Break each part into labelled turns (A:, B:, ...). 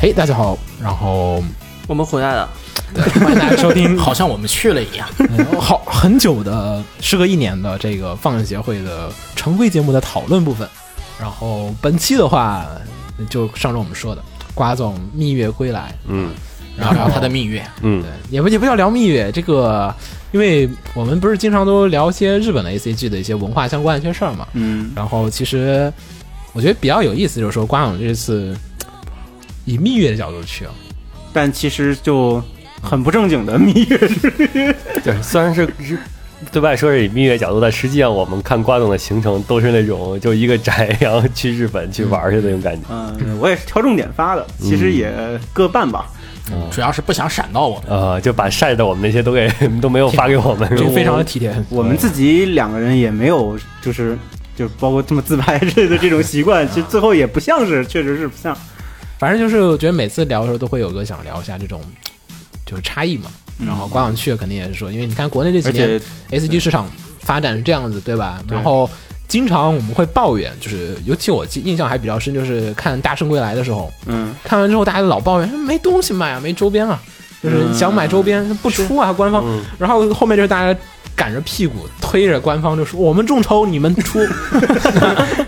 A: 嘿，大家好，然后
B: 我们回来了，
C: 欢迎大家收听
A: 好像我们去了一 样，
C: 嗯好很久的，时隔一年的这个放映协会的常规节目的讨论部分。然后本期的话，就上周我们说的，瓜总蜜月归来，
D: 嗯
A: 然后然后啊他的蜜月，
D: 嗯
C: 对，也不也不叫聊蜜月这个，因为我们不是经常都聊一些日本的 A C G 的一些文化相关的一些事儿嘛。
B: 嗯，
C: 然后其实我觉得比较有意思就是说，瓜总这次以蜜月的角度去，啊
B: 但其实就很不正经的蜜月之旅，
D: 对，虽然是是对外说是以蜜月角度，但实际上我们看瓜总的行程都是那种就一个宅，然后去日本去玩去的那种感觉。
B: 嗯，我也是挑重点发的，其实也各半吧，嗯
A: 主要是不想闪到我们。
D: 呃，就把晒的我们那些都给都没有发给我们，
C: 这
D: 是
C: 个
D: 吧
C: 非常的体贴。嗯
B: 我们自己两个人也没有就是。就包括这么自拍之类的这种习惯，其实最后也不像是，确实是不像。
C: 反正就是我觉得每次聊的时候都会有个想聊一下这种就是差异嘛。然后瓜网去肯定也是说，因为你看国内这几
B: 嗯而
C: 年
B: 且
C: S G 市场发展是这样子，对吧？然后经常我们会抱怨，就是尤其我记印象还比较深，就是看《大圣归来》的时候，
B: 嗯，
C: 看完之后大家老抱怨没东西卖啊，没周边啊，
B: 嗯
C: 就是想买周边不出啊，官方。然后后面就是大家。赶着屁股推着官方就说我们众筹你们出，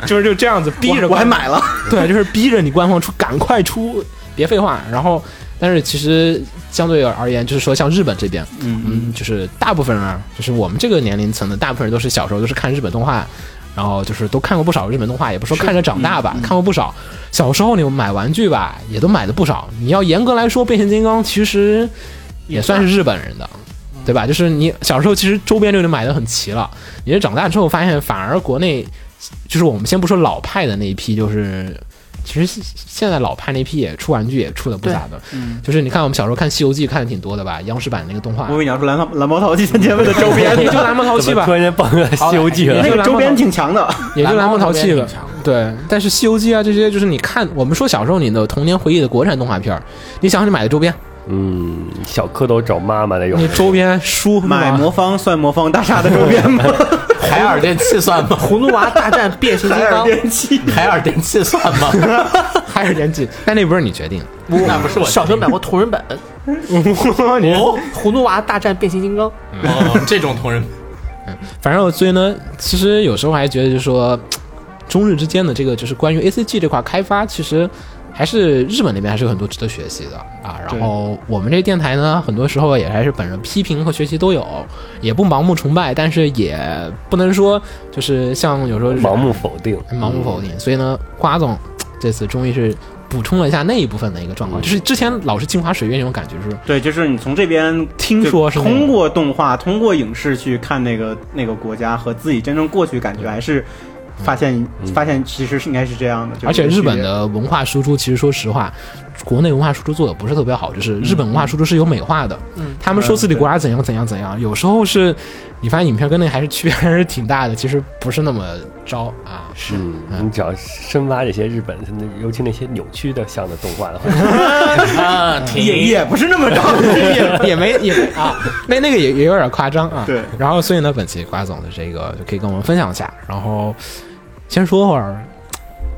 C: 就是就这样子逼着
B: 我还
C: 官方
B: 买了，
C: 对，就是逼着你官方出，赶快出，别废话。然后，但是其实相对而言，就是说像日本这边，嗯，就是大部分人啊，就是我们这个年龄层的大部分人都是小时候都是看日本动画，然后就是都看过不少日本动画，也不说看着长大吧，看过不少。小时候你买玩具吧，也都买的不少。你要严格来说，变形金刚其实也算是日本人的。对吧？就是你小时候其实周边就已经买的很齐了，你是长大之后发现，反而国内就是我们先不说老派的那一批，就是其实现在老派那批也出玩具也出的不咋的，
B: 嗯
C: 就是你看我们小时候看《西游记》看的挺多的吧，央视版那个动画
B: 我，跟你讲说蓝蓝猫淘气三千问的周边，
C: 也就蓝猫淘
D: 怎
C: 气
D: 么
C: 吧
D: 突，然间蹦个《西游记》
C: 好
D: 了
C: 嘞
B: 那？个周边挺 强的。
C: 也就蓝猫淘气
A: 蓝
C: 了
A: 猫淘气也挺强的。
C: 对，但是《西游记》啊这些，就是你看我们说小时候你的童年回忆的国产动画片儿，你想想你买的周边，
D: 嗯，小蝌蚪找妈妈那种
C: 你。周边书是吧
B: 买魔方算魔方大厦的周边 吗？
A: 海尔电器算吗？
E: 葫芦娃大战变形金
B: 海尔
E: 刚，
B: 电器，
A: 海尔电器算吗？
C: 还是年纪，但那不是你决定的。
A: 那不是我
E: 小时候买过同人本，
A: 哦
E: 葫芦娃大战变形金刚，
A: 哦，这种同人
C: 反正所以呢，其实有时候还觉得就是说，中日之间的这个就是关于 A C G 这块开发，其实还是日本那边还是有很多值得学习的啊。然后我们这电台呢，很多时候也还是本着批评和学习都有，也不盲目崇拜，但是也不能说就是像有时候
D: 盲目否定，
C: 盲目否定。所以呢，瓜总这次终于是补充了一下那一部分的一个状况，就是之前老是镜花水月那种感觉，就是
B: 对，就是你从这边
C: 听说是
B: 就
C: 那个
B: 通过动画、通过影视去看那个那个国家和自己真正过去，感觉还是发现、发现其实是应该是这样的。就是
C: 而且日本
B: 区别
C: 的文化输出，其实说实话，国内文化输出做的不是特别好，就是日本文化输出是有美化的。
E: 嗯，
C: 他们说自己国家怎样怎样怎样，有时候是你发现影片跟那还是区别还是挺大的，其实不是那么着啊。是
D: 嗯，你只要深挖这些日本，尤其那些扭曲的像的动画的话，
A: 啊，
B: 嗯也
A: 挺
B: 也不是那么着。
C: 也也没也啊，那那个也也有点夸张啊。
B: 对
C: 然后所以呢，本期瓜总的这个就可以跟我们分享一下，然后先说会儿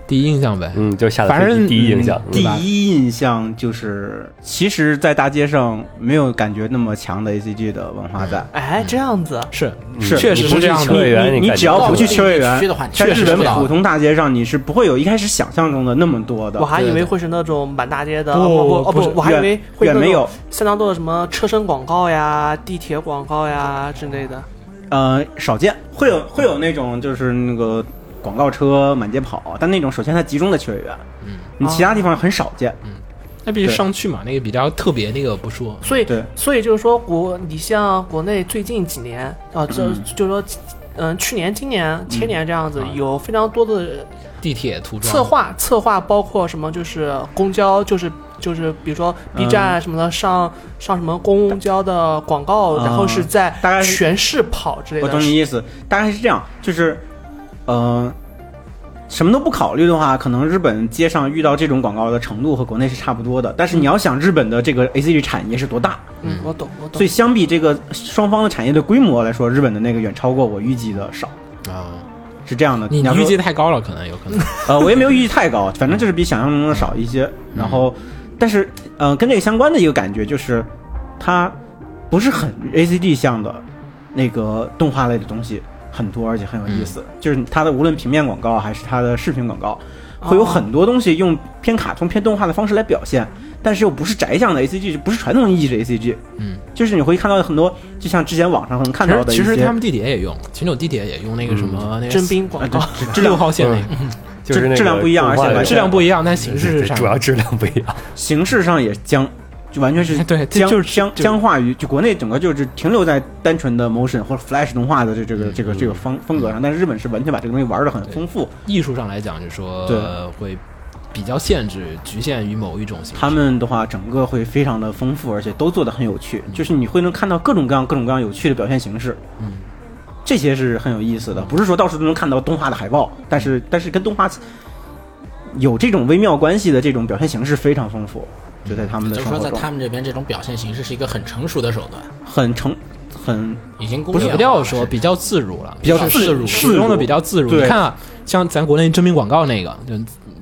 C: 第一印象呗。
D: 嗯，就下了
C: 反正
D: 第一印象，
C: 嗯
B: 第一印象就是，其实，在大街上没有感觉那么强的 A C G 的文化在。
E: 哎，这样子，
C: 是
B: 是
C: 确实是这样
D: 你不去秋
C: 的。
D: 叶原
B: 你
D: 你
B: 你
D: 感觉
B: 只要
D: 不
B: 不
D: 到
B: 去秋叶
A: 你去的话
B: 原
A: 你，
B: 在
A: 确实
B: 日本
A: 不到
B: 普通大街上，你是不会有一开始想象中的那么多的
E: 我。还以
C: 对
E: 为
C: 对
E: 会是那种满大街的，
C: 不
E: 哦不哦
C: 不是
E: 我还以为会
B: 远远
E: 那种
B: 没有
E: 相当多的什么车身广告呀、地铁广告呀之类的。
B: 呃，少见，会有会有那种就是那个广告车满街跑，但那种首先它集中的缺源，
C: 嗯，哦
B: 你其他地方很少见。
C: 那必须上去嘛，那个比较特别，那个不说。
E: 所以
B: 对，
E: 所以就是说国，你像国内最近几年啊，这、
B: 嗯
E: 就是说，嗯，去年、今年、前年这样子，
C: 啊
E: 有非常多的
C: 地铁涂装
E: 策划，策划包括什么，就是公交，就是就是比如说 B 站啊
B: 嗯
E: 什么的，上上什么公交的广告，
B: 啊
E: 然后是在
B: 大概是
E: 全市跑之类
B: 我
E: 的
B: 懂。你意思，大概是这样，就是，呃，什么都不考虑的话，可能日本街上遇到这种广告的程度和国内是差不多的。但是你要想日本的
C: 嗯
B: 这个 A C G 产业是多大，
E: 嗯，我懂，我懂
B: 所以。相比这个双方的产业的规模来说，日本的那个远超过我预计的少，
C: 啊，
B: 是这样的。
C: 你
B: 要
C: 你
B: 说
C: 预计太高了，可能有可能。
B: 呃，我也没有预计太高，反正就是比想象中的少一些。然后，
C: 嗯
B: 但是，呃，跟这个相关的一个感觉就是，它不是很 A C G 向的那个动画类的东西很多，而且很有意思。
C: 嗯
B: 就是它的无论平面广告还是它的视频广告，会
C: 哦
B: 有很多东西用偏卡通、偏动画的方式来表现，但是又不是宅向的 A C G，不是传统意义的 A C G。
C: 嗯，
B: 就是你会看到很多，就像之前网上可 能看
C: 其
B: 到
C: 实
B: 的一
C: 其
B: 些，
C: 实他们地铁也用，秦九地铁也用那个什么那个
E: 征兵广
B: 啊
E: 告，
B: 对质
C: 六
B: 量
C: 号线那
B: 嗯
C: 个，
D: 就是那个
B: 质量不一样而且
D: 动画
B: 完
D: 的
B: 全
C: 质量不一样，但形式是啥？
D: 主要质量不一样。
B: 形式上也僵，就完全是
C: 对这
B: 僵，
C: 就是
B: 僵
C: 就
B: 僵化于就国内整个就是停留在单纯的 motion 或者 flash 动画的这这个
C: 嗯
B: 这个这个方风格上，但是日本是完全把这个东西玩的很丰富，
C: 艺术上来讲，就是说
B: 对
C: 会比较限制、局限于某一种形式。
B: 他们的话整个会非常的丰富，而且都做的很有趣，
A: 嗯
B: 就是你会能看到各种各样各种各样有趣的表现形式，
C: 嗯，
B: 这些是很有意思的，不是说到处都能看到动画的海报，但是
A: 嗯
B: 但是跟动画有这种微妙关系的这种表现形式非常丰富，就在他们的
A: 也就是
B: 生
A: 说，
B: 活
A: 在
B: 中
A: 他们这边，这种表现形式是一个很成熟的手段，
B: 很成很
A: 已经工
C: 不
A: 业
C: 是
A: 化
C: 不
A: 了
C: 要说，比较自如了，
B: 比较
A: 自
C: 使
A: 如
C: 使用的比较自如。
B: 对
C: 你看啊，像咱国内征兵广告那个，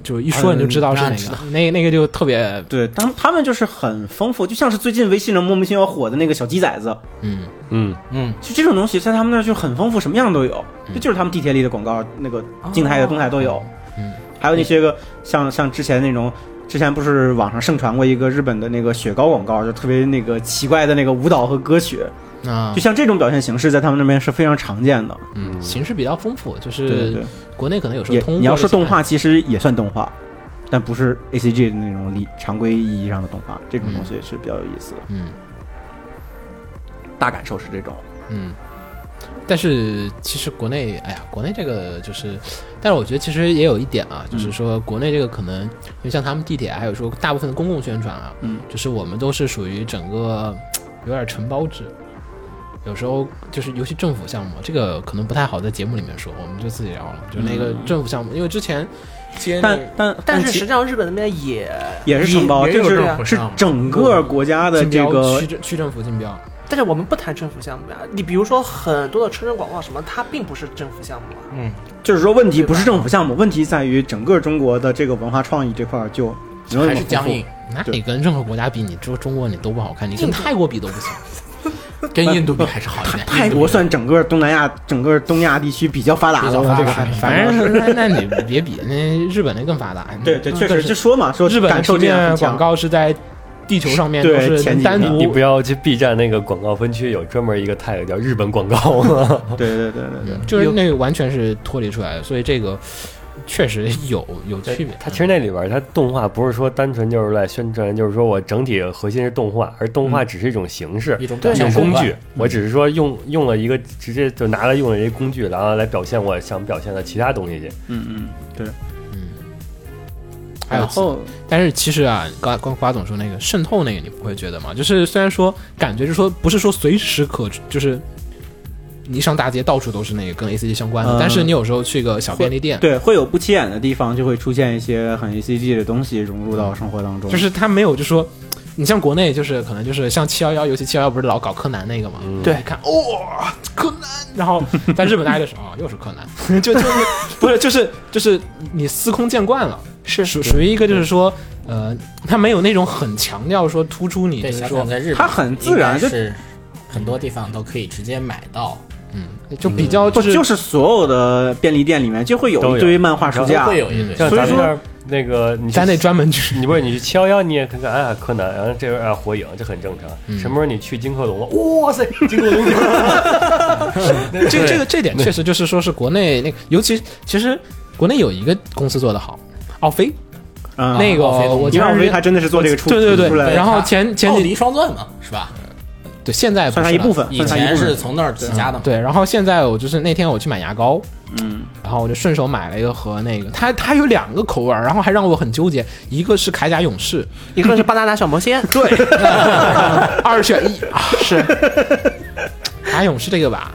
C: 就就一说你就知道是
A: 嗯那
C: 哪
A: 知
C: 个
A: 道，
C: 那那个就特别
B: 对，当他们就是很丰富，就像是最近微信上莫名其妙火的那个小鸡崽子，
C: 嗯
D: 嗯，
A: 嗯，
B: 就这种东西在他们那儿就很丰富，什么样都有。这就是他们地铁里的广告，那个静态的、动态都有。
C: 嗯，
B: 还有那些个像像之前那种，之前不是网上盛传过一个日本的那个雪糕广告，就特别那个奇怪的那个舞蹈和歌曲，
C: 啊
B: 就，像这种表现形式在他们那边是非常常见的。
C: 嗯，形式比较丰富，就
B: 对对
C: 是国内可能有时候
B: 对，也
C: 通过
B: 你要
C: 一些
B: 说动画，其实也算动画。但不是 A C G 的那种理常规意义上的动画，这种东西是比较有意思的。
C: 嗯
B: 大感受是这种，
C: 嗯。但是其实国内，哎呀，国内这个就是，但是我觉得其实也有一点
B: 嗯
C: 啊，就是说国内这个可能，因为像他们地铁，还有说大部分的公共宣传啊，
B: 嗯，
C: 就是我们都是属于整个有点承包制，有时候就是尤其政府项目，这个可能不太好在节目里面说，我们就自己聊了。就那个政府项目，因为之前接那
B: 嗯但
C: 个
B: 但
E: 但是
B: 其
E: 实际上日本那边也
B: 也是承包，
E: 也
B: 这
E: 也有这
B: 是
E: 种
B: 是整个国家的
C: 竞
B: 这
C: 标
B: 个
C: 区政区政府竞标，
E: 但是我们不谈政府项目呀、啊你比如说很多的车身广告什么，它并不是政府项目啊。
B: 就是说问题不是政府项目，问题在于整个中国的这个文化创意这块儿就没有那么
A: 还是
B: 丰富
A: 僵硬，，
C: 那
B: 对
C: 你跟任何国家比，你中中国你都不好看，你跟泰国比都不行。
A: 跟印度比还是好一点。
B: 泰
A: 印度
B: 国
A: 比
B: 算整个东南亚整个东亚地区比较发达
A: 比
B: 的
A: 较
B: 了，
A: 发
B: 这个
A: 达
B: 还
A: 嗯
B: 反
C: 反
B: 正
C: 正
B: 是
C: 是那那你别比，那日本那更发达。
B: 对对，确
C: 但
B: 实
C: 是
B: 就说嘛，说
C: 日本
B: 感受这样
C: 面
B: 很
C: 广
B: 强。
C: 告是在地球上面都
B: 对
C: 是
B: 前几
C: 单
B: 名
D: 你
C: 独
D: 不要去 B 站那个广告分区有专门一个 tag 叫日本广告吗？
B: 对对对对对，
C: 就是那个完全是脱离出来的，所以这个确实有有区别。嗯
D: 它其实那里边儿它动画不是说单纯就是来宣传，就是说我整体核心是动画，而动画只是一种形式。
A: 一种
E: 对
A: 表
D: 一种
A: 现手
D: 工
A: 段
D: 具，我只是说用用了一个直接就拿来用了一个工具，然后来表现我想表现的其他东西去。
B: 嗯嗯对。
C: 还有
B: 然后
C: 但是其实啊，刚刚瓜总说那个渗透那个，你不会觉得吗？就是虽然说感觉就是说不是说随时可就是。你一上大街，到处都是那个跟 A C G 相关的，
B: 嗯
C: 但是你有时候去个小便利店，
B: 对会有不起眼的地方，就会出现一些很 A C G 的东西融入到生活当中。
C: 就是他没有就说，你像国内就是可能就是像七幺幺，尤其七幺幺不是老搞柯南那个嘛，
B: 嗯
E: 对
C: 你看哦柯南，然后在日本待的时候啊又是柯南，就就是不是就是就是你司空见惯了，
E: 是
C: 属属于一个就是说呃，他没有那种很强调说突出你，就
A: 对，
C: 是
A: 想
C: 说
A: 想在日本，
B: 它很自然就
A: 就是很多地方都可以直接买到，
C: 嗯，就比较
B: 不
C: 就是
B: 就是所有的便利店里面就会有
D: 都有
B: 一堆漫画书
D: 然后
B: 架，
A: 会有一堆。
D: 像咱们
B: 所以说
D: 这儿那个你去
C: 咱得专门去
D: 你不是你去七幺幺，你也看看啊柯南，然后这边啊火影，这很正常。什么时候你去金克隆了？
B: 嗯
D: 哇塞，金克隆！
C: 这这个这点确实就是说是国内那个，尤其其实国内有一个公司做得好，奥飞
B: 嗯，
C: 那个
A: 啊奥飞公司
C: 我
B: 因为
C: 前
B: 奥
C: 段时
B: 飞
C: 间
B: 还真的是做这个出
C: 对对
B: 出来
C: 对，
B: 的
C: 然后
A: 它
C: 前前
A: 奥
C: 几
A: 迪双钻嘛，是吧？
C: 对现在不
B: 算它
C: 是
B: 一
C: 了
B: 部分，
A: 以
B: 算它一
A: 前
B: 部分
A: 是从那儿起家的嘛。
C: 对，然后现在我就是那天我去买牙膏，
B: 嗯
C: 然后我就顺手买了一个和那个，它它有两个口味儿，然后还让我很纠结，一个是铠甲勇士，
E: 一个是巴拿拿小魔 仙，
C: 对，二选一啊，是 铠甲勇士这个吧，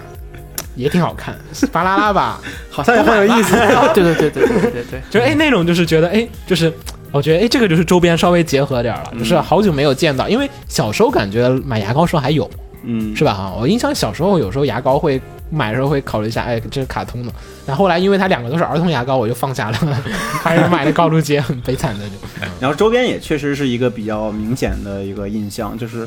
C: 也挺好看，巴啦啦 吧，
B: 好像也很有意思。
E: 对对对对对对对，
C: 就是哎那种就是觉得哎就是。我觉得哎，这个就是周边稍微结合点儿了，就是好久没有见到，因为小时候感觉买牙膏时候还有，
B: 嗯，
C: 是吧？啊，我印象小时候有时候牙膏会买的时候会考虑一下，哎，这是卡通的。但后来因为它两个都是儿童牙膏，我就放下了， 还是买的高露洁，很悲惨的就。
B: 然后周边也确实是一个比较明显的一个印象，就是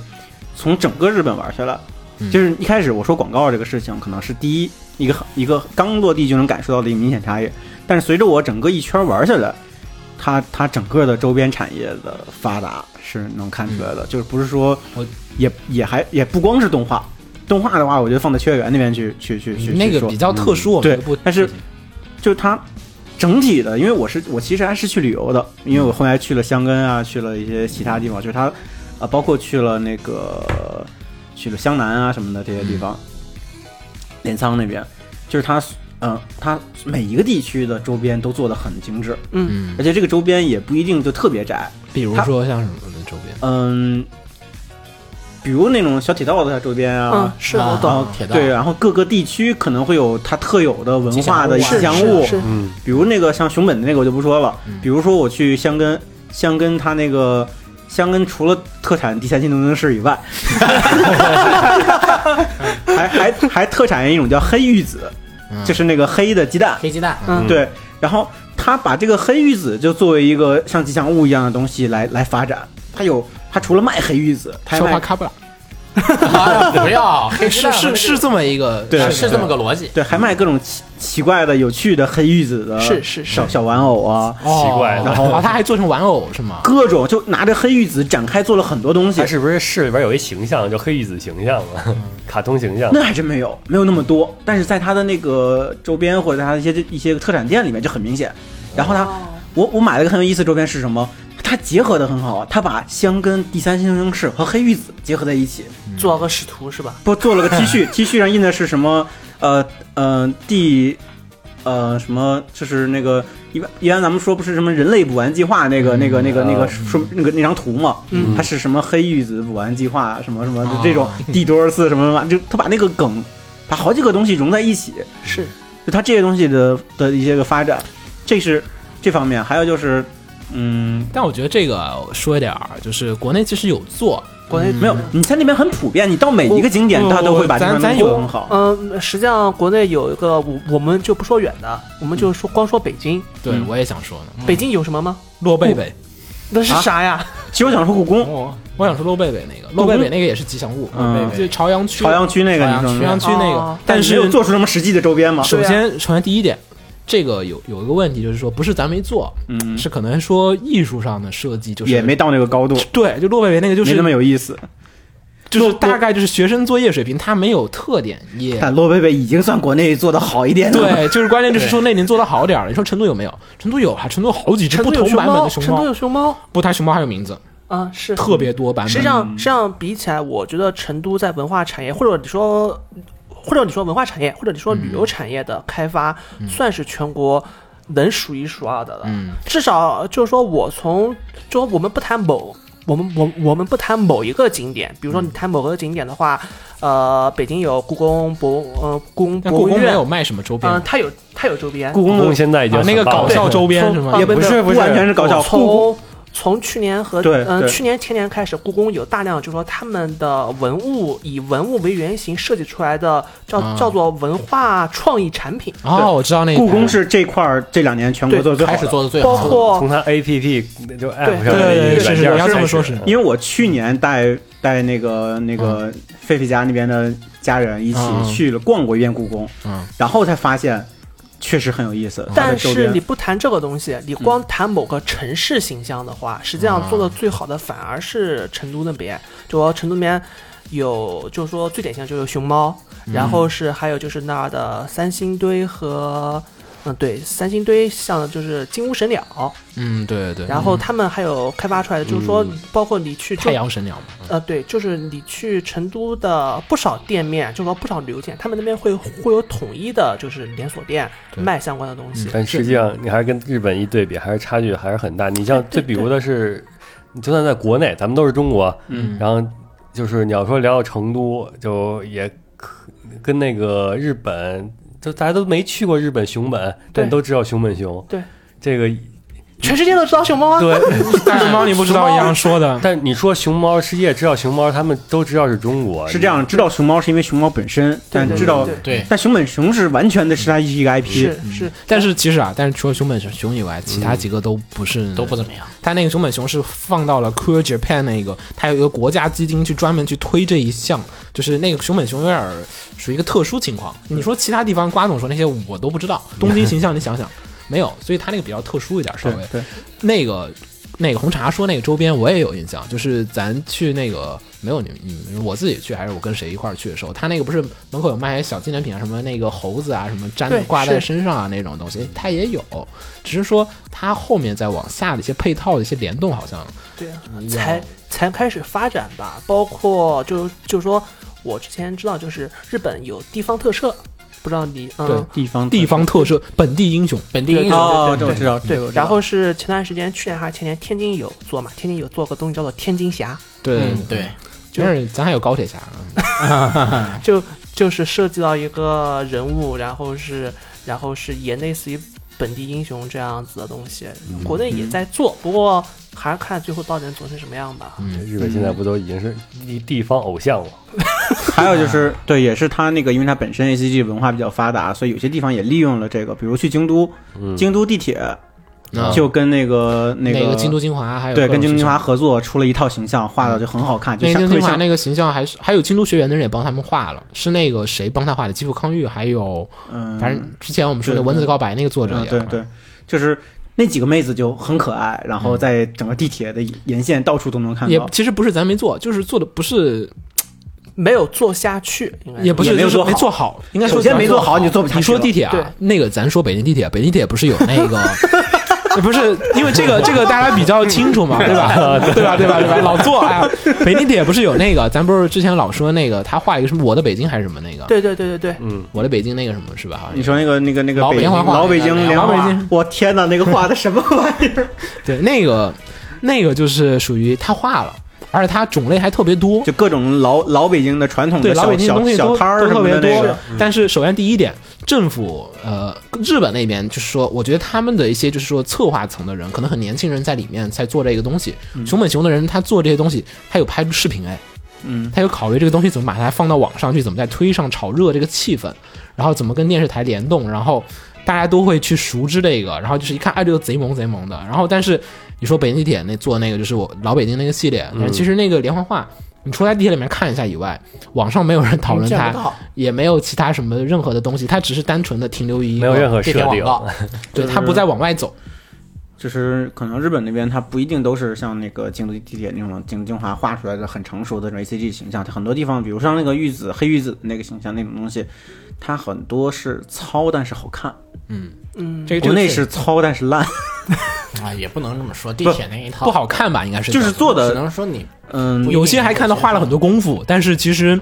B: 从整个日本玩下来，
C: 嗯
B: 就是一开始我说广告这个事情，可能是第一一个一个刚落地就能感受到的一个明显差异，但是随着我整个一圈玩下来，它它整个的周边产业的发达是能看出来的，就是不是说
C: 嗯我
B: 也也还也不光是动画。动画的话，我觉得放到秋叶原那边去去去去，
C: 那
B: 去
C: 个
B: 说嗯
C: 比较特殊，我
B: 对
C: 们就不
B: 但是就是它整体的，因为我是我其实还是去旅游的，因为我后来去了香根啊，去了一些其他地方，就是它啊、呃包括去了那个去了湘南啊什么的这些地方，
C: 嗯
B: 镰仓那边，就是它嗯、它每一个地区的周边都做的很精致，
C: 嗯
B: 而，且这个周边也不一定就特别窄，
C: 比如
B: 它
C: 说像什么的周边，
B: 嗯，比如那种小铁道的周边啊。
E: 嗯，是
A: 啊
E: 我
B: 然
E: 懂，
B: 后
A: 铁道
B: 对，然后各个地区可能会有它特有的文化的
A: 吉
E: 是
B: 吉
E: 是
B: 祥物，
E: 是，
D: 嗯，
B: 比如那个像熊本的那个我就不说了，比如说我去香根，香根它那个香根除了特产第三性能能市以外，还还还特产一种叫黑玉子，
C: 嗯
B: 就是那个黑的鸡蛋，
A: 黑鸡蛋，
E: 嗯
B: 对，然后它把这个黑玉子就作为一个像吉祥物一样的东西来来发展，它有它除了卖黑玉子，它还
C: 说话
B: 卖
C: 卡布拉，
A: 啊不要黑鸡
C: 是
A: 蛋
C: 是是这么一个，
B: 对
A: 是
C: 是
A: 是这么个逻辑。
B: 对还卖各种奇奇怪的有趣的黑玉子的
E: 是是是
B: 小小玩偶啊，
D: 奇怪的
C: 然后啊，它还做成玩偶是吗？
B: 各种就拿着黑玉子展开做了很多东西
D: 它，是不是市里边有一形象叫黑玉子形象啊？ 卡通形象
B: 那还真没有，没有那么多。但是在它的那个周边或者它的一些一些特产店里面就很明显。然后
E: 哦
B: 它，我我买了一个很有意思的周边是什么？它结合的很好啊，它把香根第三星星市和黑玉子结合在一起，
E: 做个使徒是吧？
B: 不做 了个 T 恤，T 恤上印的是什么？呃呃第呃什么？就是那个一般一般咱们说不是什么人类补完计划那个、
C: 嗯
B: 那个那个那个说那个那张图嘛？
E: 嗯
B: 它是什么黑玉子补完计划什么什么
C: 啊
B: 就这种第多少次什么什么，就他把那个梗，把好几个东西融在一起，
E: 是，
B: 就它这些东西的的一些个发展，这是这方面，还有就是嗯。
C: 但我觉得这个说一点儿，就是国内其实有做，
E: 国内
B: 没有，你在那边很普遍，你到每一个景点，
C: 我
B: 它都会把这
C: 咱嗯
B: 方面
C: 咱
B: 做得
C: 有
B: 很好。
E: 嗯，实际上国内有一个，我我们就不说远的，我们就说光说北京，
C: 对
B: 嗯
C: 我也想说呢，
E: 北京有什么吗？
C: 洛贝贝，
E: 那是啥呀？
B: 其实我想说故宫，
C: 哦，我想说洛贝贝那个，洛贝贝那个也是吉祥物，
B: 嗯
C: 就朝阳区
B: 朝阳区那个你
C: 朝阳
B: 说是
C: 朝
B: 吧
C: 阳区那个
E: 哦，
C: 但
B: 没
C: 是
B: 有做出什么实际的周边嘛？
C: 首
E: 对啊
C: 先，首先第一点，这个有有一个问题，就是说不是咱没做，
B: 嗯，
C: 是可能说艺术上的设计就是
B: 也没到那个高度，
C: 对，就洛贝贝那个就
B: 没
C: 是
B: 那么有意思。
C: 就是大概就是学生作业水平，它没有特点也。
B: 但洛贝贝已经算国内做的好一点了。
C: 对，就是关键就是说那您做的好点儿了。你说成都有没有？成都有啊，成都好几只
E: 成
C: 不
E: 都有
C: 同
E: 熊
C: 版本
E: 猫，
C: 的熊
E: 成都
C: 猫
E: 有，熊猫
C: 不，它熊猫还有名字，
E: 啊，是
C: 特别多版本。
E: 实际上，实际上比起来，我觉得成都在文化产业，或者你说，或者你说文化产业，或者你说旅游产业的开发，算是全国能数一数二的了。
C: 嗯
E: 至少就是说我从，就说我们不谈某，我们我我们不谈某一个景点，比如说你谈某个景点的话，呃，北京有故宫博物呃故宫
C: 嗯但
E: 博
C: 故
E: 物
C: 宫没
E: 院
C: 有，卖什么周边
E: 嗯、，它有它有周边，
B: 故
D: 故
B: 宫
D: 宫
B: 的
D: 现在已经
C: 啊那个
D: 很棒了
C: 搞笑周边
E: 从
C: 是吗？
E: 从
B: 也不
E: 啊不
B: 是
E: 是哦
B: 不完全是搞笑，故宫
E: 从从去年和
B: 对
E: 嗯、
B: 对
E: 去年前年开始，故宫有大量就说他们的文物以文物为原型设计出来的叫、
C: 啊
E: 叫做文化创意产
B: 啊
E: 品，
C: 哦，我知道那个
B: 故宫是这块儿这两年全国做的最好
C: 开
B: 的
C: 始做的最
E: 包
C: 好的，
E: 括
D: 从它 A P P 就 App 上
C: 对
D: 的
C: 对
D: 一
C: 对
D: 个
C: 是
D: 软
C: 是
D: 件
C: 你要
D: 开
C: 这么
D: 始
C: 说是
B: 因为我去年带带那个那个狒狒家那边的家人一起
C: 嗯嗯
B: 去了逛过一遍故宫，
C: 嗯
B: 然后才发现确实很有意思。它的
E: 嗯但
B: 周
E: 是
B: 边
E: 你不谈这个东西，你光谈某个城市形象的话，实际上做的最好的反而是成都那边。就说成都那边有，就是说最典型的就是熊猫，
B: 嗯
E: 然后是还有就是那儿的三星堆和。嗯，对，三星堆像的就是金乌神鸟，
C: 嗯，对对对。嗯
E: 然后他们还有开发出来的，就是说，包括你去
C: 太
E: 就
C: 阳神鸟嘛，
E: 呃，对，就是你去成都的不少店面，就说不少旅游店，他们那边会会有统一的，就是连锁店
C: 对嗯
E: 卖相关的东西。
D: 但实际上你还是跟日本一对比，还是差距还是很大。你像最比如的是，你就算在国内，咱们都是中国，
C: 嗯
D: 然后就是你要说聊到成都，就也可跟那个日本，就大家都没去过日本熊本，但
E: 对
D: 都知道熊本熊。
E: 对，
D: 这个
E: 全世界都知道熊猫啊，
D: 对，
C: 但是猫你不知道一样说的，
D: 但你说熊猫，世界知道熊猫，他们都知道是中国，
B: 是这样，知道熊猫是因为熊猫本身，但
E: 对
B: 知道
E: 对
A: 对，
B: 但熊本熊是完全的是它一个 IP，
E: 是是，
C: 但是其实啊，但是除了熊本熊以外，其他几个都不是
A: 嗯都不怎么样。
C: 他那个熊本熊是放到了 Cool Japan 那个，它有一个国家基金去专门去推这一项，就是那个熊本熊有点儿属于一个特殊情况。你说其他地方瓜总说那些我都不知道，东
A: 嗯
C: 京形象你想想没有，所以它那个比较特殊一点，稍
B: 对
C: 微
B: 对，
C: 那个。那个红茶说那个周边我也有印象，就是咱去那个没有你你们我自己去还是我跟谁一块儿去的时候，他那个不是门口有卖小纪念品啊，什么那个猴子啊，什么粘
E: 对
C: 挂在
E: 是
C: 身上啊那种东西，它也有，只是说它后面再往下的一些配套的一些联动，好像
E: 对啊，才才开始发展吧。包括就就说，我之前知道就是日本有地方特色，不知道你嗯。
B: 地方
C: 地方特色、本地英雄、
A: 本地英雄
B: 哦，这
E: 对
B: 我知道，这
C: 嗯
B: 我
E: 对，
B: 知道
E: 然后是前段时间，去年还是前年，天津有做嘛？天津有做个东西叫做天津峡，
C: 对
A: 嗯，对，
C: 就是咱还有高铁侠，
E: 就就是涉及到一个人物，然后是然后是也类似于本地英雄这样子的东西，国内也在做，不过还是看最后到底能做成什么样吧。
D: 日本现在不都已经是地地方偶像了？
B: 还有就是，对，也是它那个，因为它本身 A C G 文化比较发达，所以有些地方也利用了这个，比如去京都，京都地铁
C: 嗯
B: 就跟那个那
C: 那
B: 个
C: 个京都精华，还有
B: 对
C: 各种
B: 跟京都
C: 形
B: 精华
C: 象。
B: 合作出了一套形象，画的就很好看，就
C: 那嗯个京
B: 像特
C: 都
B: 别
C: 精华
B: 像
C: 那个形象还是还有京都学员的人也帮他们画了，是那个谁帮他画的？基富康裕，还有
B: 嗯，
C: 反正之前我们说的《
B: 对
C: 蚊子告白》那个作者
B: 嗯
C: 也
B: 对对，就是那几个妹子就很可爱，然后在整个地铁的沿线到处都能看
C: 嗯也
B: 到。
C: 其实不是咱没做，就是做的不是，
E: 没有做下去，应该
C: 也不
B: 也
C: 是
B: 没有
C: 就是
B: 做好
C: 没做好，应该说
B: 首先
C: 咱
B: 没做好你就做不下去
C: 你说
B: 了
C: 地铁啊
E: 对，
C: 那个咱说北京地铁，北京地铁不是有那 个。不是，因为这个这个大家比较清楚 嘛，对吧？ 对吧？对吧？对吧？老做哎呀，北京地铁不是有那个，咱不是之前老说那个，他画一个什么《我的北京》还是什么那个，《
E: 对对对对对，
C: 我的北京》那个什么是吧？好像
B: 你说那个那个那个
C: 老北
B: 京
C: 京画
B: 老北京
C: 老
B: 连
C: 北
B: 环
C: 京
B: 画，我天哪，那个画的什么玩意儿？
C: 对，那个那个就是属于他画了，而且它种类还特别多，
B: 就各种老老北京的传统
C: 对
B: 的
C: 老
B: 小
C: 北京的
B: 小
C: 东西
B: 小
C: 都
B: 摊儿
C: 都
B: 什
C: 特
B: 么
C: 别
B: 的那
C: 多
B: 个。。
C: 但是首先第一点，政府呃日本那边就是说，我觉得他们的一些就是说策划层的人，可能很年轻人在里面才做这个东西。熊本熊的人他做这些东西，他有拍视频哎，
B: 嗯，
C: 他有考虑这个东西怎么把它放到网上去，怎么在推上炒热这个气氛，然后怎么跟电视台联动，然后大家都会去熟知这个，然后就是一看，哎，这个贼萌贼萌的。然后但是你说北京地铁那做那个就是我老北京那个系列，但是其实那个连环画。你除了在地铁里面看一下以外，网上没有人讨论
A: 见
C: 它
A: 不到，
C: 也没有其他什么任何的东西，它只是单纯的停留于一
D: 没有任
C: 个，
D: 何
A: 地
D: 设
A: 铁广
D: 定，
A: 告，
C: 对，
B: 就是
C: 它不再往外走。
B: 就是可能日本那边它不一定都是像那个京都地铁那种京京华画出来的很成熟的那种 A C G 形象，它很多地方，比如像那个玉子黑玉子那个形象那种东西，它很多是糙但是好看，
C: 哎这个这
B: 国
C: 个
B: 内是糙但是烂，
A: 啊，也不能这么说，地铁那一套
C: 不，好看吧？应该是
B: 就是做
A: 只
B: 的
A: 能说你
B: 嗯
A: 不一定
C: 有些还看到花了很多功夫，但是其实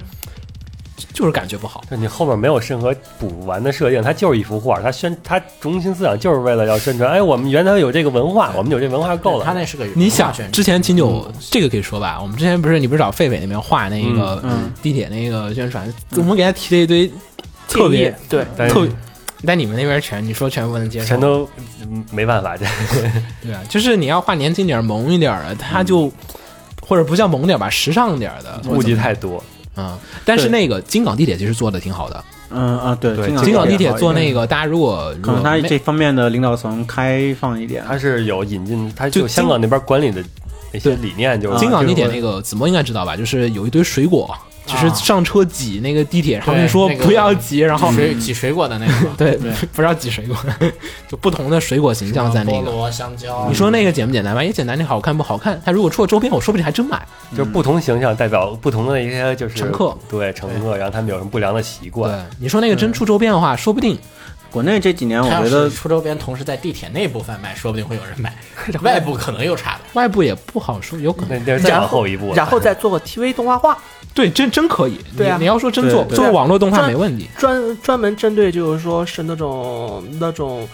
C: 就是感觉不好。
D: 但你后面没有任何补完的设定，它就是一幅画，它宣它中心思想就是为了要宣传，哎，我们原来有这个文化，我们有这文化够
A: 他
D: 了。
A: 那是个
C: 你想
A: 宣，
C: 之前秦九这个可以说吧？我们之前不是你不是找狒狒那边画那个
B: 嗯嗯
C: 地铁那个宣传，我们给他提了一堆特别
E: 建议对，
D: 但
C: 特，但你们那边全你说全不能接受，
D: 哎全都嗯没办法，这
C: 对啊，就是你要画年轻点儿、萌一点儿的，他就或者不叫萌点儿吧，时尚点儿的
D: 顾忌太多。
C: 嗯。但是那个京港地铁其实做的挺好的，
B: 嗯啊对，
D: 对
C: 京港地铁
B: 好一
C: 做
B: 点
C: 那个，大家如果如
B: 可
C: 果
B: 能他
C: 没
B: 这方面的领导层开放一点，啊
D: 它是有引进，它
C: 就
D: 就香港那边管理的那些理念，就是
C: 京港地铁
B: 就是
C: 那个子墨应该知道吧？就是有一堆水果，就是上车挤那个地铁，然后跟你说
A: 那个
C: 不要挤，然后，
A: 水挤水果的那个
C: 嗯 对
A: 对，
C: 不要挤水果， 就不同的水果形象在那
A: 菠
C: 个。嗯
A: 萝、香蕉，
C: 你说那个简不简单吧？也简单，你好看不好看？他如果出了周边，我说不定还真买。
D: 就是不同形象代表不同的一些就是
C: 乘客，
D: 对嗯乘客，然后他们有什么不良的习惯，
C: 对，你说那个真出周边的话，说不定
B: 国内这几年我
A: 他要
B: 觉
A: 是
B: 得
A: 出周边同时在地铁内部贩卖，说不定会有人 买，外部可能又差点。
C: 外部也不好说，有可能。
D: 那那是再
E: 然
D: 往
E: 后
D: 后一步了，
E: 然后再做个 TV 动画化，
C: 对，真真可以。
E: 对啊
C: 你你要说真做
B: 对对
C: 做网络动画
E: 专
C: 没问题。
E: 专专门针对就是说是那种那种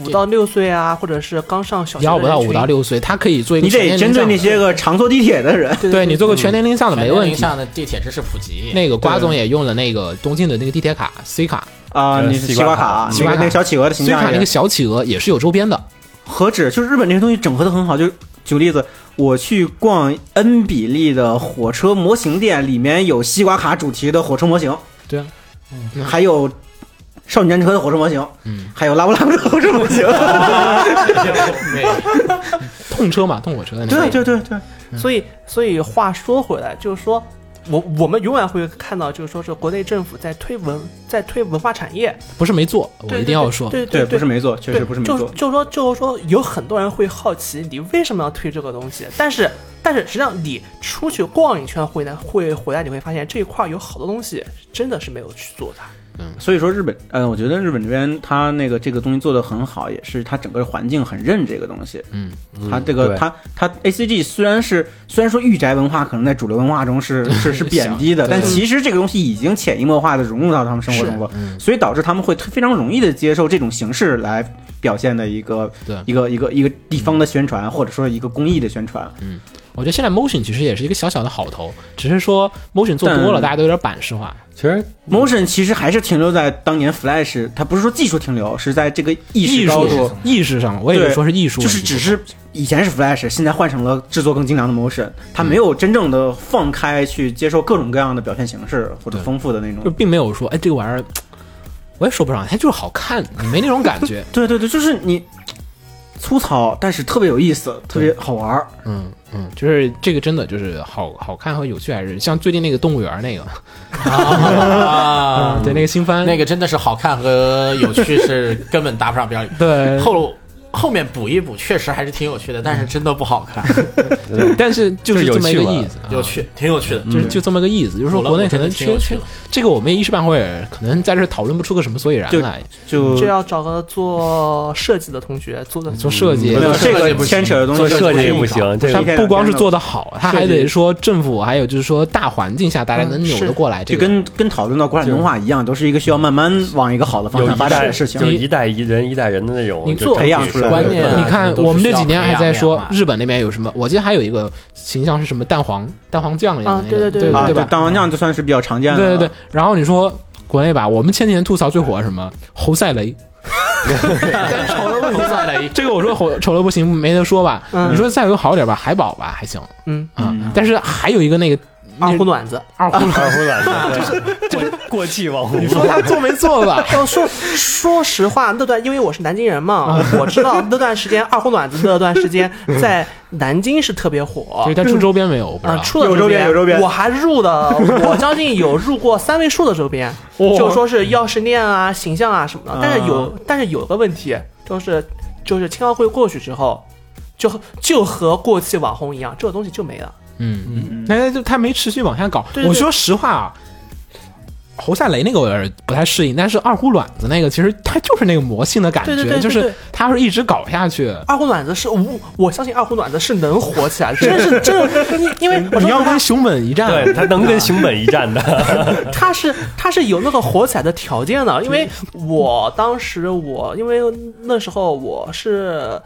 E: 五
A: 对
E: 到六岁啊，或者是刚上小学的
C: 要不到
E: 人
C: 五到
E: 群，
C: 六岁，他可以做一个
B: 你
C: 全年
B: 得
C: 龄向
B: 针
C: 的。
B: 对那些个常坐地铁的人，
E: 对
C: 对你做个嗯全年龄向的
A: 全
C: 没
A: 年
C: 问
A: 龄
C: 题。
A: 上的地铁知识普及，
C: 那个瓜总也用了那个东京的那个地铁卡 C 卡
B: 啊，
D: 对
B: 你
D: 西
B: 是西
D: 瓜
B: 瓜
D: 卡
B: 卡，
C: 西
B: 那
C: 瓜
B: 个
C: 卡
B: 那个小企鹅的形
C: ，C 卡
B: 象
C: 那
B: 也
C: 个小企鹅也是有周边的。
B: 何止，就是日本这些东西整合的很好。就举例子，我去逛 N 比例的火车模型店，里面有西瓜卡主题的火车模型，
C: 对啊，嗯
B: 还有少女战车的火车模型，
C: 嗯，
B: 还有拉布拉布的火车模型，
C: 痛车嘛，痛火车的那
B: 对
C: 个。
B: 对对对，
C: 嗯
E: 所以，所以话说回来，就是说，我我们永远会看到，就是说是国内政府在推文，在推文化产业。
C: 不是没做，我
E: 对
C: 一定要说，
E: 对对对，
B: 不是
E: 对
B: 没做，确实
E: 对
B: 不是没
E: 就
B: 做。
E: 就是说，就是说，有很多人会好奇你为什么要推这个东西，但是，但是实际上你出去逛一圈回来，会回来你会发现这一块有好多东西真的是没有去做的。
B: 所以说日本，呃，我觉得日本这边它那个这个东西做的很好，也是它整个环境很认这个东西。
C: 嗯，
B: 它这个
D: 对
B: 它它 A C G 虽然是虽然说御宅文化可能在主流文化 中是是是贬低的，
C: 对
B: 但其实这个东西已经潜移默化的融入到他们生活中了，嗯所以导致他们会非常容易的接受这种形式来表现的一个
C: 对嗯
B: 一个一个一个地方的宣传，或者说一个公益的宣传。
C: 我觉得现在 motion 其实也是一个小小的好头，只是说 motion 做多了，
B: 但
C: 大家都有点板式化。
D: 其实
B: Motion 其实还是停留在当年 Flash，它不是说技术停留，是在这个意
C: 艺
B: 识
C: 术
B: 高度。
C: 意识上，我也是
B: 对
C: 说是艺术
B: 就
C: 问
B: 是
C: 题，
B: 只是以前是 Flash，现在换成了制作更精良的 Motion，它没有真正的放开去接受各种各样的表现形式或者
C: 对
B: 丰富的那种。
C: 就并没有说，哎，这个玩意儿，我也说不上，它就是好看，你没那种感觉
B: 对对对，就是你粗糙，但是特别有意思，特别好玩儿。
C: 嗯嗯，就是这个真的就是好好看和有趣，还是像最近那个动物园那个，
A: 啊，
C: 对那个新番
A: 那个真的是好看和有趣是根本搭不上边儿。
C: 对，
A: 后后面补一补，确实还是挺有趣的，但是真的不好看，
C: 嗯但是就
D: 就是
C: 是
D: 有
C: 这么一个
D: 趣了
C: 意思，啊
A: 有趣，挺有趣的。嗯
C: 就是就这么个意思，就是说
A: 有了
C: 国内
A: 我
C: 可
A: 真的
C: 能
A: 挺
C: 缺
A: 有趣
C: 缺
A: 的
C: 这个，我们也一时半会儿可能在这儿讨论不出个什么所以然
B: 就
C: 来。
B: 就
E: 这要找个做设计的同学做的，
C: 做设计
B: 嗯没，有
A: 做
B: 这
A: 设计
B: 个
A: 不行
B: 牵扯的东西
D: 做设计也不
B: 不
D: 行，这
C: 它
D: 个
B: 一天
C: 不光是
B: 两天的
C: 做得好，它
B: 设
C: 还
B: 计
C: 得说政府，还有就是说大环境下大家能
E: 嗯
C: 扭得
E: 是
C: 过来，这
B: 就
C: 个
B: 跟跟讨论到国产动画一样，都是一个需要慢慢往一个好的方
D: 有
B: 向
D: 一
B: 发展
D: 代
B: 的事情
D: 就。是一代一人一代人的那种
C: 你
D: 就
C: 做
D: 是
B: 培养出来的
D: 观
A: 观
D: 念
A: 念
D: 啊
A: 啊，
C: 你看，
A: 都是
C: 我们这
A: 需要
C: 几年
A: 培
C: 还
A: 养
C: 在
A: 的
C: 说
A: 嘛
C: 日本那边有什么，我记得还有一个形象是什么蛋黄蛋黄酱一样的
E: 啊
C: 那个
E: 对对
C: 对
E: 对
B: 啊，
C: 对吧？
B: 大王酱就算是比较常见
C: 对
B: 的了。
C: 对对。然后你说国内吧，我们前几年吐槽最火的什么侯赛雷，
A: 丑 了不 算了一
C: 这个我说丑丑的不行，没得说吧？
E: 嗯
C: 你说再有好点吧，海宝吧还行
E: 嗯，
C: 啊
B: 嗯，
C: 但是还有一个那个
E: 二胡暖子。
C: 二胡，
D: 二胡软的， 就是过过气网红。
C: 你说他做没做吧？
E: 要哦说说实话，那段因为我是南京人嘛，我知道那段时间二胡暖子那段时间在南京是特别火
C: 对，。他出周边没有？我不知
E: 啊，
C: 道。
E: 出了
B: 有周边有周边
E: 我还入的，我将近有入过三位数的周边，
C: 哇
E: 就说是钥匙链啊、形象啊什么的。但是有
B: 啊，
E: 但是有个问题，就是就是青奥会过去之后，就就和过气网红一样，这个东西就没了。
C: 嗯，那那就他没持续往下搞。
E: 对对
C: 我说实话啊，侯赛雷那个我有点不太适应，但是二胡卵子那个其实它就是那个魔性的感觉，
E: 对对对对
C: 就是
E: 对
C: 它是一直搞下去。
E: 二胡暖子是我我相信二胡暖子是能火起来，真是真是，因因为我说
C: 你
E: 实
C: 要
E: 话
C: 跟熊本一战，
D: 对他能跟熊本一战 的，
E: 他是他是有那个火起来的条件的，因为我当时我因为那时候我是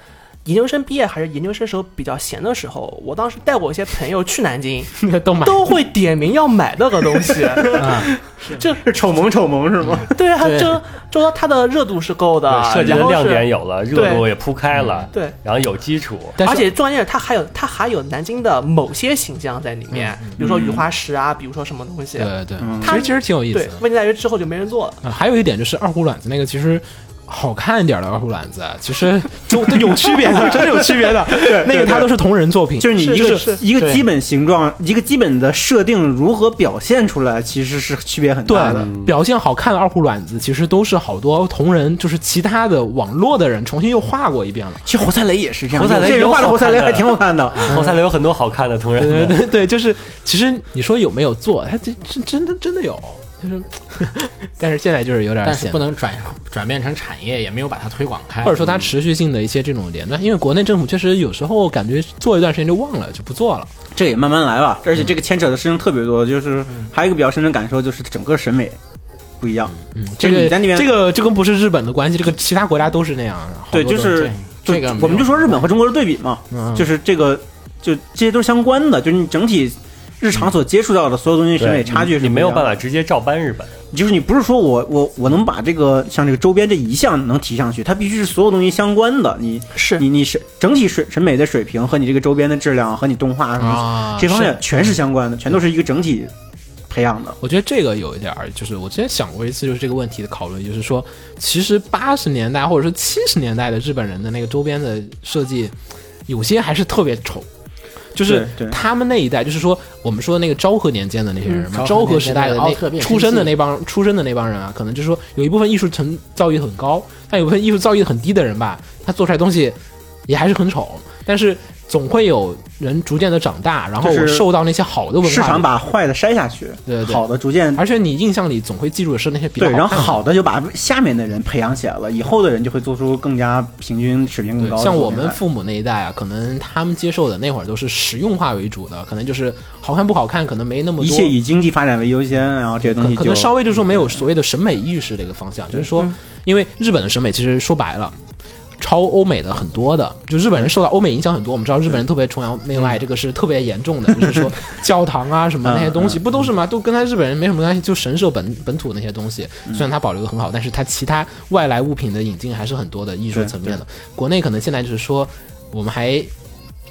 E: 研究生毕业还是研究生时候比较闲的时候，我当时带我一些朋友去南京，
C: 那个 都买。
E: 都会点名要买那个东西，就是
B: 丑萌丑萌是吗？
E: 对啊，
A: 对
E: 就就说它的热度是够的，
B: 啊
D: 设计的
E: 然后
D: 亮
E: 是
D: 点有了，热度也铺开了，
B: 嗯
E: 对。
D: 然后有基础。
C: 但是
E: 而且重点是它还有它还有南京的某些形象在里面，比如说雨花石啊，比如说什么东西
C: 对，对对，
B: 嗯
C: 其实其实挺有意思
E: 对
C: 的。。嗯
E: 问题在于之后就没人做了。
C: 啊还有一点就是二胡卵子那个，其实好看一点的《二胡篮子》，啊其实就都有区别 的，真是有区别的。那个它都是同人作品，
B: 就是你一个
E: 是
B: 一个
C: 对
B: 基本形状，一个基本的设定如何表现出来，其实是区别很
C: 对
B: 大的。
C: 表现好看的《二胡卵子》，其实都是好多同人，就是其他的网络的人重新又画过一遍了。
B: 其实侯赛雷也是这样，
D: 侯赛雷
B: 这人画的侯赛雷还挺好看的。
D: 后三里有很多好看的同人
C: 对
D: 的，
C: 对对，就是其实你说有没有做，它这真真的真的有，就是 但是现在就是有点
A: 但是
C: 显
A: 不能转转变成产业，也没有把它推广开，
C: 或者说它持续性的一些这种连段，因为国内政府确实有时候感觉做一段时间就忘了，就不做了。
B: 这也慢慢来吧，
C: 嗯
B: 而且这个牵扯的事情特别多，就是还有一个比较深的感受就是整个审美不一样。
C: 嗯，这
B: 就是
C: 个
B: 你在那边
C: 这个这跟不是日本的关系，这个其他国家都是那样。好多
B: 对，就
C: 都
B: 是
A: 这个没有
B: 我们就说日本和中国的对比嘛，
C: 嗯
B: 就是这个就这些都是相关的，就是你整体日常所接触到的所有东西审美差距是
D: 你没有办
B: 法，
D: 法直接照搬日本。
B: 就是你不是说我我我能把这个像这个周边这一项能提上去，它必须是所有东西相关的，你
E: 是
B: 你你是整体水审美的水平和你这个周边的质量和你动画什么
C: 啊，
B: 这方面
C: 是。
B: 全是相关的，全都是一个整体培养的。
C: 我觉得这个有一点儿，就是我之前想过一次，就是这个问题的讨论，就是说，其实八十年代或者说七十年代的日本人的那个周边的设计，有些还是特别丑，就是
B: 对对
C: 他们那一代，就是说我们说那个昭和年间的那些人嘛，
A: 嗯
C: 昭和时代的
A: 昭和年间的奥特
C: 那
A: 变
C: 出生的那帮出生的那帮人啊，可能就是说有一部分艺术成造诣很高，但有部分艺术造诣很低的人吧，他做出来东西也还是很丑，但是。总会有人逐渐的长大，然后
B: 就是
C: 受到那些好的文化
B: 市场把坏的筛下去，
C: 对对
B: 好的逐渐
C: 而且你印象里总会记住的是那些比较
B: 对，然后
C: 看的
B: 好的就把下面的人培养起来了，以后的人就会做出更加平均水平更高
C: 对，
B: 的
C: 像
B: 作
C: 我
B: 品
C: 们
B: 来
C: 父母那一代啊，可能他们接受的那会儿都是实用化为主的，可能就是好看不好看，可能没那么多，
B: 一切以经济发展为优先，然后这些东西
C: 可可能
B: 就嗯
C: 稍微就是说没有所谓的审美意识这个方向，就是说，因为日本的审美其实说白了。超欧美的很多的，就日本人受到欧美影响很多。我们知道日本人特别崇洋媚
B: 嗯
C: 外，这个是特别严重的，就是 说教堂啊什么那些东
B: 嗯
C: 西，不都是吗？都跟他日本人没什么关系，就神社本本土那些东西，
B: 嗯
C: 虽然它保留的很好，但是它其他外来物品的引进还是很多的艺术
B: 对
C: 层面的。国内可能现在就是说，我们还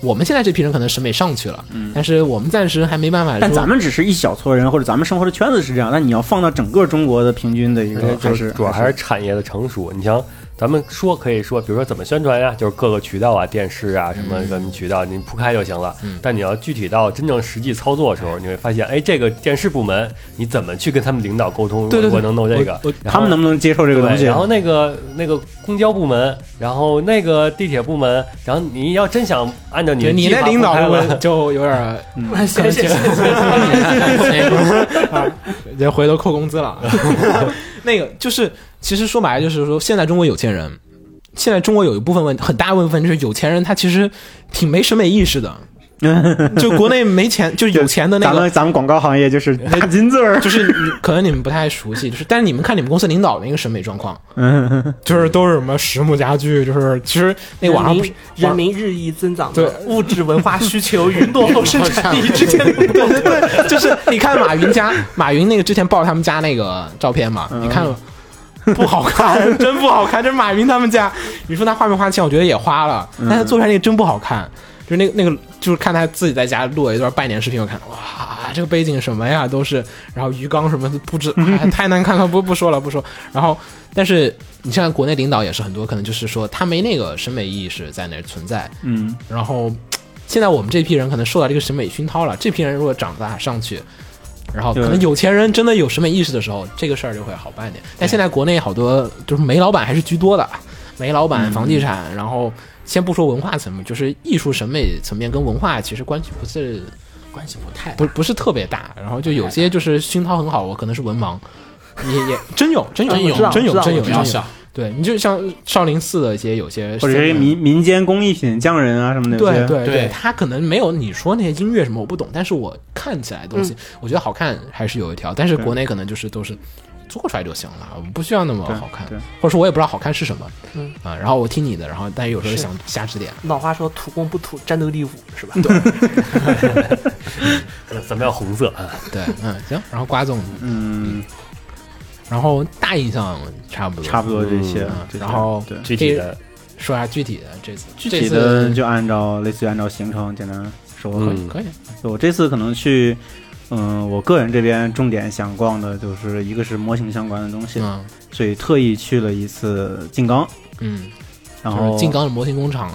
C: 我们现在这批人可能审美上去了，但是我们暂时还没办法说。
B: 嗯但咱们只是一小撮人，或者咱们生活的圈子是这样，但你要放到整个中国的平均的一个，还
D: 主
B: 是
D: 主要还是产业的成熟。你像咱们说可以说，比如说怎么宣传呀，就是各个渠道啊、电视啊什
B: 嗯
D: 么什么渠道，你铺开就行了。但你要具体到真正实际操作的时候，你会发现，哎，这个电视部门你怎么去跟他们领导沟通？
C: 对对
D: 我
C: 对，
D: 能弄这个
C: 我，我
D: 然后
B: 他们能不能接受这个东西？
D: 对，然后那个那个公交部门，然后那个地铁部门，然后你要真想按照你的
C: 你
D: 计
C: 那
D: 划
C: 领导
D: 铺开了
C: 就就有点儿，嗯
E: 谢谢谢 谢。
C: 人回头扣工资了。那个就是，其实说白了就是说，现在中国有钱人，现在中国有一部分问很大部分就是有钱人他其实挺没审美意识的，就国内没钱，就是有钱的那
B: 咱
C: 个
B: 们。咱们广告行业就是大金字儿，
C: 就是你可能你们不太熟悉，就是但是你们看你们公司领导的那个审美状况，
B: 嗯，
C: 就是都是什么实木家具，就是其实那网上不是
E: 人民人民日益增长
C: 对
E: 的物质文化需 求与落后生产力之间的
C: 对对对，就是 你看马云家，马云那个之前爆他们家那个照片嘛，啊
A: 嗯
C: 你 看了。不好看， 真不好看。这马云他们家，你说他花没花钱？我觉得也花了，啊但他做出来那个真不好看。就是那个
A: 嗯
C: 那个，就是看他自己在家录了一段拜年视频，我看哇，这个背景什么呀，都是，然后鱼缸什么的布置，哎太难看了，不不说了，不说。然后，但是你像国内领导也是很多，可能就是说他没那个审美意识在那儿存在，
B: 嗯，
C: 然后现在我们这批人可能受到这个审美熏陶了，这批人如果长大上去，然后可
B: 对
C: 能有钱人真的有审美意识的时候，这个事儿就会好办一点。但现在国内好多就是煤老板还是居多的，煤老板、房地产，然后先不说文化层面，就是艺术审美层面跟文化其实关系不是
A: 关系不太大
C: 不不是特别大。然后就有些就是熏陶很好，我可能是文盲，也也真有真有
A: 真有
C: 真有
E: 知道
C: 真有
A: 不
C: 真
A: 要
C: 有
A: 笑。，
C: 对你就像少林寺的一些有些
B: 或者是
C: 僧人
B: 民民间工艺品匠人啊什么的，有
C: 对
B: 些
C: 对
A: 对
C: 他可能没有你说那些音乐什么我不懂，但是我看起来的东西，我觉得好看还是有一条。但是国内可能就是都是做出来就行了，我们不需要那么
B: 对
C: 好看
B: 对，
C: 或者说我也不知道好看是什么。
E: 嗯
C: 啊，然后我听你的，然后但是有时候
E: 是
C: 想瞎指点。
E: 老话说“土公不土，战斗力五”是吧？
D: 咱们要红色，啊
C: 对，嗯，行。然后瓜总，
B: 嗯，
C: 然后大印象差不多，
B: 差不多这些
C: 嗯。
B: 这些
C: 然后
B: 对。
D: 具体的
C: 说下具体的这次，具
B: 具体的就按照类似于按照行程简单说，
D: 嗯
C: 可以，
B: 我这次可能去，嗯，我个人这边重点想逛的就是一个是模型相关的东西，
C: 嗯
B: 所以特意去了一次静冈，
C: 嗯，
B: 然
C: 就是
B: 后
C: 静冈的模型工厂，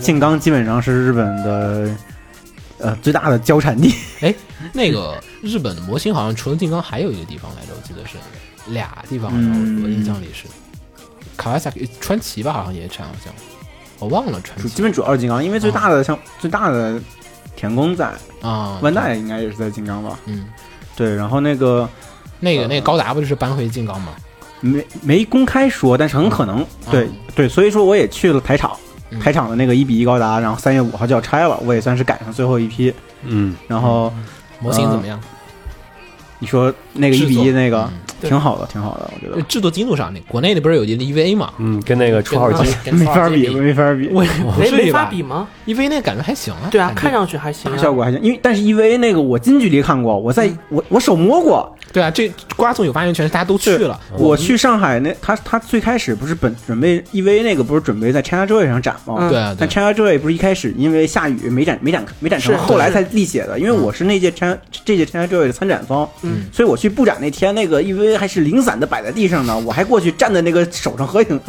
B: 静冈基本上是日本的呃最大的交产地，
C: 那个日本的模型好像除了静冈还有一个地方来着，我记得是俩地方，好像我
B: 嗯
C: 我印象里是卡瓦萨川崎吧，好像也产，好像我忘了川
B: 主 基
C: 崎
B: 本主要是静冈，因为最大的像、最大的田宫在
C: 啊，
B: 万代应该也是在静冈吧？
C: 嗯，
B: 对，然后那个呃
C: 那个那个高达不就是搬回静冈吗？
B: 没没公开说，但是很可能，对、
C: 嗯
B: 对，所以说我也去了台场
C: 嗯。
B: 台场的那个一比一高达，然后三月五号就要拆了，我也算是赶上最后一批。
D: 嗯，
B: 然后呃
C: 模型怎么样？
B: 你说那个一
C: 制
B: 比
C: 作
B: 一那个
C: 嗯
E: 对
B: 挺好的，挺好的，我觉
C: 呃
B: 得
C: 制作精度上，那国内的不是有一个 EVA 嘛？
D: 嗯，跟那个出号机，
A: 跟
B: 没
A: 法
B: 法
A: 尔
B: 比，
A: 比，
B: 没法比。
C: 我
E: 没
C: 不
E: 没
C: 是
E: 法
C: 吧
E: 比吗？
C: ？EVA 那感觉还行啊。
E: 对啊，
C: 感觉
E: 看上去还行
B: 打
E: 啊。
B: 效果还行，因为但是 EVA 那个我近距离看过，我在
E: 嗯
B: 我我手摸过，
C: 对啊，这瓜总有发言权，大家都去了。
E: 哦
B: 我去上海那他他最开始不是本准备 EVA 那个不是准备在 ChinaJoy 上展吗？
E: 嗯
C: 对啊，对
B: 但
C: 啊
B: ChinaJoy 不是一开始因为下雨没展没展没展成，
E: 是
B: 后来
E: 是
B: 才立写的。因为我是那届 China 这届 ChinaJoy 的参展方，
E: 嗯，
B: 所以我去布展那天，那个 EVA 还是零散的摆在地上呢，我还过去站在那个手上合影，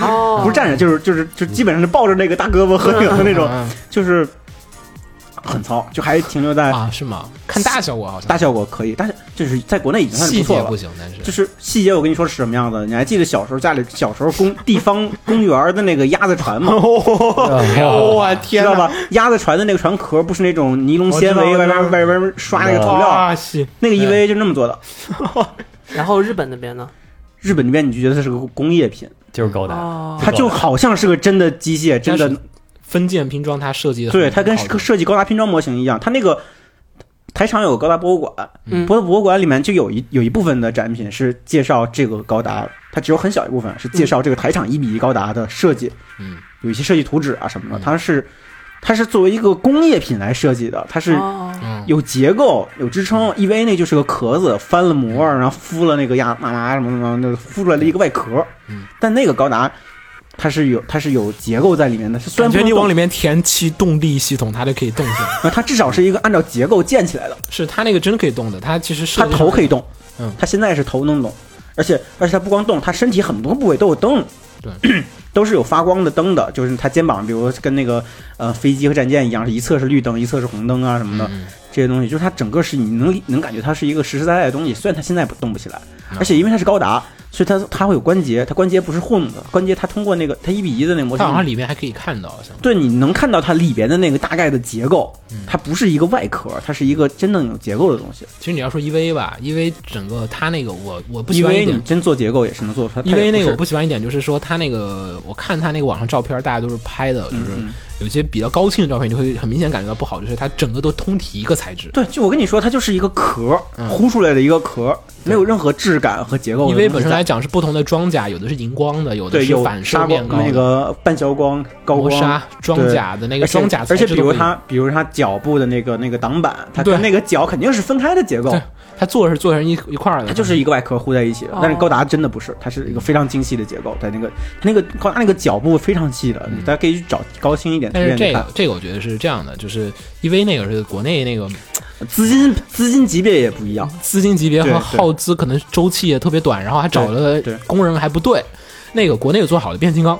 E: 哦，
B: 不是站着就是就是就基本上是抱着那个大胳膊合影的那种，
E: 嗯
C: 啊
B: 就是很糙，就还停留在
C: 啊，是吗？看大效果好像
B: 大效果可以，但是就是在国内已经算是
C: 细
B: 不错
C: 节
B: 了
C: 不。行， 但是
B: 就是细节，我跟你说是什么样子？你还记得小时候家里小时候公地方公园的那个鸭子船吗？
C: 哇
B: 知
C: 天
B: 道
C: 哪！
B: 吧？鸭子船的那个船壳不是那种尼龙纤
C: 我
B: 维，
C: 哦知道
B: 外边
C: 我知道哦啊
B: 外边刷那个涂料，
C: 哇西，
B: 那个 EVA 就那么做的。
E: 然后日本那边呢？
B: 日本那边你就觉得它是个工业品，
D: 就是高达，
E: 哦，
B: 它就好像是个真的机械，真
C: 但
B: 的
C: 是分件拼装它设计的，
B: 对它跟设计高达拼装模型一样，它那个。台场有个高达博物馆，
E: 嗯
B: 博博物馆里面就有一有一部分的展品是介绍这个高达，它只有很小一部分是介绍这个台场一比一高达的设计，
C: 嗯，
B: 有一些设计图纸啊什么的，
C: 嗯
B: 它是它是作为一个工业品来设计的，它是
E: 哦
C: 嗯
B: 有结构、有支撑。EVA 那就是个壳子，翻了模，然后敷了那个亚麻麻什么什么，那个敷出来了一个外壳。
C: 嗯
B: 但那个高达，它是有它是有结构在里面的，它虽
C: 感
B: 然
C: 觉
B: 不
C: 你
B: 能
C: 往里
B: 动
C: 面填气动力系统，它就可以动起来。
B: 它至少是一个按照结构建起来的。
C: 是它那个真的可以动的，它其实设
B: 它
C: 计
B: 头可
C: 以
B: 以动，
C: 嗯
B: 它现在是头能动，而且而且它不光动，它身体很多部位都有灯，
C: 对
B: 都是有发光的灯的，就是它肩膀，比如跟那个呃飞机和战舰一样，是一侧是绿灯，一侧是红灯啊什么的，
C: 嗯
B: 这些东西，就是它整个是你能能感觉它是一个实实在在的东西，虽然它现在不动不起来，
C: 嗯
B: 而且因为它是高达，所以它它会有关节，它关节不是混的，关节它通过那个它一比一的那个模
C: 它好像
B: 型，
C: 里面还可以看到，好像
B: 对，你能看到它里边的那个大概的结构，
C: 嗯
B: 它不是一个外壳，它是一个真正有结构的东西。
C: 其实你要说 EVA 吧，EVA 整个它那个我我不喜
B: 因
C: 欢一
B: 为你
C: 点。
B: 真做结构也是能做出来，E 它也
C: EVA 那个我
B: 不
C: 不喜欢一点就是说，它那个我看它那个网上照片，大家都是拍的，就是
B: 嗯
C: 有些比较高清的照片，你会很明显感觉到不好，就是它整个都通体一个材质
B: 是。对，就我跟你说，它就是一个壳
C: 嗯
B: 糊出来的一个壳，没有任何质感和结构的东西在。
C: EVA E 本身来讲是不同的装甲，有的是荧光的，有的
B: 哦对
C: 是
B: 有
C: 反射
B: 砂
C: 面
B: 光
C: 高的
B: 那个半消光高
C: 磨
B: 光
C: 砂装甲的那个
B: 而且
C: 装甲材
B: 而且
C: 质
B: 比
C: 都不
B: 如
C: 一样，
B: 它，比如它脚部的那个那个挡板，它
C: 对
B: 跟那个脚肯定是分开的结构
C: 对，它做是做成一一块儿的，
B: 它就是一个外壳糊在一起的
E: 哦。
B: 但是高达真的不是，它是一个非常精细的结构，它那个那个高达那个脚部非常细的，大家可以去找高清一点图
C: 嗯但是
B: 片去
C: 这
B: 看
C: 个。这个我觉得是这样的，就是因为那个是国内那个
B: 资金资金级别也不一样，
C: 资金级别
B: 对
C: 和
B: 对
C: 耗资可能周期也特别短，然后还找了
B: 对对
C: 工人还不对。那个国内有做好的变形金刚，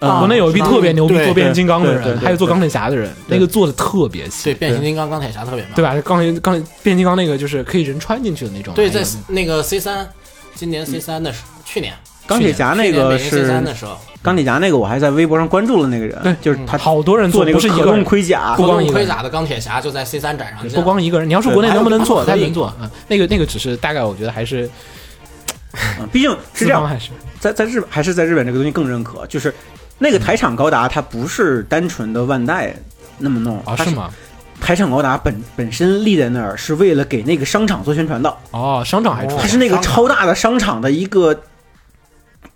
E: 啊
C: 呃国内有一批特别牛逼
A: 对
C: 做变形金刚的
B: 对对
C: 人，
B: 对对
C: 还有做钢铁侠的人，那
B: 对
C: 个做的特别细
A: 对，，变形金刚、钢铁侠特别棒。
C: 对吧？钢铁钢铁变形金刚那个就是可以人穿进去的那种。
A: 对，
C: 那
A: 在
C: 个
A: C- 那个 C 三，今年 C 三的时，去年
B: 钢铁侠那个
A: 去年北京 C 三
B: 是
A: 的时候，
B: 钢铁侠那个，我还在微博上关注了那个
C: 对嗯
B: 人，就是他
C: 好多人
B: 做
C: 做，
B: 那
C: 不是一
B: 可
C: 个
B: 动
C: 人，
B: 盔甲
C: 不，
A: 不
C: 光一
A: 光
C: 个人
A: 盔甲的钢铁侠就在 C 三展上见
C: 不光一个人。你要说
B: 对
C: 国内能不能做，
A: 还
C: 他
A: 有
C: 能做啊。那个那个只是大概，我觉得还是
B: 嗯毕竟是
C: 资
B: 这样
C: 方，还是
B: 在在日本还是在日本这个东西更认可，就是那
C: 嗯
B: 个台场高达，它不是单纯的万代那么弄，
C: 啊
B: 它
C: 是？吗？
B: 台场高达本本身立在那儿是为了给那个商场做宣传的，
C: 哦，商场还出
A: 哦
B: 它是那个超大的商场的一个，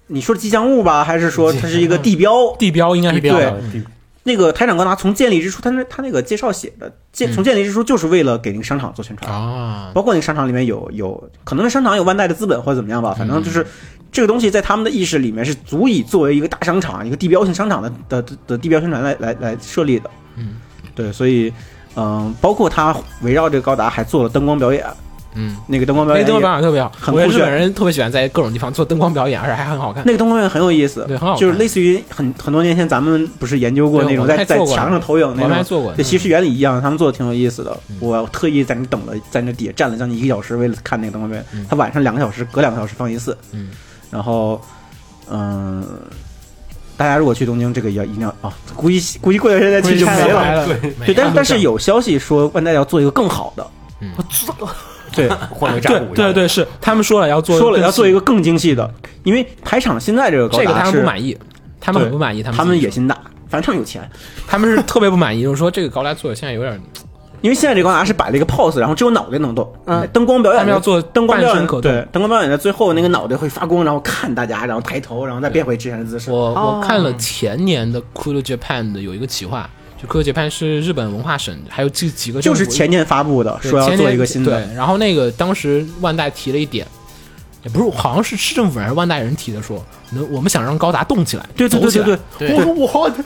B: 你说吉祥物吧，还是说它是一个地标？
C: 地标应该是
A: 地标
B: 对
D: 啊地
B: 那个台场高达从建立之初，它那它那个介绍写的，建
C: 嗯
B: 从建立之初就是为了给那个商场做宣传。
C: 啊，
B: 包括那个商场里面有有，可能那商场有万代的资本或者怎么样吧，反正
C: 嗯
B: 就是这个东西在他们的意识里面是足以作为一个大商场、一个地标性商场的的的的地标宣传来来来设立的。
C: 嗯，
B: 对，所以嗯，包括他围绕这个高达还做了灯光表演，
C: 嗯，
B: 那个灯光表
C: 那
B: 演
C: 个
B: 也，
C: 灯光表演特别好，
B: 很
C: 我觉得
B: 酷
C: 日
B: 炫
C: 本人特别喜欢在各种地方做灯光表演，而且还很好看。
B: 那个灯光表演很有意思，
C: 对很好看
B: 就是类似于很很多年前咱们不是研究过
C: 对
B: 那种
C: 我们
B: 在
C: 还
B: 在
C: 做过
B: 墙上投影
C: 我
B: 那
C: 们还
B: 种。
C: 做过呢
B: 对，，其实原理一样，他们做的挺有意思的
C: 嗯。
B: 我特意在那等了，在那底下站了将近一个小时，为了看那个灯光表演
C: 嗯。
B: 他晚上两个小时，隔两个小时放一次。
C: 嗯，
B: 然后，嗯、大家如果去东京，这个也一定要啊，估计估计过段时间再去
C: 就
B: 没
C: 没
B: 了。
C: 了。
B: 对，但是但是有消息说万代要做一个更好的，
E: 我知道
B: 对，
D: 换了个
C: 对
D: 炸鼓一样
C: 对对，是他们说了要做，
B: 说了要做一个更精细的，因为台场现在这个高
C: 这个，
B: 达
C: 他
B: 是
C: 们不满意，他们很
B: 对
C: 不满意，
B: 他
C: 他
B: 们
C: 们
B: 野心大，反正有钱。
C: 他们是特别不满意，就是说这个高达做的现在有点，
B: 因为现在这个高达是摆了一个 pose，然后只有脑袋能动。
E: 嗯
B: 灯光表演
C: 他们要做
B: 灯光表
C: 半身
B: 演，
C: 可动
B: 对，灯光表演的最后那个脑袋会发光，然后看大家，然后抬头，然后再变回之前的姿 势。
C: 我
E: 哦
C: 我看了前年的 Cool Japan 的有一个企划，就 Cool Japan 是日本文化省还有几几个
B: 就
C: 政府
B: 是前年发布的，
C: 对
B: 说要
C: 前
B: 做
C: 年
B: 一个新的，
C: 对，然后那个当时万代提了一点，也不是好像是市政府还是万代人提的说，能我们想让高达动起来，
B: 对
C: 走
B: 对对
C: 起
B: 对
C: 来
B: 对
A: 对
B: 我我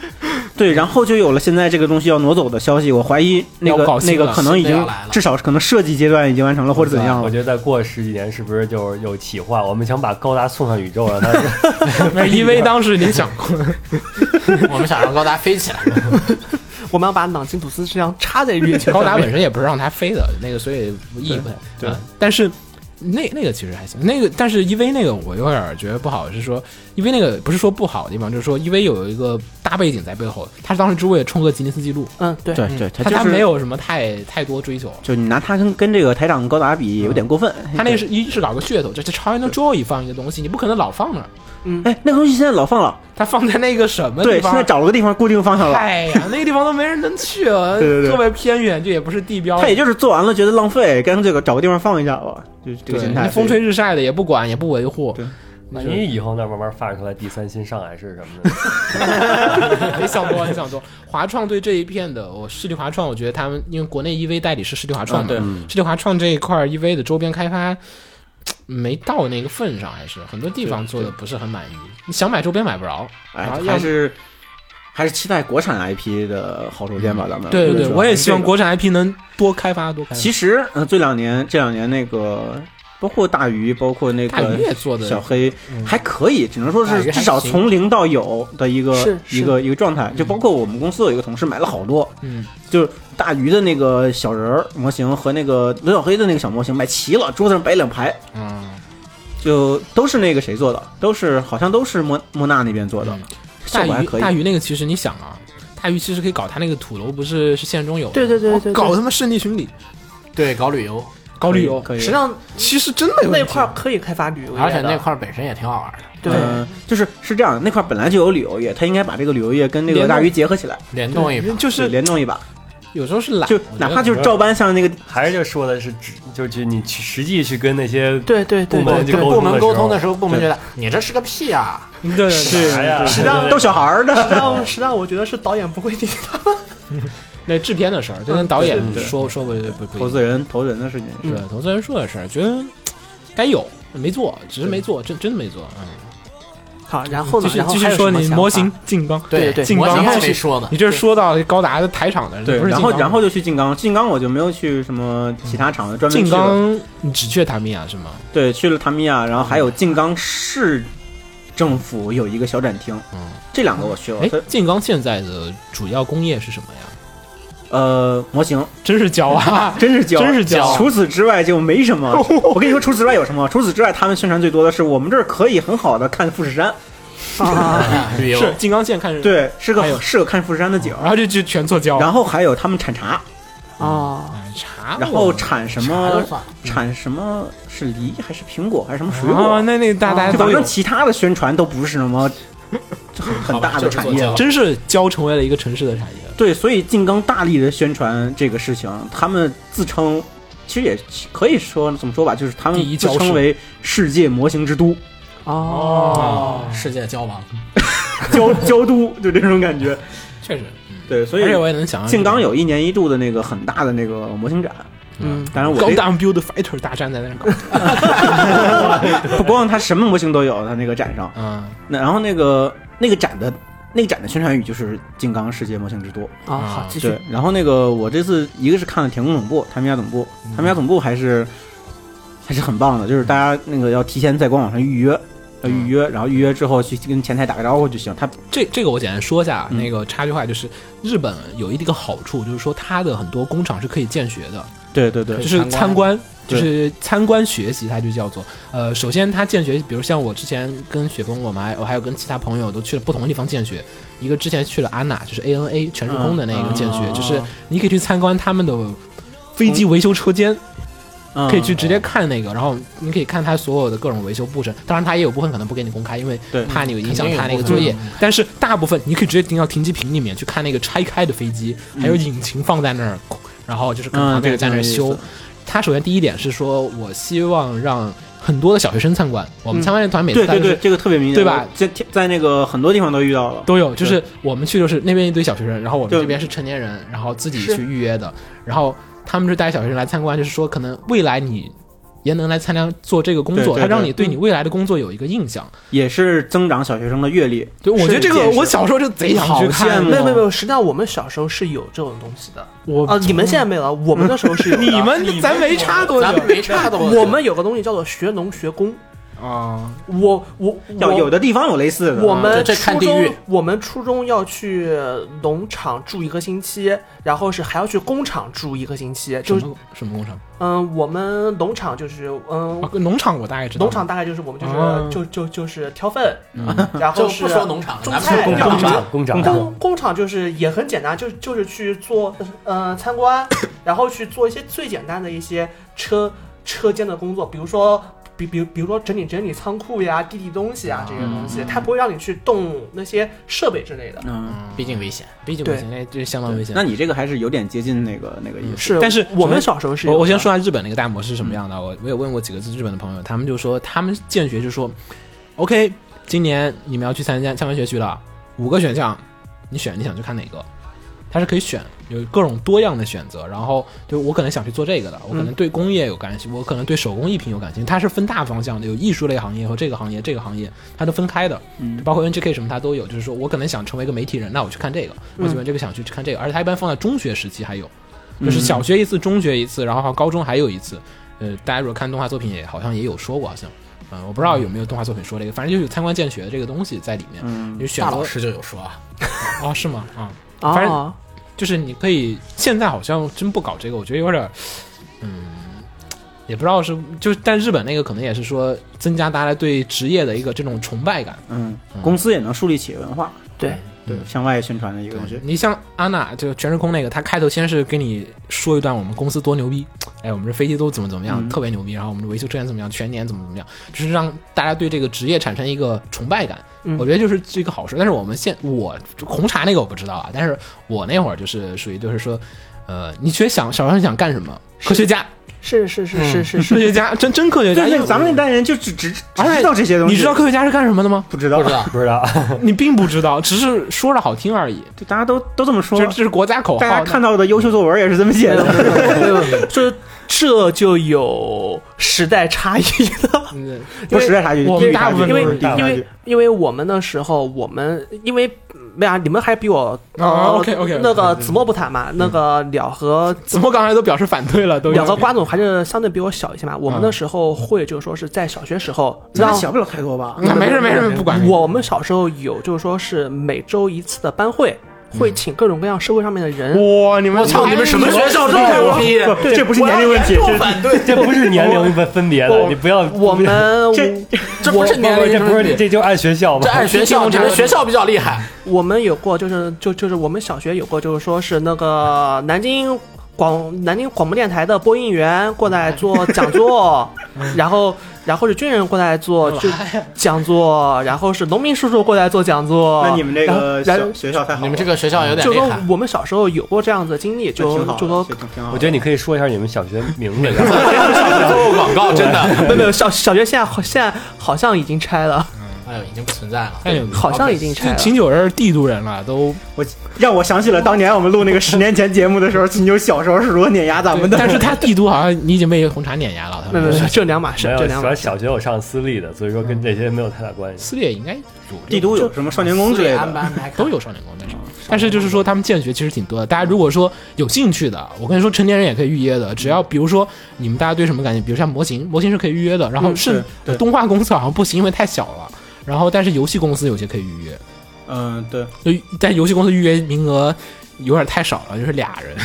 B: 对，然后就有了现在这个东西要挪走的消息。我怀疑那
C: 要
B: 个
C: 搞
B: 那
C: 新的
B: 个可能已
A: 新的
B: 经
A: 要来了
B: 至少是可能设计阶段已经完成了，或者怎样
D: 我
B: 了。
D: 觉得再过十几年，是不是就是有企划？我们想把高达送上宇宙，让它
C: 没有因为当时你想 过，
A: 我们想让高达飞起来，
E: 我们要把朗金吐司这样插在 月球
C: 高
E: 上
C: 达
E: 面。
C: 本身也不是让它飞的，那个所以无意义不大。
D: 对
C: 啊但是那那个其实还行，那个但是 EV 那个我有点觉得不好，是说 EV 那个不是说不好的地方，就是说 EV 有一个大背景在背后，他当时只为了冲个吉尼斯纪录，
E: 嗯，对，
B: 对对，
C: 他
B: 就
C: 他
B: 是
C: 没，有什么太太多追求。
B: 就你拿它跟跟这个台长高达比有点过分。
C: 他那个是一是搞个噱头，这这超人的 Joy 放一个东西，你不可能老放那儿，
B: 哎，那个东西现在老放了，
C: 他放在那个什么地
B: 对，现
C: 方？
B: 在找了个地方固定放上了。
C: 哎呀，那个地方都没人能去啊，
B: 对对对
C: 特别偏远，这也不是地标。
B: 他也就是做完了觉得浪费，干脆找个地方放一下吧，就是这个
C: 对
B: 心
C: 你
B: 态。
C: 风吹日晒的也不管，也不维护，
B: 对
D: 万
C: 你
D: 一以后那 慢慢发展出来第三新上海市什么 的，
C: 你想多，你想多。华创对这一片的，我世纪华创，我觉得他们因为国内 EV 代理是世纪华创嘛，
A: 啊对
C: 世纪华创这一块 EV 的周边开发嘖没到那个份上，还是很多地方做的不是很满意。你想买周边买不着，
B: 哎
C: 然后，要
B: 还是还是期待国产 IP 的好手电吧，咱们。
C: 嗯对对对，
B: 啊主要
C: 我也
B: 是
C: 希望
B: 这个。
C: 国产 IP 能多开发多开发。
B: 其实，嗯，这两年这两年那个，包括大鱼，包括那
C: 大鱼
B: 个
C: 也做嗯的
B: 小黑，还可以，只能说
A: 大
B: 是
A: 鱼还
B: 至少
A: 行
B: 从零到有的一个
E: 是是
B: 一个一个状态。就包括我们公司有一个同事买了好多，
C: 嗯，
B: 就是大鱼的那个小人儿模型和那个刘小黑的那个小模型买齐了，桌子上摆两排。
C: 嗯，
B: 就都是那个谁做的，都是好像都是莫莫纳那边做的
C: 嗯，
B: 效
C: 大
B: 果还
C: 鱼
B: 可
C: 大
B: 以。
C: 鱼那个其实你想啊，大鱼其实可以搞他那个土楼，不是是现实中有的
E: 对对对对对
C: 哦搞他妈圣地巡礼，
A: 对，搞旅游，
C: 搞旅游，
B: 可以
E: 实际上
C: 其实真的有
E: 那
C: 问题
E: 块儿可以开发旅游业的，
A: 而且那块儿本身也挺好玩的，
E: 对
B: 呃就是是这样的，那块本来就有旅游业，他应该把这个旅游业跟那个
C: 联动
B: 大鱼结合起来，
A: 联动一把。
C: 就
B: 对
C: 是
B: 联动一把，
C: 有时候是懒，
B: 就
C: 我觉得
B: 哪怕就是照搬像那个，
D: 还是就说的是只就就你去实际去跟那些
E: 对对对
D: 部门去
E: 对，
A: 跟部门沟
D: 通
A: 通的时候，部门觉得你这是个屁啊！
C: 对对对
D: 啥呀？
E: 实际上
B: 都小孩儿
E: 实际
B: 的，
E: 上实际上我觉得是导演不会听他们。
C: 那制片的事儿，就跟导演
D: 对对对
C: 说说过不不
B: 投资人嗯投人的事情。
C: 对投资人说的事儿，觉得嗯该有没做，只是没做，真真的没做。嗯，
E: 好，然后
C: 继
E: 呢？
C: 续
E: 然后
C: 继
E: 还
C: 续
E: 有
C: 说
E: 什么
C: 你
E: 想
C: 模
E: 法
C: 型静冈，
E: 对对
C: 静
A: 模型
C: 冈
A: 还
C: 后
A: 没
C: 续，
A: 说呢，
C: 你这是说到高达的台场的，
B: 对，
C: 不是
B: 然
C: 静
B: 后
C: 冈
B: 然后就去静冈，静冈我就没有去什么其他厂子，专门
C: 静
B: 去了。
C: 冈你只去塔米亚是吗？
B: 对，去了塔米亚，然后还有静冈市政府有一个小展厅
C: 嗯，
B: 这两个我去了
C: 哎。
B: 它，
C: 静冈现在的主要工业是什么呀？
B: 呃，模型
C: 真是骄 啊！
B: 真是胶，
C: 真是胶
B: 除此之外就没什 么。我跟你说，除此之外有什么？除此之外，他们宣传最多的是我们这儿可以很好的看富士山。
E: 啊，
A: 旅游
C: 是静冈县看，
B: 对，是
C: 还有哦
B: 个是个看富士山的景。
C: 然后就就全做胶，
B: 然后还有他们产茶，
C: 哦
E: 啊，
C: 哎茶，
B: 然后产什
A: 啥
B: 么
A: 都算，
B: 产什么是梨还是苹果还是什么水
C: 嗯啊，
B: 果？
C: 那那大大家
B: 就
C: 都
B: 反
C: 有
B: 正，其他的宣传都不是什 么就很很大的
A: 就是
B: 产
A: 做
B: 业
A: 胶。
C: 真是胶成为了一个城市的产业。
B: 对，所以静冈大力的宣传这个事情，他们自称，其实也可以说怎么说吧，就是他们
C: 第一
B: 自
C: 教室
B: 称为世界模型之都。
E: 哦，
C: 啊
A: 世界交往，
B: 交交都，就这种感觉。
C: 确实，
B: 对，所
C: 而且我
B: 以
C: 也能想象
B: 静冈有一年一度的那个很大的那个模型展。
E: 嗯，
B: 当然我
C: 高
B: 这
C: 档 Build Fighter 大战在那儿搞，
B: 不光它什么模型都有，它那个展上。
C: 嗯，
B: 那然后那个那个展的那个展的宣传语就是“金刚世界魔性之多”。
E: 啊，好，继续
B: 对，然后那个我这次一个是看了田宫总部、他们家总部，他们家总部还是还是很棒的，就是大家那个要提前在官网上预约，要预约，然后预约之后去跟前台打个招呼就行。他
C: 这这个我简单说一下，
B: 嗯
C: 那个插句话就是，日本有一个好处，就是说它的很多工厂是可以建学的，
B: 对对对
C: 就，是参
A: 参
C: 观，就
B: 呃对
C: 是参观学习，它就叫做呃，首先它建学，比如像我之前跟雪峰，我们还我还有跟其他朋友都去了不同的地方建学，一个之前去了安娜，就是 A N A 全日空的那个建学，
B: 嗯
C: 就是你可以去参观他们的飞机维修车间，
B: 嗯
C: 可以去直接看那个，然后你可以看它所有的各种维修步骤，当然它也有部分可能不给你公开，因为
B: 对
C: 怕你有影响
A: 肯定有
C: 它那个
A: 部
C: 作
A: 分
C: 业
A: 嗯。
C: 但是大部分你可以直接停到停机坪里面去看那个拆开的飞机，还有引擎放在那儿，然后就是可能旁
B: 嗯，
C: 边
B: 这
C: 人在那儿
B: 个
C: 修。他首先第一点是说，我希望让很多的小学生参观。我们参观的团每次
B: 对
C: 大
B: 对
C: 概
B: 对，
C: 是
B: 这个特别明显，
C: 对吧
B: 我在在那个很多地方都遇到了。
C: 都有，就是我们去就是那边一堆小学生，然后我们
B: 对
C: 这边是成年人，然后自己
E: 是
C: 去预约的，然后他们是带小学生来参观，就是说可能未来你也能来参加做这个工
B: 对
C: 作，
B: 对
C: 他让
B: 对
C: 你对你未来的工作有一个印象。
B: 也是增长小学生的阅历。
C: 对，我觉得
B: 是
C: 这个
B: 见识
C: 我小时候就贼想去
B: 好羡
C: 看
B: 慕，
E: 没有没有没有，实际上我们小时候是有这种东西的
C: 我
E: 啊，你们现在没有了，我们那时候是有的。
C: 哦 你们咱没差多
A: 咱
C: 久
A: 们没差多久，
E: 我们有个东西叫做学农学工，
C: 啊，
E: 我我
B: 要
E: 我
B: 有的地方有类似的，
E: 我们
A: 这这看
E: 初
A: 地
E: 中
A: 域，
E: 我们初中要去农场住一个星期，然后是还要去工厂住一个星期。
C: 什
E: 就是
C: 么什么工厂
E: 嗯，我们农场就是嗯，
C: 啊？农场我大概知道，嗯
E: 农场大概就是我们就是、
C: 哦
E: 就就就是挑粪，然
A: 就
E: 后是
A: 不说农场了，
E: 种
A: 咱们
E: 菜
A: 说工
D: 工
E: 干嘛
A: 厂
D: 厂，工 厂，
E: 工工厂就是也很简单，就就是去做呃参观，然后去做一些最简单的一些车车间的工作，比如说。比比比如说整理整理仓库呀、递递东西啊这些东西，它不会让你去动那些设备之类的。
B: 嗯，
A: 毕竟危险。
C: 毕竟
E: 对
C: 危险，那这相当危险
B: 那。你这个还是有点接近那个那个意思。
E: 是，
C: 但是
E: 我们小时候是有
C: 我我先
E: 的嗯
C: 说下日本那个大摩是什么样的，啊我我也问过几个日本的朋友，他们就说他们建学就说，OK，今年你们要去参加参观学区了，五个选项，你选你想去看哪个，它是可以选，有各种多样的选择。然后就我可能想去做这个的，
A: 嗯
C: 我可能对工业有感兴趣，我可能对手工艺品有感兴趣，它是分大方向的，有艺术类行业和这个行业这个行业它都分开的，
B: 嗯
C: 包括 NGK 什么它都有。就是说我可能想成为一个媒体人，那我去看这个，我
A: 嗯
C: 喜欢这个想去看这个，而且它一般放在中学时期还有。就是小学一次，中学一次，然后高中还有一次。呃，大家如果看动画作品，也好像也有说过，好像，嗯、我不知道有没有动画作品说这个，反正就是有参观建学的这个东西在里面，
B: 嗯
C: 有选
A: 大
C: 择
A: 老师就有说啊，
C: 啊、是吗？啊、反正
E: 啊，
C: 就是你可以现在好像真不搞这个，我觉得有点儿，嗯，也不知道是就，但日本那个可能也是说增加大家对职业的一个这种崇拜感。
B: 嗯，公司也能树立企业文化，
E: 对，
B: 对，向外宣传的一个东西。
C: 你像安娜，就全时空那个，他开头先是跟你说一段我们公司多牛逼，哎，我们这飞机都怎么怎么样，
B: 嗯
C: 特别牛逼，然后我们的维修车间怎么样，全年怎么怎么样，就是让大家对这个职业产生一个崇拜感。
E: 嗯
C: 我觉得就是这个好事。但是我们现我红茶那个我不知道啊，但是我那会儿就是属于就是说，呃，你觉得想小时候想干什么？科学 家，
E: 是是是是 是
C: 科
E: 是，
C: 学家，真真科学家。
B: 对
C: 因为
B: 对，咱们那代人就只只只
C: 而且
B: 知道这些东西，
C: 哎你知道科学家是干什么的 吗？
B: 不知
A: 不
B: 道
A: 知？道
D: 不知道，
C: 你并不知道，只是说着好听而已。
B: 对，大家都都这么说
C: 这。这是国家口号。
B: 大家看到的优秀作文也是这么写的。
E: 这这就有时代差异了。
C: 嗯
B: 不是时代差距，
C: 我
B: 地
C: 们
B: 域
C: 大
B: 差
C: 部分
B: 距，
E: 因为
B: 就是地域差距
E: 因为因为我们那时候，我们因为为啥你们还比我呃
C: 哦，OK，OK，OK，
E: 那个子墨不谈嘛，那个了和
C: 怎么刚才都表示反对了？都已经
E: 两个瓜总还是相对比我小一些嘛。我们那时候会就是说是在小学时候让
B: 那小不了太多吧？
C: 那 没事没事，不管那个
E: 我们小时候有就是说是每周一次的班会，会请各种各样社会上面的人。
C: 哇，你们
A: 操，你们什么学校这么牛逼？
B: 不这不是年龄问题，
A: 我要
B: 这
A: 严重反对，
D: 这不是年龄分分别的，你不要
E: 我们
B: 这
A: 这不是年龄
D: 这不
A: 问
D: 是
A: 题，
D: 这就按学校吧
A: 这？按学校，你们学校比较厉害。
E: 我们有过，就是就就是我们小学有过，就是说是那个南京广南京广播电台的播音员过来做讲 座，然后然后是军人过来做就讲座，然后是农民叔叔过来做讲座。
B: 那你们这个
E: 然后
B: 小学校太好了，
A: 你们这个学校有点
E: 就
A: 厉
E: 说
A: 害。
E: 我们小时候有过这样子的经历，就
B: 挺好的，
E: 就说
B: 挺挺好的。
D: 我觉得你可以说一下你们小学名字，
A: 哎做过广告真的
B: 哦
E: 没有没有小小学现在好现在好像已经拆了，
A: 哎呦，已经不存在了。
C: 哎呦，
E: 好像已经拆
C: 这
E: 了。
C: 秦九人是帝都人了，都
B: 让我想起了当年我们录那个十年前节目的时候，秦牛小时候是如何碾压咱们的。
C: 但是他帝都好像你已经被红茶碾压了，他
E: 没
C: 们
E: 有没有，
C: 说
E: 没有这两码事，
D: 没有，
E: 这两
D: 主
E: 码
D: 要
E: 事。
D: 小学我上私立的，所以说跟这些没有太大关系。
C: 撕裂应该有这
B: 帝
C: 种
B: 都有什么少年宫之类
A: 安排
B: 的？
A: 安排
C: 都有少年宫在上面，但是就是说他们建学其实挺多的。大家如果说有兴趣的，我跟你说，成年人也可以预约的。只要比如说你们大家对什么感觉，比如像模型，模型是可以预约的。然后
B: 嗯
C: 是
B: 对对
C: 动画公司好像不行，因为太小了。然后但是游戏公司有些可以预约，
B: 嗯，对，
C: 就但游戏公司预约名额有点太少了，就是俩人，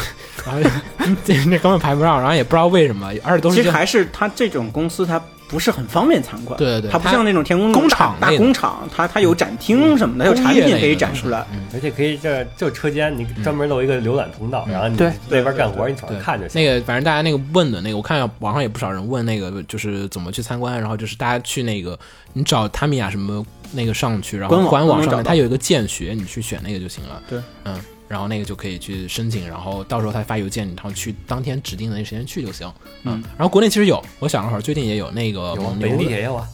C: 然后 这那根本排不上，然后也不知道为什么，而且都是
B: 其
C: 一
B: 实
C: 些
B: 还是他这种公司，他不是很方便参观。
C: 对对对
B: 它不像那种天宫
C: 工厂
B: 大
C: 类的
B: 工厂，它它有展厅什么的，有
C: 工
B: 产
C: 业
B: 品可
C: 类
B: 以
C: 的
B: 展
C: 东
B: 出
C: 西
B: 来。
C: 嗯
D: 而且可以这这车间，你专门露一个浏览通道，然后你
E: 嗯对
D: 那边干活，你早
C: 对，
D: 上看就行。
C: 那个，反正大家那个问的那个，我看网上也不少人问那个，就是怎么去参观，然后就是大家去那个，你找他米亚什么那个上去，然
B: 官
C: 后
B: 网
C: 官网
B: 都
C: 上
B: 能找
C: 面
B: 到
C: 它有一个建学，你去选那个就行了。
B: 对，
C: 嗯，然后那个就可以去申请，然后到时候他发邮件，然后去当天指定的那时间去就行。嗯，然后国内其实有，我想了会儿，最近也有那个蒙牛
D: 北京
C: 的
D: 也有啊，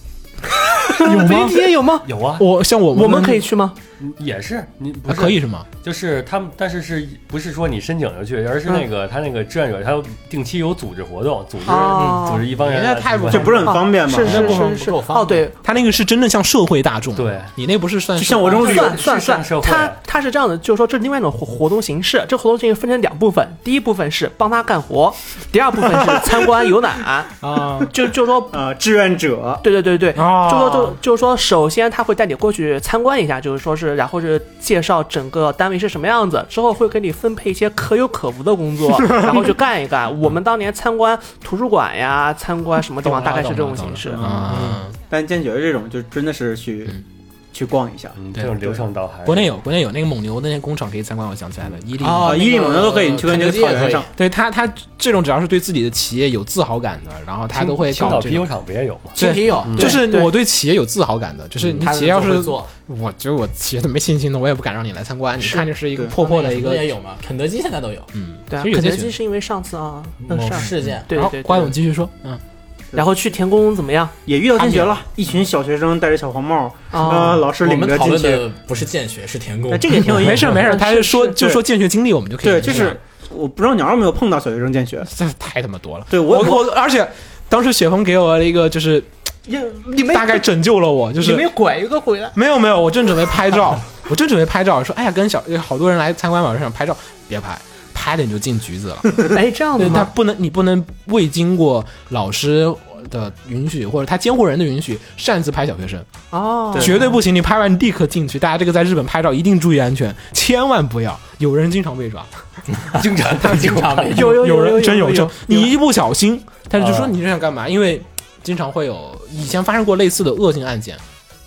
E: 有吗？今天有吗？
D: 有啊，
C: 我像我
E: 我们可以
C: 以、
E: 去吗？
D: 也是你不
C: 啊、
D: 是
C: 可以是吗？
D: 就是他们，但是是不是说你申请就去，而是那个、他那个志愿者，他有定期有组织活动，组织、
E: 哦
D: 组织一帮人
C: 人家
D: 来
C: 太
D: 参观
B: 这不是很方便吗？
E: 啊是是
A: 不方
E: 是是。
A: 不够方便
E: 哦，对，
C: 他那个是真正像社会大众，
D: 对
C: 你那不是算
B: 就是像我这种旅游
E: 算算
D: 上社
E: 算，
D: 会啊
E: 他他是这样的，就是说这是另外一种活活动形式。这活动形式分成两部分，第一部分是帮他干活，第二部分是 参观游览。
C: 啊，
E: 就就说
B: 呃，志愿者
E: 对对对对，
C: 哦
E: 就说就就是说，首先他会带你过去参观一下，就是说是，然后是介绍整个单位是什么样子，之后会给你分配一些可有可无的工作， 然后去干一干。我们当年参观图书馆呀，参观什么地方，大概是这种形式
C: 懂。
D: 嗯
C: 了啊。
B: 但坚决这种就真的是去、去逛一下。
D: 嗯，这种流程倒还是
C: 国内有，国内有那个蒙牛的那个工厂可以参观，我想起来了，伊利。
A: 哦
B: 啊，伊利蒙牛都可以，你去跟那个草原上。
C: 对他，他这种只要是对自己的企业有自豪感的，然后他都会
D: 青
C: 搞
D: 岛
C: 这
D: 啤酒
C: 种。
D: 厂不也有吗？
A: 青啤有，
C: 就
E: 对
C: 是
E: 对
C: 我对企业有自豪感的，就是嗯你
A: 嗯他
C: 企业要
A: 怎么会
C: 是，
A: 做
C: 我觉得我企业都没信心的，我也不敢让你来参观。你看，这是一个破破的一
A: 那什么
C: 个，
A: 也有嘛，肯德基现在都有
C: 嗯，
E: 对啊，
C: 其实有嗯些
E: 肯德
C: 群
E: 基是因为上次啊，那
A: 某
E: 上
A: 事件，
E: 对
C: 然
E: 对
C: 后
E: 对，
C: 瓜总继续说，嗯，
E: 然后去田宫怎么样？
B: 也遇到坚决了，一群小学生戴着小黄帽，
E: 啊
B: 呃，老师
A: 我
B: 领
A: 们
B: 着
A: 讨
B: 进
A: 论
B: 去。
A: 的不是建学，是田宫
B: 那。哎这个也挺有意思。
C: 没事没事，他就说
E: 嗯是是
C: 就说建学经历，我们就可以
B: 对，
C: 聊。
B: 就是我不知道鸟儿有没有碰到小学生建学。
C: 这太他妈多了。
B: 对
C: 我
B: 我
C: 我而且当时雪峰给我了一个就是
E: 也你们
C: 大概拯救了我，就是
E: 你们拐一个回来，
C: 没有没有，我正准备拍照， 我正准备拍照，说哎呀，跟小有好多人来参观嘛，我想拍照，别拍，拍了你就进局子了。
E: 哎，这样
C: 对
E: 的
C: 他
E: 吗？
C: 不能，你不能未经过老师的允许或者他监护人的允许擅自拍小学生，
E: 哦，
C: 绝对不行。你拍完你立刻进去，大家这个在日本拍照一定注意安全，千万不要，有人经常被抓，
D: 经 常
A: 他 经常被
E: 有有有
C: 人真有
E: 有
C: 真，你一不小心，他就说
D: 啊
C: 你这想干嘛？因为经常会有以前发生过类似的恶性案件，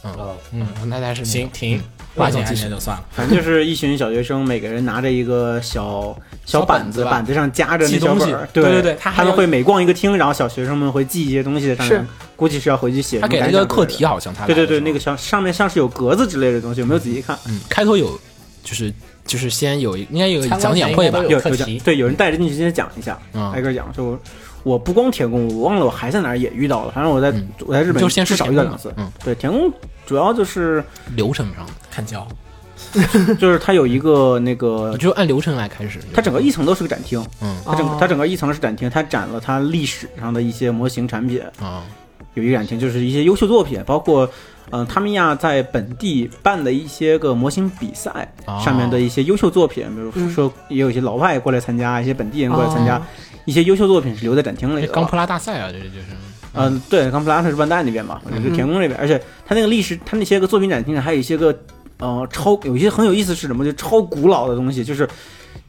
D: 啊，
C: 嗯，那才是那
A: 行
C: 种
A: 停，
C: 瓜
A: 挂
C: 总
A: 进安
C: 继续
A: 全就算了。
B: 反正就是一群小学生，每个人拿着一个小
C: 小
B: 小板
C: 板子
B: 子，
C: 吧
B: 板子上夹着那
C: 记
B: 小
C: 东西
B: 本儿。
C: 对对
B: 对
C: 对他
B: 他
C: 还
B: 们
C: 要
B: 会每逛一个厅，然后小学生们会记一些东西在上面
E: 是，
B: 估计是要回去写。
C: 他给了一个课题，。啊好像他
B: 对对
C: 来的时
B: 对，
C: 候
B: 那个像上面像是有格子之类的东西，有没有仔细看？
C: 嗯，开头有就是就是先有一应该有一个讲演会吧
A: 参观前应该都，
B: 有
A: 课
B: 有
A: 题
B: 讲，对，有人带着进去先讲一下，
C: 嗯
B: 挨个讲。就我不光田宫，我忘了我还在哪儿也遇到了，反正我在
C: 嗯
B: 我在日本
C: 就先说
B: 至少
C: 田
B: 遇到
C: 宫
B: 两次。
C: 嗯，
B: 对，田宫主要就是
C: 流程上的，
A: 看胶，
B: 就是它有一个那
C: 你
B: 个，
C: 就按流程来开始。
B: 呃它整个一层都是个展厅，
C: 嗯
B: 它整
E: 哦
B: 它整个一层是展厅，它展了它历史上的一些模型产品，
C: 啊，
B: 有一个展厅就是一些优秀作品，包括。嗯，他们亚在本地办的一些个模型比赛，
C: 哦
B: 上面的一些优秀作品，比如
E: 嗯
B: 说也有一些老外过来参加，一些本地人过来参加，
E: 哦
B: 一些优秀作品是留在展厅里
C: 这
B: 的。
C: 钢普拉大赛啊，这就是
B: 嗯，对，冈普拉特是万代那边嘛，
E: 嗯
B: 就是田宫那边，而且他那个历史，他那些个作品展厅还有一些个，呃，超有一些很有意思是什么，就超古老的东西，就是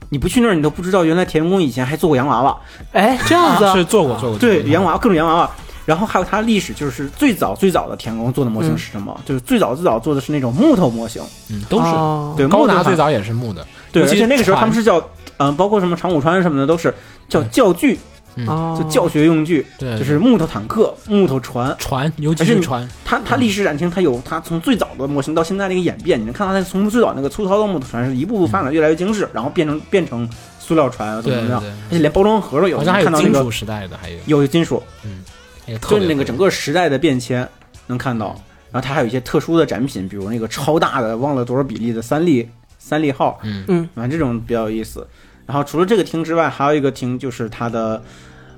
B: 你不去那儿你都不知道，原来田宫以前还做过洋娃娃，
E: 哎，这样子啊
C: 是做过做过
B: 对，洋
C: 娃
B: 娃娃各种洋娃娃，然后还有它历史，就是最早最早的田宫做的模
E: 嗯
B: 型是什么？就是最早最早做的是那种木头模型，
C: 嗯 都是
E: 哦
B: 啊对，
C: 高
B: 木头
C: 达
B: 的
C: 最早也是木的，
B: 对，
C: 尤
B: 而
C: 其
B: 且那个时候他们
C: 船
B: 是叫，嗯、包括什么长谷川什么的都是叫教具，
E: 哦
B: 就教学用具，
C: 对
B: 就是木头坦克、木头船，
C: 船，尤其
B: 而且
C: 是
B: 你
C: 船，
B: 它它历史展厅，它有它从最早的模型到现在那个演变，你能看到它从最早那个粗糙的木头船是一步步发展越来越精致，然后变成变成塑料船啊怎么
C: 对
B: 怎么
C: 对
B: 样，
C: 对，
B: 而且连包装盒都有，
C: 好
B: 你
C: 像还
B: 看
C: 有
B: 到那
C: 金
B: 个
C: 属时代的，还有
B: 有金属，
C: 那个特
B: 就
C: 别
B: 是那个整个时代的变迁能看到。然后它还有一些特殊的展品，比如那个超大的忘了多少比例的三立三立号，
C: 嗯
E: 嗯，
B: 反正啊这种比较有意思。然后除了这个厅之外，还有一个厅就是它的。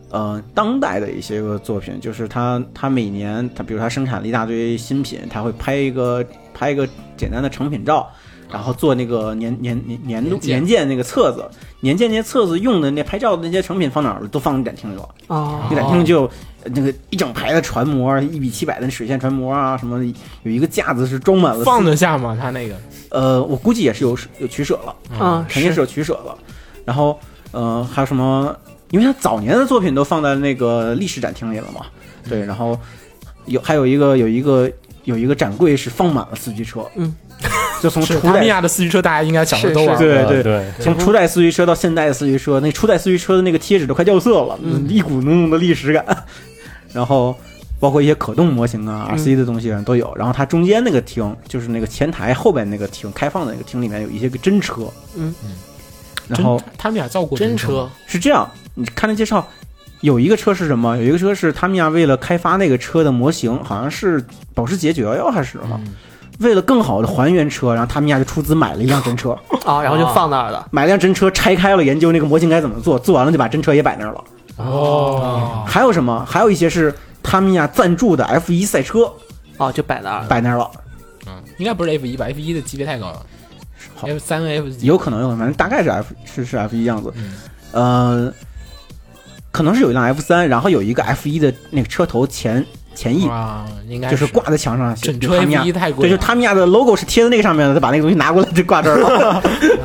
B: 呃，当代的一些个作品，就是它，它每年，它比如它生产了一大堆新品，它会拍一个拍一个简单的成品照，然后做那个年年年年度
C: 年鉴
B: 年鉴那个册子，年鉴那些册子用的那拍照的那些成品放哪儿了，都放展厅里了。
E: 哦
B: 一展厅就呃那个一整排的船模，一比七百的水线船模啊，什么有一个架子是装满了
C: 放
B: 的，
C: 得下吗？他那个
B: 呃，我估计也是有有取舍了，
C: 嗯
E: 啊，
B: 肯定是有取舍了。然后呃，还有什么？因为他早年的作品都放在那个历史展厅里了嘛，对，然后有还有一个有一个有一个展柜是放满了四驱车，
E: 嗯，
B: 就从
C: 是
B: 初
C: 达米
B: 代
C: 亚的四驱车，大家应该小时候都玩啊过。
B: 是
D: 对
B: 对
D: 对，
B: 从初代四驱车到现代四驱车，那初代四驱车的那个贴纸都快掉色了，
E: 嗯
B: 一股浓浓的历史感。 然后包括一些可动模型啊、
E: 嗯
B: RC 的东西啊都有。然后它中间那个厅，就是那个前台后边那个厅，开放的那个厅里面有一些个真车。
E: 嗯
B: 然后
C: 真他们俩造过
A: 真车，
B: 是这样，你看那介绍，有一个车是什么？有一个车是他们呀，为了开发那个车的模型，好像是保时捷911还是什么。
C: 嗯
B: 为了更好的还原车，然后他们家就出资买了一辆真车，
E: 啊，然后就
C: 哦
E: 放那儿了。
B: 买辆真车拆开了研究那个模型该怎么做，做完了就把真车也摆那儿了。
C: 哦，
B: 还有什么？还有一些是他们呀赞助的 F 1赛车
E: 哦，就摆那儿了。
B: 摆那儿了，
C: 嗯，应该不是 F 一吧？F 一的级别太高了
B: 好
C: ，F 三 F 几
B: 有可能有可能，反正大概是 F 是是 F 1样子，
C: 嗯
B: 呃，可能是有一辆 F 3然后有一个 F 1的那个车头前前翼，
C: 哇，应该
B: 就是挂在墙上，
C: 整
B: 就
C: 车
B: 是他们
C: F
B: 家
C: 一太
B: 对，
C: 贵
B: 就
C: 了，
B: 他们家的 logo 是贴在那个上面的，再把那个东西拿过来就挂这 儿了，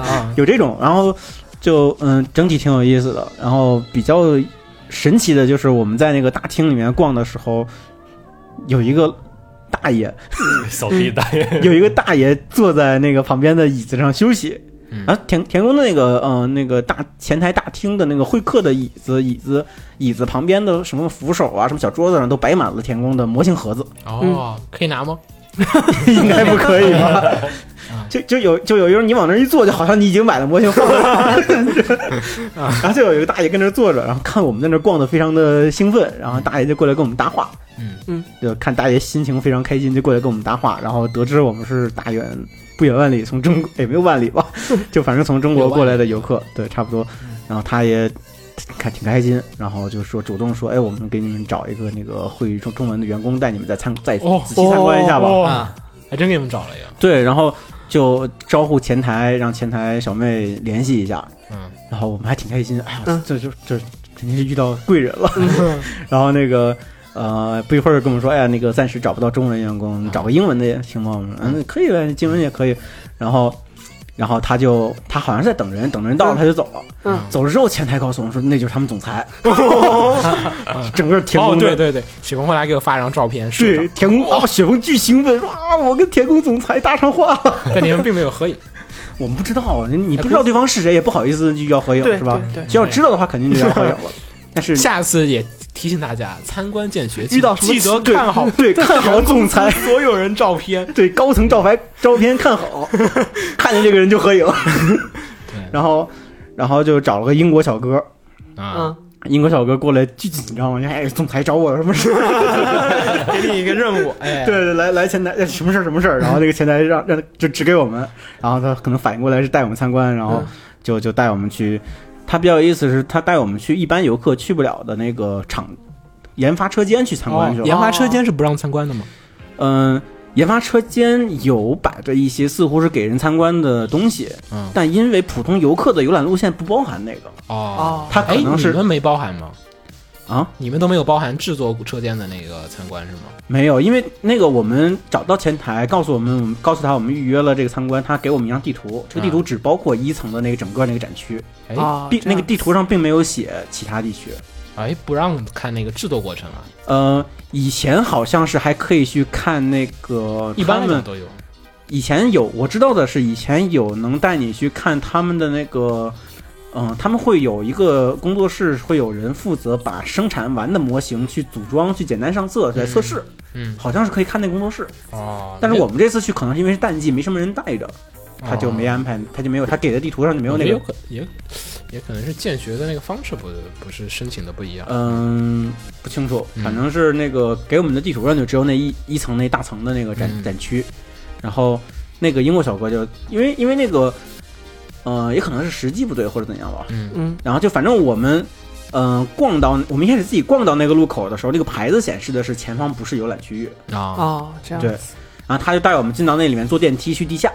C: 啊，
B: 有这种，然后就嗯，整体挺有意思的，然后比较神奇的就是我们在那个大厅里面逛的时候，有一个大爷
D: 扫地大爷，
B: 有一个大爷坐在那个旁边的椅子上休息。
C: 嗯
B: 然后田田宫的那个嗯、呃那个大前台大厅的那个会客的椅子椅子椅子旁边的什么扶手啊什么小桌子上都摆满了田宫的模型盒子，
C: 哦，可以拿吗？
B: 应该不可以吧？ 就就有就有一种你往那儿一坐，就好像你已经买了模 型放在那儿然后就有一个大爷跟那儿坐着，然后看我们在那儿逛的非常的兴奋，然后大爷就过来跟我们搭话，
C: 嗯
E: 嗯，
B: 就看大爷心情非常开心，就过来跟我们搭话，然后得知我们是大远不远万里从中国也没有万里 吧，就反正从中国过来的游客，对，差不多，然后他也。看挺开心，然后就说主动说，哎，我们给你们找一个那个会中中文的员工带你们再参再
C: 哦
B: 仔细参观一下吧。
C: 哇，还真给你们找了一个，
B: 对，然后就招呼前台，让前台小妹联系一下。
C: 嗯，
B: 然后我们还挺开心，哎呀，
E: 嗯
B: 这就这肯定是遇到贵人了。 然后那个呃，不一会儿跟我们说，哎呀，那个暂时找不到中文员工，你找个英文的也行吗？我们嗯，可以呗，英文也可以。然后。然后他就他好像是在等人，等人到了
E: 嗯
B: 他就走了。
E: 嗯
B: 走了之后，前台告诉我们说，那就是他们总 裁。整个田
C: 哦，
B: 宫
C: 对
B: 的
C: 对对，雪峰后来给我发一张照片，是
B: 对田宫啊，雪峰巨兴奋，说啊，我跟田宫总裁搭上话了。
C: 但你们并没有合 影，
B: 我们不知道，啊你哎你不知道对方是谁，也不好意思就要合影，
E: 对
B: 是吧？
E: 对对
B: 就要知道的话，肯定就要合影 了。但是
C: 下次也提醒大家，参观见学，
B: 遇到什么
C: 记得
B: 对
C: 看好
B: 对看 好总裁，
C: 所有人照片，
B: 对高层照牌照片看 好，看见这个人就合影。 然后，然后就找了个英国小哥，
C: 啊，
E: 嗯，
B: 英国小哥过来巨紧张，哎，总裁找我有什么事？
C: 给你一个任务，哎，
B: 对对，来来前台，哎什么事儿什么事儿？然后那个前台让让就指给我们，然后他可能反应过来是带我们参观，然后
E: 嗯
B: 就就带我们去。他比较有意思是，他带我们去一般游客去不了的那个厂研发车间去参观去
C: 哦
B: 了。
C: 研发车间是不让参观的吗？
B: 嗯、研发车间有摆着一些似乎是给人参观的东西，
C: 嗯
B: 但因为普通游客的游览路线不包含那个
C: 哦
E: 哦，
B: 他可
C: 哎，
B: 能
C: 你
B: 是
C: 们没包含吗？
B: 啊，
C: 你们都没有包含制作车间的那个参观是吗？
B: 没有，因为那个我们找到前台，告诉我们，我们告诉他我们预约了这个参观，他给我们一张地图，这个地图只包括一层的那个整个那个展区，
C: 哎
E: 啊，
B: 地
E: 这
B: 那
E: 样
B: 个地图上并没有写其他地区。
C: 哎，不让看那个制作过程啊，
B: 呃，以前好像是还可以去看那个
C: 一般来
B: 他
C: 讲
B: 们
C: 都有。
B: 以前有我知道的是以前有能带你去看他们的那个。嗯，他们会有一个工作室，会有人负责把生产完的模型去组装、去简单上色、来测试，
C: 嗯，
B: 好像是可以看那工作室。
C: 哦，
B: 但是我们这次去可能是因为是淡季，没什么人带着，他就没
C: 哦
B: 安排，他就没有，他给的地图上就没
C: 没
B: 有那
C: 也有
B: 个。
C: 可也也可能是建学的那个方式不不是申请的不一样。
B: 嗯，不清楚，反正是那个给我们的地图上就只有那一一层那大层的那个展、
C: 嗯
B: 展区，然后那个英国小哥就因为因为那个，呃，也可能是时机不对或者怎样吧，
C: 嗯
E: 嗯
B: 然后就反正我们，嗯、逛到我们一开始自己逛到那个路口的时候，那个牌子显示的是前方不是游览区域，
C: 啊，
E: 哦，这样
B: 对
E: 子，
B: 然后他就带我们进到那里面坐电梯去地下，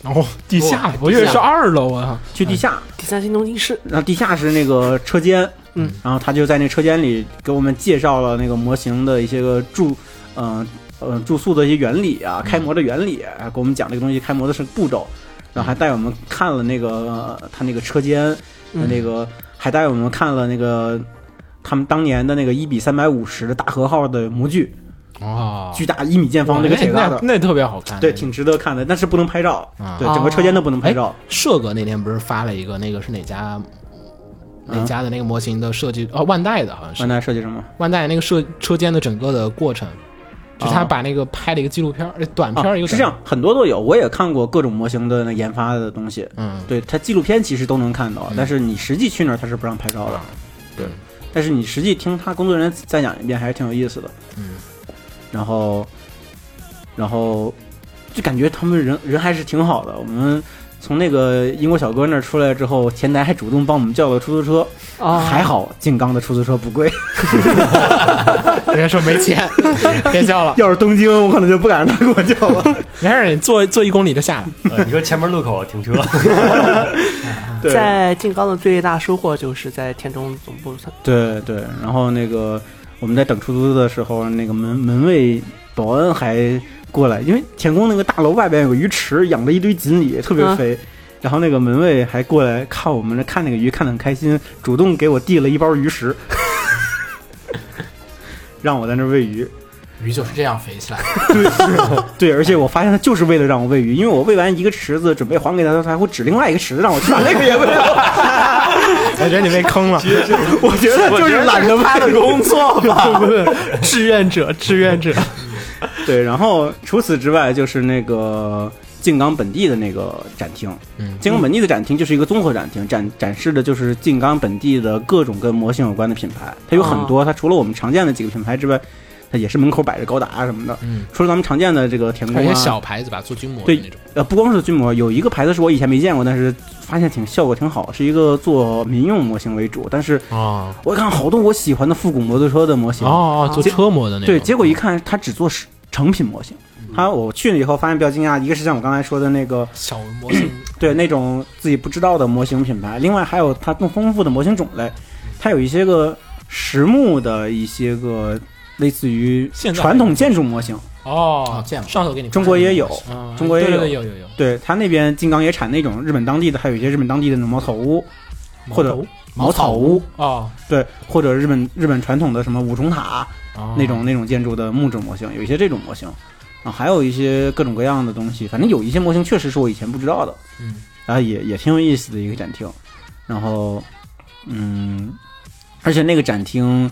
C: 然后
B: 哦
C: 哦地下
A: 哇，
C: 我以为是二楼啊。
B: 去地下，
E: 第三新东京市，
B: 然后地下是那个车间，
E: 嗯，
B: 然后他就在那车间里给我们介绍了那个模型的一些个住，嗯呃住宿的一些原理
C: 嗯
B: 啊，开模的原理，啊给我们讲这个东西开模的是步骤，然后还带我们看了那个呃他那个车间，
E: 嗯
B: 那个还带我们看了那个他们当年的那个一比三百五十的大和号的模具，
C: 哦，
B: 巨大一米见方，那个
C: 那
B: 铁大
C: 那
B: 的。
C: 那哦特别好看，
B: 对，挺值得看的，但是不能拍照。
C: 啊
B: 对，整个车间都不能拍照。
C: 社哥那天不是发了一个那个是哪家
B: 嗯
C: 哪家的那个模型的设计？哦，万哎代的好像
B: 万
C: 是
B: 代设计什么？
C: 万代那个设车间的整个的过程，就是他把那个拍了一个纪录片儿、呃短片
B: 啊
C: 儿一个、
B: 是这样，，很多都有，我也看过各种模型的那研发的东西。
C: 嗯，
B: 对，它纪录片其实都能看到，但是你实际去那儿它是不让拍照
C: 啊
B: 的。对，但是你实际听他工作人员再讲一遍，还是挺有意思的。
C: 嗯，
B: 然后，然后就感觉他们人人还是挺好的。我们从那个英国小哥那儿出来之后，前台还主动帮我们叫了出租车，
C: 啊
E: 哦，
B: 还好静冈的出租车不贵。
C: 人家说没 钱， 别笑了，
B: 要是东京，我可能就不敢让他给我叫了。
C: 没事儿，你坐坐一公里就 下来。
D: 呃你说前门路口停车，
C: 啊
B: 对
E: 在静冈的最大收获就是在田中总部上，
B: 对对，然后那个我们在等出租的时候，那个门门卫保安还过来，因为田宫那个大楼外边有个鱼池，养着一堆锦鲤，特别
E: 嗯
B: 肥。然后那个门卫还过来看我们这看那个鱼，看得很开心，主动给我递了一包鱼食， 让我在那儿喂鱼。
A: 鱼就是这样肥起来的。
B: 对，而且我发现他就是为了让我喂鱼，因为我喂完一个池子准备还给他，他还会指另外一个池子让我去把那个也喂了。
C: 我觉得你被坑了，
B: 我觉得就是懒得
E: 他的工作 吧，志愿者，志愿者，
B: 对，然后除此之外就是那个静冈本地的那个展厅，
C: 嗯
B: 静冈本地的展厅就是一个综合展厅，展展示的就是静冈本地的各种跟模型有关的品牌，它有
C: 哦
B: 很多，它除了我们常见的几个品牌之外，它也是门口摆着高达啊什么的，
C: 嗯，
B: 除了咱们常见的这个田
C: 还
B: 宫
C: 有一些
B: 啊，
C: 小牌子吧，做军模的
B: 对
C: 那种，
B: 呃，不光是军模，有一个牌子是我以前没见过，但是发现挺效果挺好，是一个做民用模型为主，但是
C: 哦
B: 我看好多我喜欢的复古摩托车的模型，
C: 哦，做
E: 结
C: 车模的那种，嗯
B: 对，结果一看，他只做是成品模型。他我去了以后发现比较惊讶，一个是像我刚才说的那个，
C: 小模 型，
B: 对那种自己不知道的模型品牌，另外还有它更丰富的模型种类，
C: 嗯
B: 它有一些个实木的一些个类似于
C: 现在还有
B: 传统建筑模型，
C: 哦，
A: 见过
C: 上头给你
B: 中国也有，
C: 看啊
B: 中国也
C: 对
B: 有
C: 对对有有有，
B: 对他那边金刚也产那种日本当地的，还有一些日本当地的那种茅草屋或者
C: 毛头
B: 茅草屋，
C: 哦
B: 对，或者日本日本传统的什么五重塔，
C: 哦
B: 那种那种建筑的木质模型，有一些这种模型，啊，还有一些各种各样的东西，反正有一些模型确实是我以前不知道的，
C: 嗯，
B: 然后也也挺有意思的一个展厅，然后，嗯，而且那个展厅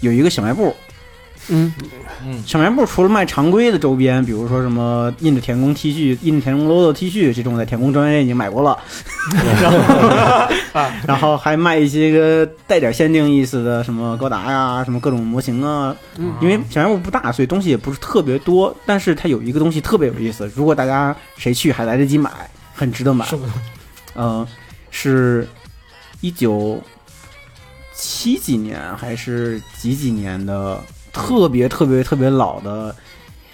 B: 有一个小卖部，
E: 嗯，
A: 嗯，
B: 小卖部除了卖常规的周边，比如说什么印着田宫 T 恤、印着田宫 logo 的 T 恤这种，在田宫专业已经买过了，然后然后还卖一些个带点限定意思的什么高达呀、什么各种模型啊。
E: 嗯
B: 因为小卖部不大，所以东西也不是特别多，但是它有一个东西特别有意思，如果大家谁去还来得及买，很值得买。
C: 什么东西
B: 呃，是一九七几年还是几几年的特别特别特别老的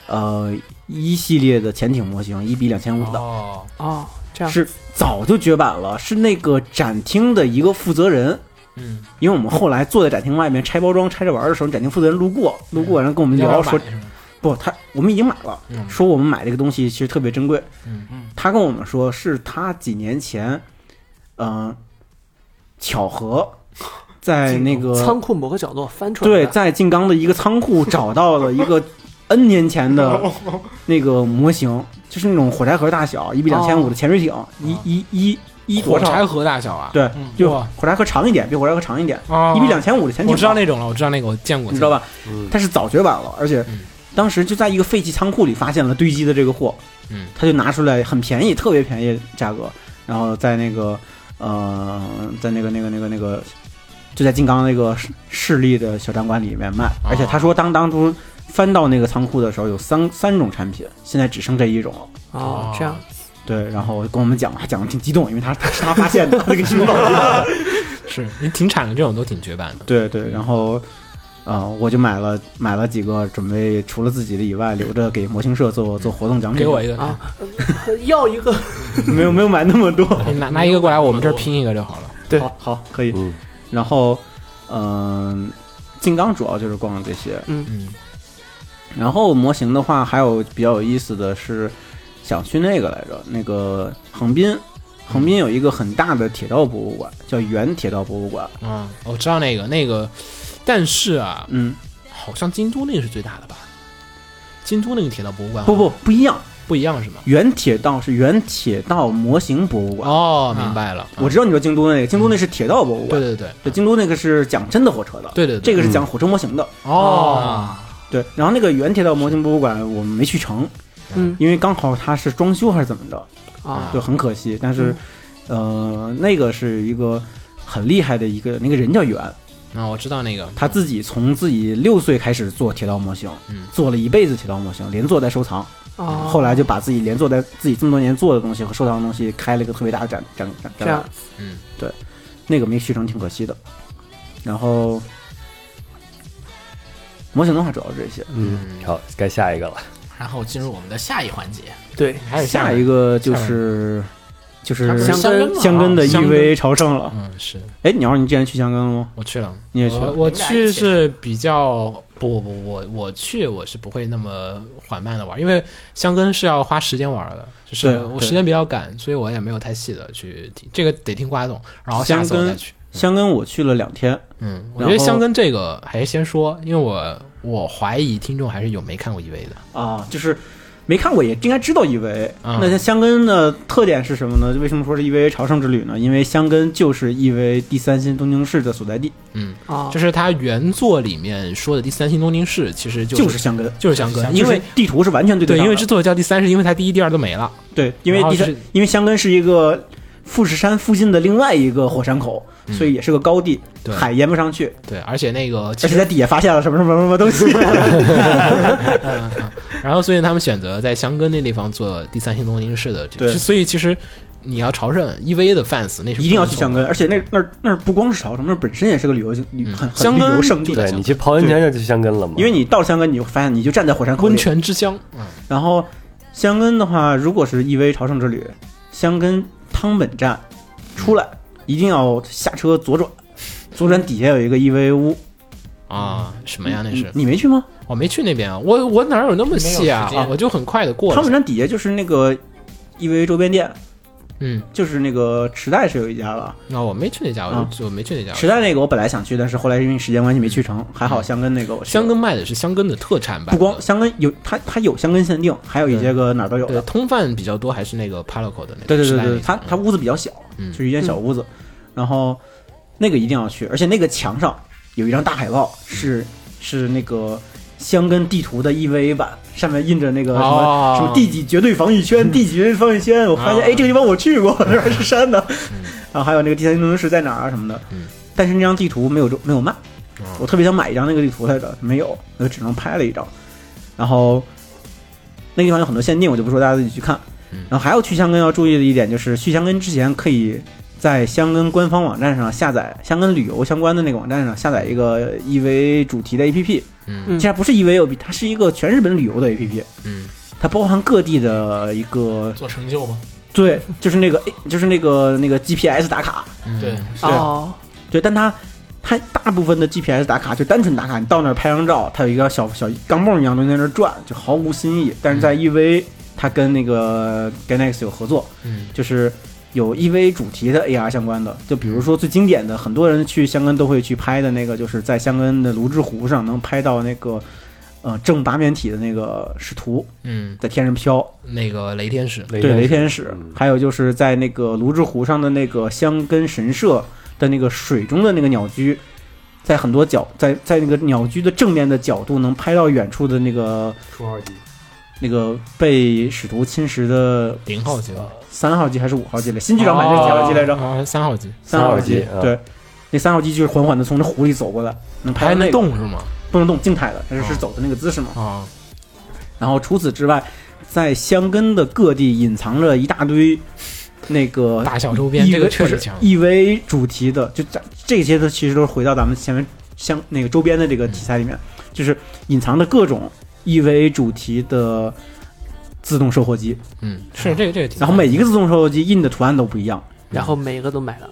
B: 呃一系列的潜艇模型，一比两千五的，
C: 哦
E: 哦，这样，
B: 是早就绝版了，是那个展厅的一个负责人。
C: 嗯，
B: 因为我们后来坐在展厅外面拆包装、拆着玩的时候，展厅负责人路过，路过然后跟我们
C: 要
B: 聊
C: 不要
B: 说
C: 买，是吗
B: 不，他我们已经买了，
C: 嗯
B: 说我们买这个东西其实特别珍贵。
C: 嗯
A: 嗯，
B: 他跟我们说是他几年前，嗯、巧合在那个
E: 仓库某个角落翻出来
B: 对，
E: 的，
B: 在静冈的一个仓库找到了一个 N 年前的那个模型，就是那种火柴盒大小，一比两千五的潜水艇，一一一一
C: 火
B: 多少？
C: 柴盒大小啊，
B: 对，就
C: 哇
B: 火柴盒长一点，比火柴盒长一点，
C: 哦
B: 一比两千五的潜艇
C: 我
B: 嘛，
C: 知道那种了，我知道那个，我见过，
B: 你知道吧？
D: 嗯，
B: 但是早绝版了，而且
C: 嗯
B: 当时就在一个废弃仓库里发现了堆积的这个货，
C: 嗯，
B: 他就拿出来很便宜，特别便宜的价格，然后在那个呃，在那个那个那个那个，就在金刚那个市市立的小展馆里面卖。
C: 哦
B: 而且他说当当初翻到那个仓库的时候，有三三种产品，现在只剩这一种了。
E: 哦，这样，
B: 对，然后跟我们讲，还讲的挺激动，因为他他是他发现的那个 寻宝。
C: 是你停产了这种都挺绝版的。
B: 对对，然后，呃，我就买了买了几个，准备除了自己的以外，留着给模型社做做活动奖品。
C: 给我一个，
E: 啊要一个
B: 没有没有买那 么多。
C: 你拿拿一个过
B: 嗯
C: 来，我们这儿拼一个就好了。
B: 对，好，好可以。
D: 嗯，
B: 然后，嗯、金刚主要就是逛这些，
C: 嗯，
B: 然后模型的话，还有比较有意思的是，想去那个来着，那个横滨，横滨有一个很大的铁道博物馆，叫原铁道博物馆。
C: 啊，我知道那个那个，但是啊，
B: 嗯，
C: 好像京都那个是最大的吧？京都那个铁道博物馆
B: 不不不一样，
C: 不一样是吗？
B: 原铁道是原铁道模型博物馆。
C: 哦，
A: 啊
C: 明白了，
B: 我
C: 啊
B: 知道你说京都那个，京都那是铁道博物
C: 对
B: 馆，
C: 对对，
B: 对，京都那个是讲真的火车的，
C: 对对对
B: 这个是讲火车模型的。
C: 哦，
B: 对，然后那个原铁道模型博物馆我们没去成，
E: 嗯
B: 因为刚好它是装修还是怎么的，
E: 啊
B: 就很可惜。但是，
C: 嗯
B: 呃，那个是一个很厉害的一个，那个人叫袁，
C: 那我知道那个
B: 他自己从自己六岁开始做铁道模型，
C: 嗯哦
B: 做了一辈子铁道模型，连做带收藏。
E: 啊，
B: 后来就把自己连做在自己这么多年做的东西和收藏的东西开了一个特别大的展展展
E: 这
B: 展览
E: 样，，
C: 嗯，
B: 那个没续成，挺可惜的。然后，模型的话主要是这些。
D: 嗯， 好，该下一个了。
A: 然后进入我们的下一环节，
E: 对，
C: 还有
B: 下
C: 面
B: 一，个就是就是
A: 香
E: 香根
A: 嘛
B: 香根的
C: 香根
B: EV 朝圣了。
C: 嗯，是
B: 哎，鸟儿，你之前去香根了吗？
C: 我去了，
B: 你也去
C: 我
B: 了
C: 我去是比较不不不，我我去我是不会那么缓慢的玩，因为香根是要花时间玩的，就是
B: 对
C: 我
B: 对
C: 时间比较赶，所以我也没有太细的去听，这个得听瓜总，然后下次
B: 香
C: 我
B: 根
C: 再去。
B: 香根我去了两天，
C: 嗯，我
B: 然
C: 觉得
B: 后
C: 香根这个还是先说，因为我我怀疑听众还是有没看过 EV 的。
B: 啊，就是没看过也应该知道 EVA。
C: 嗯
B: 那像香根的特点是什么呢？为什么说是 EVA 朝圣之旅呢？因为香根就是 EVA 第三新东京市的所在地，
C: 嗯，
B: 哦
E: 啊
C: 就是他原作里面说的第三星东京市，其实
B: 就是是香根。
C: 就是香根，
B: 因
C: 因
B: 为
C: 为
B: 地图是完全对
C: 对，
B: 上
C: 因为
B: 的
C: 之所以叫第三，是因为他第一、第二都没了。
B: 对，因为
C: 然后
B: 第
C: 就
B: 三
C: 是，
B: 因为香根是一个富士山附近的另外一个火山口，
C: 嗯
B: 所以也是个高地，
C: 对
B: 海淹不上去，
C: 对，而且那个
B: 嗯而
C: 其
B: 且
C: 实
B: 在底下发现了什么什么什 么东西。
C: 嗯，嗯然后所以他们选择在香根那地方做第三星东京市的这个，
B: 对
C: 所以其实你要朝圣 EVA 的 fans 那是
B: 一定要
C: 不能
B: 去香
C: 错
B: 根，而且那那儿那儿不光是朝圣，那儿本身也是个旅游景旅
C: 嗯
B: 很很
C: 香
B: 旅
C: 根
B: 游胜地
C: 对。
D: 对你去泡温泉就去香根了嘛？
B: 因为你到香根，你就发现你就站在火
C: 过的
B: 山口
C: 温
B: 里，
C: 泉之乡。嗯，
B: 然后香根的话，如果是 EV 朝圣之旅，香根汤本站出来
C: 嗯
B: 一定要下车左转，左转底下有一个 EV 屋。
C: 啊，什么呀？那是
B: 嗯你你没去吗？
C: 我没去那边啊，我我哪有那么细啊
A: 没有时？间
C: 我就很快的过
B: 汤
C: 了
B: 本。站底下就是那个 EV 周边店，
C: 嗯，
B: 就是那个池袋是有一家吧？
C: 那我没去那家，我
B: 啊
C: 就就没去那家。
B: 池袋那个我本来想去，但是后来因为时间关系没去成。还好香根那个我去了
C: 香根卖的是香根的特产版的，
B: 不光香根有它它有香根限定，还有一些个哪儿都有
C: 对
B: 的。
C: 通贩比较多，还是那个 Palico 的那个
B: 对对
C: 时
B: 对
C: 代那
B: 对，
C: 个
B: 它它屋子比较小，
C: 嗯
B: 就是一间小屋子，然后那个一定要去，而且那个墙上有一张大海报，
C: 嗯
B: 是是那个香根地图的 EVA 版，上面印着那个什么、
C: 哦
B: 什么第几绝对防御圈，第几绝对防御圈，我发现
C: 嗯啊
B: 哎、这个地方我去过，这边是山呢， 然后还有那个第三东京市在哪儿啊什么的，
C: 嗯哦
B: 但是那张地图没有中没有卖，我特别想买一张那个地图来着，没有，我就只能拍了一张，然后。那个地方有很多限定，我就不说，大家自己去看。
C: 嗯
B: 然后还有去香根要注意的一点就是，去香根之前可以在香根官方网站上下载香根旅游相关的那个网站上下载一个 EVA 主题的 APP。
C: 嗯
E: 嗯
B: 这还不是 E EVA，OB 它是一个全日本旅游的 APP，
C: 嗯
B: 它包含各地的一个
A: 做成就吗？
B: 对，就是那个就是那个那个 GPS 打卡，
C: 嗯
A: 对，
E: 哦，
B: 对，但它。它大部分的 GPS 打卡就单纯打卡，你到那儿拍张照，它有一个小小钢镚儿一样东西在那儿转，就毫无新意。但是在 EVA，它跟那个 Ganex 有合作，
C: 嗯
B: 就是有 EV 主题的 AR 相关的，就比如说最经典的，很多人去香根都会去拍的那个，就是在香根的泸沽湖上能拍到那个呃正八面体的那个使徒
C: 嗯，
B: 在天上飘，
C: 那个雷天使，
D: 雷
B: 对雷
D: 天
B: 天
D: 使
B: 使
D: 嗯，
B: 还有就是在那个泸沽湖上的那个香根神社的那个水中的那个鸟居。在很多角，在在那个鸟居的正面的角度，能拍到远处的那个
D: 初号机，
B: 那个被使徒侵蚀的
C: 零号机吧，
B: 三号机还是五号机来，新剧场版是几号机来着？
C: 哦三号机，
B: 三号机
D: 三号机，
B: 对，那三号机就是缓缓的从那湖里走过来，能拍
C: 还
B: 到那
C: 能
B: 个，
C: 动是吗？
B: 不能动，静态的，但是是
C: 哦
B: 走的那个姿势嘛。
C: 啊，
B: 然后除此之外，在香根的各地隐藏着一大堆那个
C: 哦大小周边
B: 以
C: 这个
B: 为
C: 确实
B: 不是
C: 强。
B: 以为主题的，就在这些都其实都是回到咱们前面相那个周边的这个
C: 嗯
B: 题材里面，就是隐藏的各种以为主题的自动售货机，
C: 嗯，是这个这个挺好。
B: 然后每一个自动售货机印的图案都不一样。
E: 然后每一个都买了，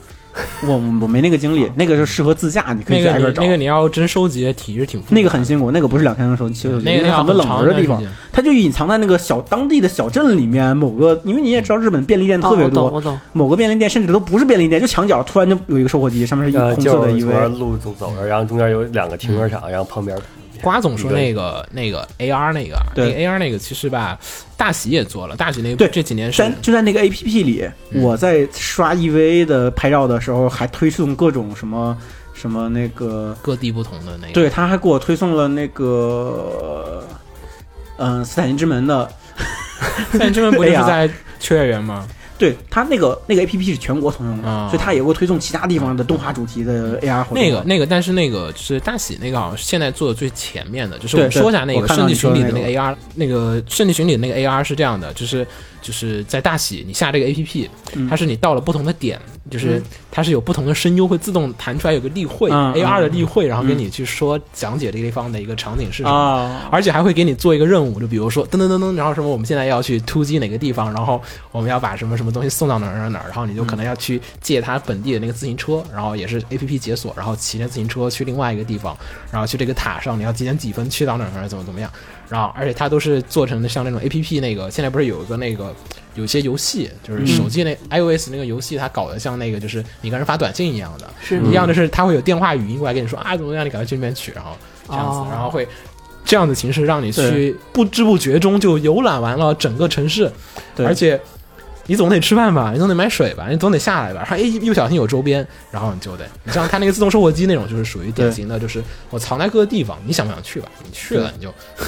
B: 我我没那个精力，那个就适合自驾，你可
C: 啊那
B: 以去
C: 个
B: 挨
C: 你
B: 个找。
C: 那个你要真收集，体质挺复杂
B: 那个很辛苦，那个不是两天的时候修，
C: 那个
B: 很多冷门的地
C: 要
B: 方，
C: 很长一段时间
B: 它就隐藏在那个小当地的小镇里面某个，因为你也知道日本便利店嗯特
E: 哦
B: 别
E: 我懂
B: 多，
E: 我懂，
B: 某个便利店甚至都不是便利店，就墙角突然就有一个售货机，上面是一
D: 呃，
B: 红色
D: 就
B: 的
D: 是
B: 一
D: 从
B: 位
D: 那儿路走走着，然后中间有两个停车场，然后旁边
C: 瓜总说那个那个 AR 那个，
B: 对
C: 那个 AR 那个其实吧，大喜也做了，大喜那个
B: 对
C: 这几年是
B: 在就在那个 A P P 里，
C: 嗯
B: 我在刷 E V 的拍照的时候，还推送各种什么什么那个，
C: 各地不同的那个，
B: 对， 他还给我推送了那个，嗯、斯坦尼之门的，
C: 但这边不就是
B: AR
C: 在秋叶原吗？
B: 对他那个那个 A P P 是全国通用的，
C: 啊嗯
B: 所以他也给我推送其他地方的动画主题的 A R 活动。
C: 那个那个，但是那个就是大喜那个，好像是现在做的最前面的，就是我
B: 对
C: 们
B: 对
C: 说一下那
B: 我
C: 个
B: 看
C: 圣
B: 到
C: 地巡礼
B: 你
C: 的
B: 说
C: 那
B: 的
C: 个 AR，那个圣地巡礼的那个 AR 是这样的，就是就是在大喜你下这个 APP，
B: 嗯
C: 它是你到了不同的点，就是
E: 嗯
C: 它是有不同的声优会自动弹出来有个例会
B: 嗯
C: AR 的例会，然后给
B: 嗯
C: 你去说讲解这个地方的一个场景是什么。
B: 啊，
C: 而且还会给你做一个任务，就比如说噔噔噔噔，然后什么我们现在要去突击哪个地方，然后我们要把什么什么东西送到哪儿哪儿哪儿，然后你就可能要去借他本地的那个自行车，然后也是 A P P 解锁，然后骑着自行车去另外一个地方，然后去这个塔上你要几点几分去到哪儿哪儿怎么怎么样，然后而且它都是做成的像那种 A P P 那个，现在不是有一个那个。有些游戏就是手机那 iOS 那个游戏，它搞得像那个就是你跟人发短信一样的，
E: 是
B: 嗯
C: 一样的是它会有电话语音过来跟你说啊怎么样，你赶快去那边取，然后这样子
E: 哦，
C: 然后会这样的形式让你
B: 对
C: 去不知不觉中就游览完了整个城市，
B: 对
C: 而且你总得吃饭吧，你总得买水吧，你总得下来吧，然后哎一不小心有周边，然后你就得，你像它那个自动售货机那种，就是属于典型的，就是我藏在各个地方，你想不想去吧？你去了你就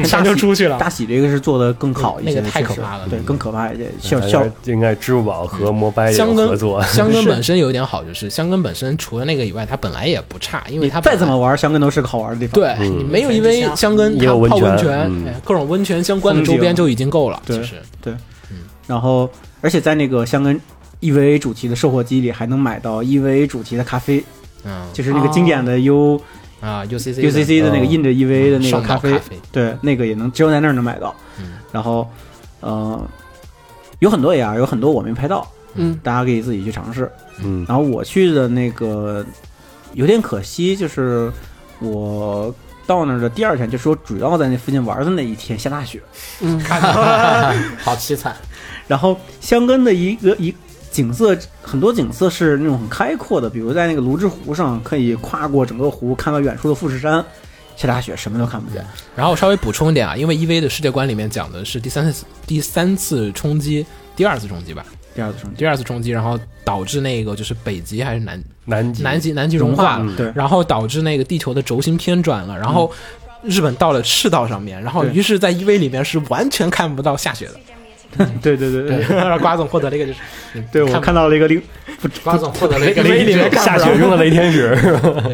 C: 一下就出去了。
B: 大喜这个是做的更好一
C: 那
B: 些，
C: 个太
B: 确实
C: 可怕了
B: 对，
C: 嗯
B: 更可怕一些，效
D: 像
B: 效
D: 像嗯应该支付宝和摩拜也有
C: 香根
D: 合作，
C: 香根
B: 是
C: 本身有一点好， 就是香根本身除了那个以外，它本来也不差，因为它本
B: 再
C: 来
B: 怎么玩，香根都是个好玩的地方。
C: 对
D: 嗯
C: 你没有因为香根
D: 也
C: 它
D: 有温
C: 泡温
D: 泉
C: 泉
D: 嗯
C: 哎各种温泉相关的
B: 风景
C: 周边就已经够了，
B: 对
C: 其实
B: 然后而且在那个香根 EVA 主题的售货机里，还能买到 EVA 主题的咖啡，
C: 嗯
B: 就是那个经典的 U、
C: 啊 UCC 的
B: UCC 的那个
D: 哦
B: 印着 EVA 的那个
C: 上岛
B: 咖啡，
C: 啡
B: 对，那个也能只有在那儿能买到。
C: 嗯
B: 然后，呃，有很多 AR，有很多我没拍到，
E: 嗯，
B: 大家可以自己去尝试。
D: 嗯，
B: 然后我去的那个有点可惜，就是我到那儿的第二天，就是我主要在那附近玩的那一天下大雪，
E: 嗯，
A: 好凄惨，
B: 然后香根的一个一景色，很多景色是那种很开阔的，比如在那个芦之湖上，可以跨过整个湖，看到远处的富士山。下大雪什么都看不见，
C: 然后我稍微补充一点啊，因为 EV 的世界观里面讲的是第三次第三次冲击，第二次冲击吧，
B: 第二次升级
C: 第二次冲击，然后导致那个就是北极还是南
D: 南极
C: 南极南极融化了，
B: 嗯
C: 嗯
B: 对，
C: 然后导致那个地球的轴心偏转了，然后。日本到了赤道上面，然后
B: 对
C: 于是，在 EV 里面是完全看不到下雪的。
B: 对对对
C: 对，然后 瓜总获得了一个就是，
B: 对，我看到了一个零，
C: 瓜总获得了一个
B: 雷
C: V 里面看
D: 下
C: 不到
D: 雪中的雷天使，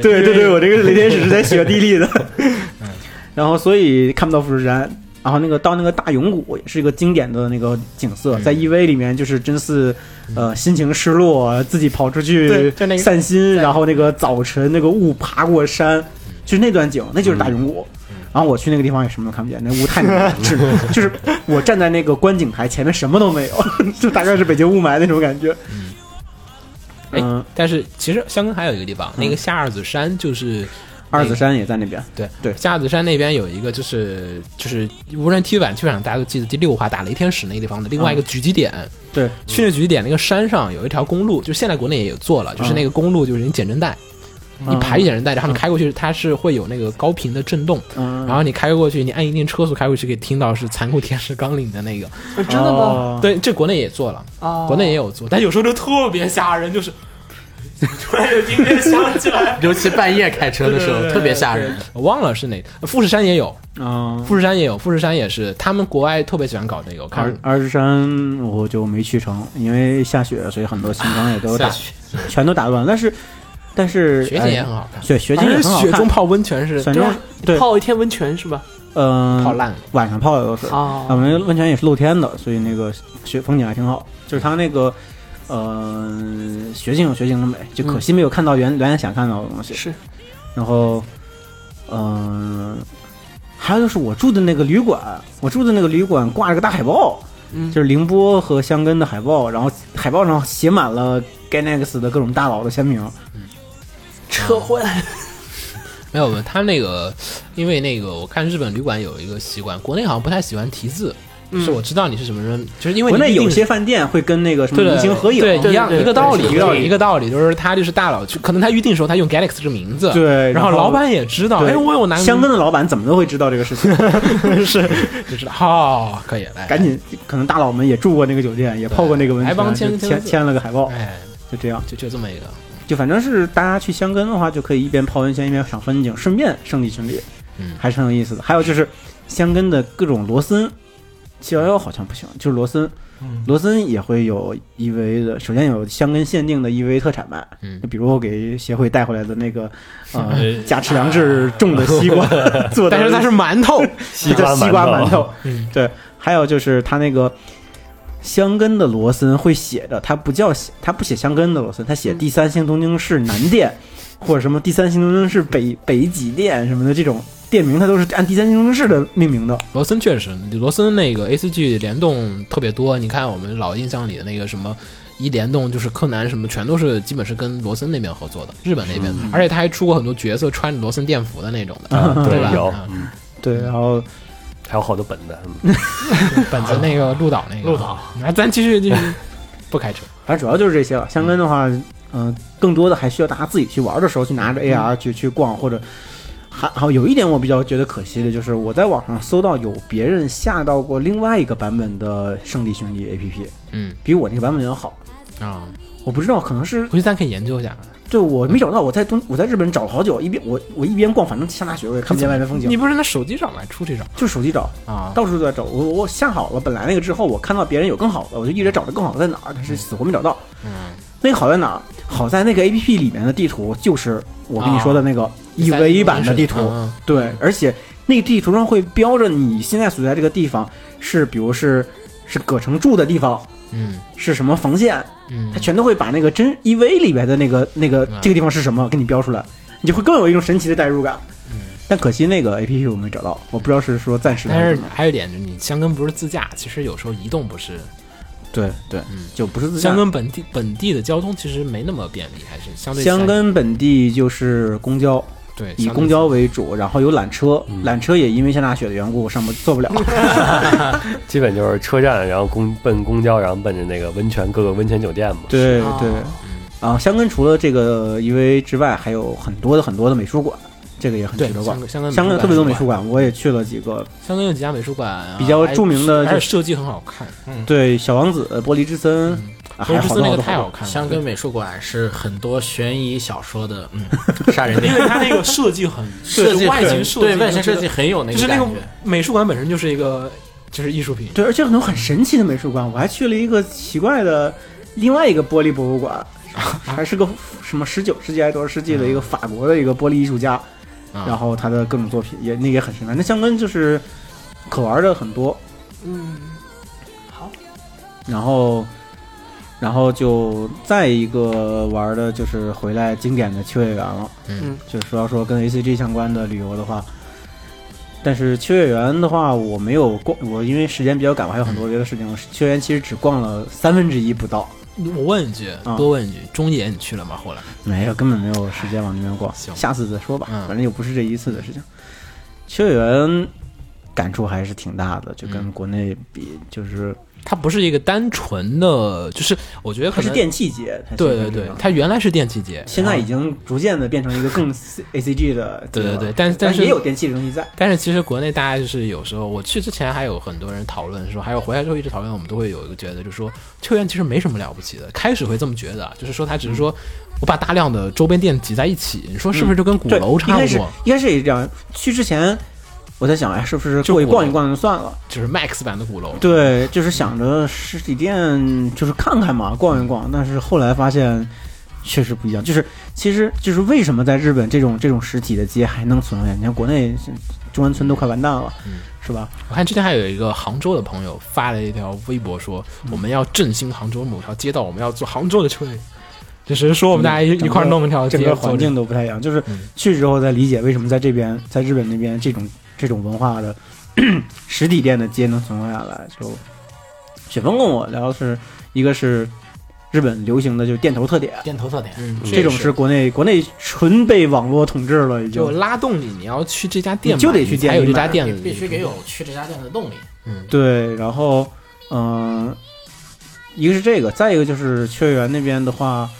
B: 对对对，我这个雷天使是在雪地里的， 嗯然后所以看不到富士山。然后那个到那个大永谷也是一个经典的那个景色，
C: 嗯
B: 在 EV 里面就是真是，呃，心情失落，自己跑出去
C: 对嗯就那个
B: 散心，然后那个早晨那个雾爬过山，就是那段景，那就是大
C: 嗯
B: 永谷。然后我去那个地方也什么都看不见，那雾太浓了，是就是我站在那个观景台前面什么都没有， 就大概是北京雾霾那种感觉。
C: 嗯哎
B: 嗯，
C: 但是其实香根还有一个地方，
A: 嗯
C: 那个下二子山就是
B: 二
C: 哎
B: 子山也在那边。
C: 对
B: 对
C: 下子山那边有一个就是就是无人踢馆，基本上大家都记得第六话打雷天使那个地方的另外一
A: 嗯
C: 个狙击点。
B: 对，
C: 去那狙击点那个山上有一条公路，就现在国内也有做了，
A: 嗯
C: 就是那个公路就是你减震带，你
B: 嗯
C: 排一减震带，然后你开过去，它是会有那个高频的震动，
B: 嗯，
C: 然后你开过去，你按一定车速开过去，可以听到是残酷天使纲领的那个。
E: 真的吗？
B: 哦？
C: 对，这国内也做了，
E: 哦，
C: 国内也有做，但有时候就特别吓人，就是
F: 突然有今天想起来，
A: 尤其半夜开车的时候
F: 对对对对
A: 特别吓人。
C: 我忘了是哪，富士山也有，
B: 嗯，
C: 富士山也有，富士山也是，他们国外特别喜欢搞这个，我看
B: 二二十三我就没去成，因为下雪，所以很多行程也都打，全都打乱。但是，但是
C: 雪景也很好看
B: 哎，雪雪景
C: 反正
B: 也很好
C: 雪中
B: 看。
C: 泡温泉是
B: 反正对，
E: 泡一天温泉是吧？
B: 嗯，
C: 泡烂了，
B: 晚上泡的都是。啊我
E: 哦，
B: 们温泉也是露天的，所以那个雪风景还挺好。就是它那个，呃，雪景有雪景的美，就可惜没有看到原原来想看到的东西。
E: 是
B: 然后，嗯、还有就是我住的那个旅馆，我住的那个旅馆挂了个大海报，
E: 嗯
B: 就是宁波和香根的海报，然后海报上写满了 Ganex 的各种大佬的签名。
E: 车祸了
C: 没有，他那个，因为那个，我看日本旅馆有一个习惯，国内好像不太喜欢题字，就是我知道你是什么人，就是因为
B: 嗯国
C: 你
B: 内
C: 一定
B: 有
C: 是
B: 些饭店会跟那个什么
C: 对的
B: 明星合影，
C: 对
E: 对
C: 一样
E: 对对
C: 一个道理，
B: 对一个道理
C: 一个道理，就是他就是大佬，就可能他预定的时候他用 Galaxy 这个名字，
B: 对
C: 然后
B: 然后
C: 老板也知道，
B: 对
C: 哎，我有男
B: 香根的老板怎么都会知道这个事情，
C: 是就知道，哦，可以来，
B: 赶紧，可能大佬们也住过那个酒店，也泡过那个温
C: 还帮签
B: 泉，就
C: 签
B: 签
C: 字
B: 签了个海报，
C: 哎，
B: 就这样。
C: 就就这么一个，
B: 就反正是大家去香根的话，就可以一边泡温泉一边赏风景，顺便胜利巡礼，
C: 嗯
B: 还是很有意思的。还有就是香根的各种罗森，七幺幺好像不行，就是罗森，
C: 嗯
B: 罗森也会有 EV 的，首先有香根限定的 EV 特产卖，
C: 嗯
B: 就比如我给协会带回来的那个呃
F: 哎
B: 加持良治种的西 瓜做的，
C: 但是它是馒头，
B: 它叫西瓜馒头，
C: 嗯
B: 对，还有就是它那个。香根的罗森会写的，它不叫写，它不写香根的罗森，它写第三星东京市南店，或者什么第三星东京市北北几店什么的这种店名，它都是按第三星东京市的命名的。
C: 罗森确实，罗森那个 A C G 联动特别多。你看我们老印象里的那个什么一联动，就是柯南什么，全都是基本是跟罗森那边合作的，日本那边的。而且他还出过很多角色穿着罗森电服的那种的，
D: 啊对
C: 对吧
D: 有，
C: 嗯
D: 嗯，
B: 对，然后
D: 还有好多本子，嗯
C: 本子那个鹿岛那个。
F: 鹿岛，
C: 那咱继续继续，不开车。
B: 反正主要就是这些了。香根的话，嗯、更多的还需要大家自己去玩的时候去拿
C: 嗯
B: 着 AR 去、去逛，或者还好有一点我比较觉得可惜的就是，我在网上搜到有别人下到过另外一个版本的《圣地巡礼》APP，
C: 嗯
B: 比我那个版本要好。
C: 啊，
B: 我不知道，可能是
C: 回去咱可以研究一下。
B: 对我没找到，我在东我在日本找了好久，一边我我一边逛，反正下大雪我也看不见外面风
C: 你
B: 景，
C: 不是那手机上来出这种
B: 就手机找，
C: 啊？
B: 到处都在找。我我下好了本来那个之后，我看到别人有更好的，我就一直找着更好的在哪儿，但是死活没找到。
C: 嗯，
B: 那个好在哪儿？好在那个 A P P 里面的地图就是我
C: 啊
B: 跟你说的那个
C: 第
B: E
C: 三
B: V 版的地图，
C: 嗯
B: 对，而且那个地图上会标着你现在所在这个地方是，比如是是葛城住的地方，
C: 嗯
B: 是什么防线，
C: 嗯
B: 它，全都会把那个真 E V 里边的那个那个
C: 嗯
B: 这个地方是什么给你标出来，你就会更有一种神奇的代入感。
C: 嗯
B: 但可惜那个 A P P 我没找到，我不知道是说暂时还
C: 但
B: 是
C: 是
B: 怎么
C: 还有一点，你香根不是自驾，其实有时候移动不是
B: 对对
C: 嗯，
B: 就不是自驾
C: 香。根本地本地的交通其实没那么便利，还是相对
B: 香根本地就是公交，
C: 对
B: 以
C: 哎相对
B: 公交为主，然后有缆车，
D: 嗯
B: 缆车也因为下大雪的缘故上不 坐不了。
D: 基本就是车站，然后公奔公交，然后奔着那个温泉各个温泉酒店嘛。
B: 对
E: 哦
B: 对，啊，香根除了这个 EV 之外，还有很多的很多的美术馆，这个也很
C: 对
B: 值得
C: 香
B: 逛。
C: 根香根
B: 香
C: 根
B: 根特别多美术，馆，我也去了几个，
C: 香根有几家美术馆啊
B: 比较著名的
C: 还有
B: 就
C: 设计很好看，
B: 对，小王子、玻璃之森，啊
C: 博
B: 还有
C: 尔
B: 好
C: 斯
B: 多
C: 那个
B: 好多
C: 太
B: 好
C: 好
B: 多。
C: 看了，
A: 香
C: 对
A: 根美术馆是很多悬疑小说的嗯 杀人
C: 因
A: 点
C: 为，它那个 设计很
A: 设
C: 计
A: 计
C: 外形
A: 很
C: 设计
A: 对外形设
C: 就
A: 计很有那
C: 是就是
A: 个
C: 那
A: 感
C: 个
A: 觉。
C: 美术馆本身就是一个就是艺术品，
B: 对，而且很多很神奇的美术馆，我还去了一个奇怪的另外一个玻璃博物馆，还是个什么十九世纪还是多少世纪的一个法国的一个玻璃艺术家，
C: 啊
B: 然后他的各种作品也那个也很神奇。那香根就是可玩的很多，
E: 嗯，好，
B: 然后，然后就再一个玩的就是回来经典的秋叶原了。
C: 嗯
E: 嗯，
B: 就是说要说跟 A C G 相关的旅游的话，但是秋叶原的话，我没有逛，我因为时间比较赶，我还有很多别的事情。
C: 嗯
B: 秋叶原其实只逛了三分之一不到，
C: 我问一句，
A: 嗯
B: 啊
C: 多问一句，中野你去了吗？后来
B: 没哎有，根本没有时间往那边逛。
C: 嗯行
B: 下次再说吧，
C: 嗯
B: 反正又不是这一次的事情。秋叶原感触还是挺大的，就跟
C: 嗯
B: 国内比，就是
C: 它不是一个单纯的，就是我觉得
B: 它
C: 可
B: 是
C: 能
B: 电器节，它是
C: 对对对，它原来是电器节，
B: 现在
C: 然
B: 已
C: 后
B: 经逐渐的变成一个更 A C G 的这个，
C: 对对对但是但
B: 但
C: 是
B: 也有电器的东西在，
C: 但是其实国内大家就是有时候，我去之前还有很多人讨论说，还有回来之后一直讨论，我们都会有一个觉得，就是说秋园其实没什么了不起的。开始会这么觉得啊，就是说他只是说我把大量的周边店挤在一起，你说是不是就跟鼓
B: 嗯对，
C: 楼
B: 一
C: 差
B: 开
C: 不
B: 始
C: 多？
B: 一开始也是这样，去之前我在想，哎，是不是
C: 就
B: 过去
C: 鼓楼
B: 逛一逛就算了？
C: 就是 Max 版的鼓楼。
B: 对，就是想着实体店就是看看嘛，逛一逛。但是后来发现确实不一样，就是其实就是为什么在日本这种这种实体的街还能存活下去？你看国内是中关村都快完蛋了，
C: 嗯
B: 是吧？
C: 我看之前还有一个杭州的朋友发了一条微博说，
B: 嗯
C: 我们要振兴杭州某条街道，我们要做杭州的秋园，就是说我们大家一
B: 嗯整个
C: 一块儿弄一条街，
B: 整个
C: 做
B: 环境都不太一样。就是
C: 嗯
B: 去之后才理解为什么在这边，在日本那边这种这种文化的实体店的街能存活下来。就雪峰跟我聊的是，一个是日本流行的就是店头特点，
A: 店头特点，
C: 嗯，
B: 这种
C: 也
B: 是国内国内纯被网络统治了，已经
C: 就拉动你，你要去这家店买，
B: 你就得去
C: 你才
B: 店里
C: 有这家
B: 买
C: 店嗯
A: 你必须得有去这家店的动力。
B: 对。然后，嗯、一个是这个，再一个就是雀园那边的话，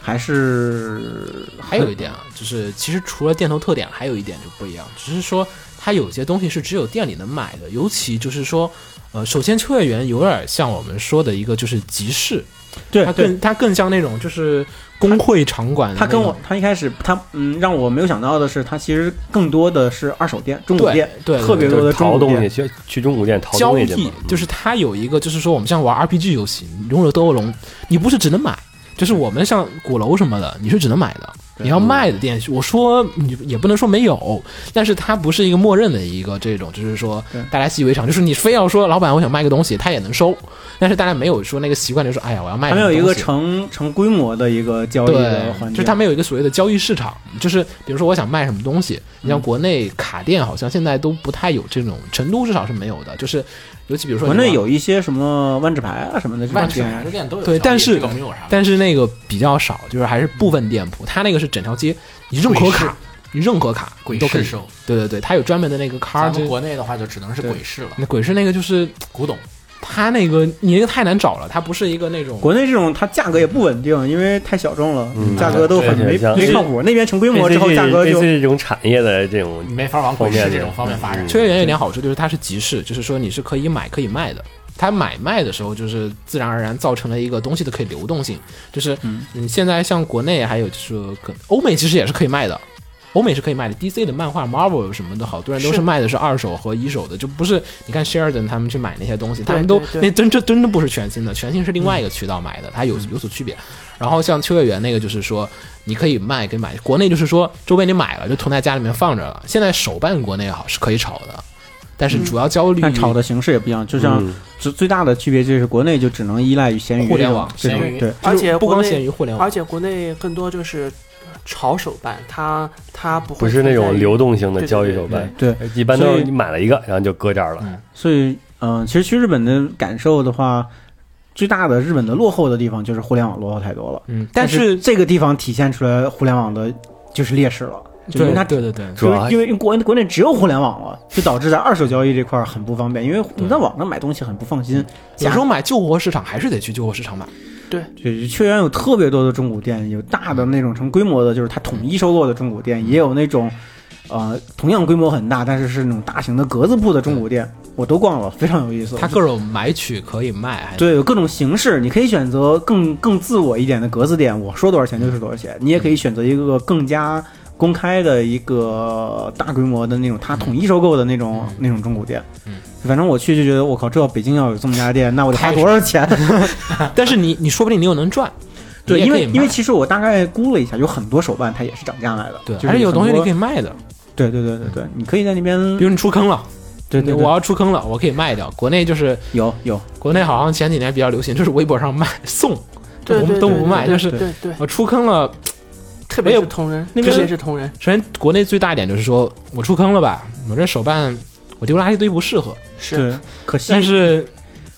B: 还是
C: 还有一点啊，就是其实除了店头特点，还有一点就不一样，只是说它有些东西是只有店里能买的，尤其就是说，呃，首先秋叶原有点像我们说的一个就是集市，
B: 对
C: 它
B: 对
C: 更它更像那种就是工会场馆的
B: 嗯他
C: 那
B: 跟
C: 种，
B: 我，他一开始他嗯，让我没有想到的是，他其实更多的是二手店、中古
C: 对
B: 店，
C: 对对
B: 特别多
D: 就
B: 的
D: 是
B: 中
D: 淘
B: 古
D: 东
B: 店
D: 西，。去去中古店淘
C: 交
D: 东西去
C: 易
B: 嗯
D: 嘛，
C: 就是它有一个，就是说我们像玩 RPG 游戏，《勇者斗恶龙》，你不是只能买，就是我们像鼓楼什么的，你是只能买的，你
B: 嗯
C: 要卖的店，我说你也不能说没有，但是它不是一个默认的一个这种，就是说
B: 对
C: 大家习以为常，就是你非要说老板我想卖个东西，他也能收，但是大家没有说那个习惯，就是哎呀我要卖
B: 他
C: 什
B: 没
C: 么
B: 有
C: 东西，
B: 一个成成规模的一个交易的
C: 对，
B: 环
C: 就
B: 节，
C: 是他们有一个所谓的交易市场，就是比如说我想卖什么东西，你
A: 嗯
C: 像国内卡店好像现在都不太有这种，成都至少是没有的，就是尤其比如说
B: 国
C: 你
B: 内
C: 往
B: 有一些什么万智牌啊什么的这种
A: 万城
B: 店
A: 这，店都有交易，
C: 对但是
A: 这个没有啥。
C: 但是那个比较少，就是还是部分店铺，它那个是整条街，你任何
A: 鬼市
C: 卡，你任何卡
A: 鬼
C: 你都可
A: 市
C: 以。
A: 收，
C: 对对对，它有专门的那个卡
A: 咱
C: 就
A: 们国内的话就只能是
C: 对
A: 鬼市了，
C: 那鬼市那个就是
A: 古董。
C: 它那个你那个太难找了，它不是一个那种
B: 国内这种它价格也不稳定，因为太小众了，
D: 嗯
B: 价格都很
D: 对
B: 没
D: 像
B: 没靠谱。那边成规模之后，
D: ACG
B: 价格就
D: ACG 这种产业的这种
A: 你没法往鬼市这种方面
E: 嗯
A: 发展。
C: 秋叶原有点好处，就是它是集市，就是说你是可以买可以卖的。它买卖的时候，就是自然而然造成了一个东西的可以流动性，就是
E: 嗯
C: 你现在像国内还有就是可欧美其实也是可以卖的，欧美是可以卖的，DC 的漫画、Marvel 什么的，好多人都是
E: 是
C: 卖的是二手和一手的，就不是你看 Sheridan 他们去买那些东西，他
E: 对
C: 们都
E: 对对嗯
C: 那真这真的不是全新的，全新是另外一个渠道买的，它有有所区别。然后像秋叶原那个就是说，你可以卖可以买，国内就是说周边你买了就囤在家里面放着了。现在手办国内好是可以炒的，但是主要焦虑
B: 但炒的形式也不一样。就像
D: 嗯
B: 最最大的区别就是国内就只能依赖于闲鱼啊
C: 互联网
B: 这种
A: 闲鱼
B: 对
E: 而且
C: 不光
E: 国内
C: 限于互联网
E: 而，且国内更多就是炒手办，它它不会
D: 不是那
E: 存在
D: 种
E: 于
D: 流动性的
E: 对对
D: 交易
E: 对
D: 手办，
B: 对。
D: 一般都
B: 所
D: 是
B: 以
D: 你买了一个，然后就搁这儿了。
B: 所以，嗯、其实去日本的感受的话，最大的日本的落后的地方就是互联网落后太多了。
C: 嗯，但
B: 是
C: 是
B: 这个地方体现出来互联网的就是劣势了，就因为
C: 对
B: 它
C: 对对对，
D: 主
B: 就
D: 要
B: 是因为国国内只有互联网了，就导致在二手交易这块儿很不方便，因为你在网上买东西很不放心。
C: 有时候买旧货市场还是得去旧货市场买，
B: 就是确园有特别多的中古店，有大的那种成规模的，就是它统一收购的中古店，也有那种，呃，同样规模很大，但是是那种大型的格子铺的中古店，我都逛了，非常有意思。
C: 它各种买取可以卖，还
B: 对，有各种形式，你可以选择更更自我一点的格子店，我说多少钱就是多少钱。你
C: 嗯
B: 也可以选择一个更加公开的一个大规模的那种，它统一收购的那种、那种中古店。
C: 嗯，
B: 反正我去就觉得，我靠，这北京要有这么家店，那我得花
C: 太
B: 多少钱？
C: 但是你你说不定你又能赚，
B: 对，
C: 你也
B: 因
C: 可以
B: 为因为
C: 卖
B: 其实我大概估了一下，有很多手办它也是涨价来的，
C: 对，
B: 就是
C: 还是有
B: 很
C: 东西你
B: 多
C: 可以卖的，
B: 对对对对对，你可以在那边，
C: 比如啊你出坑了，
B: 对对对
C: 我要出坑了，我可以卖掉。国内就是
B: 有有，
C: 国内好像前几年比较流行，就是微博上卖送，
E: 对
C: 我
E: 对
C: 们
E: 对
C: 都不卖，
E: 对
C: 就是
E: 对对对，
C: 我出坑了。
E: 特
C: 我
E: 别
C: 也
E: 是同人，
C: 那
E: 特
C: 边
E: 别是同人，
C: 首先，国内最大一点就是说我出坑了吧，我这手办我丢垃圾堆不适合，
E: 是
B: 对，可惜
C: 但是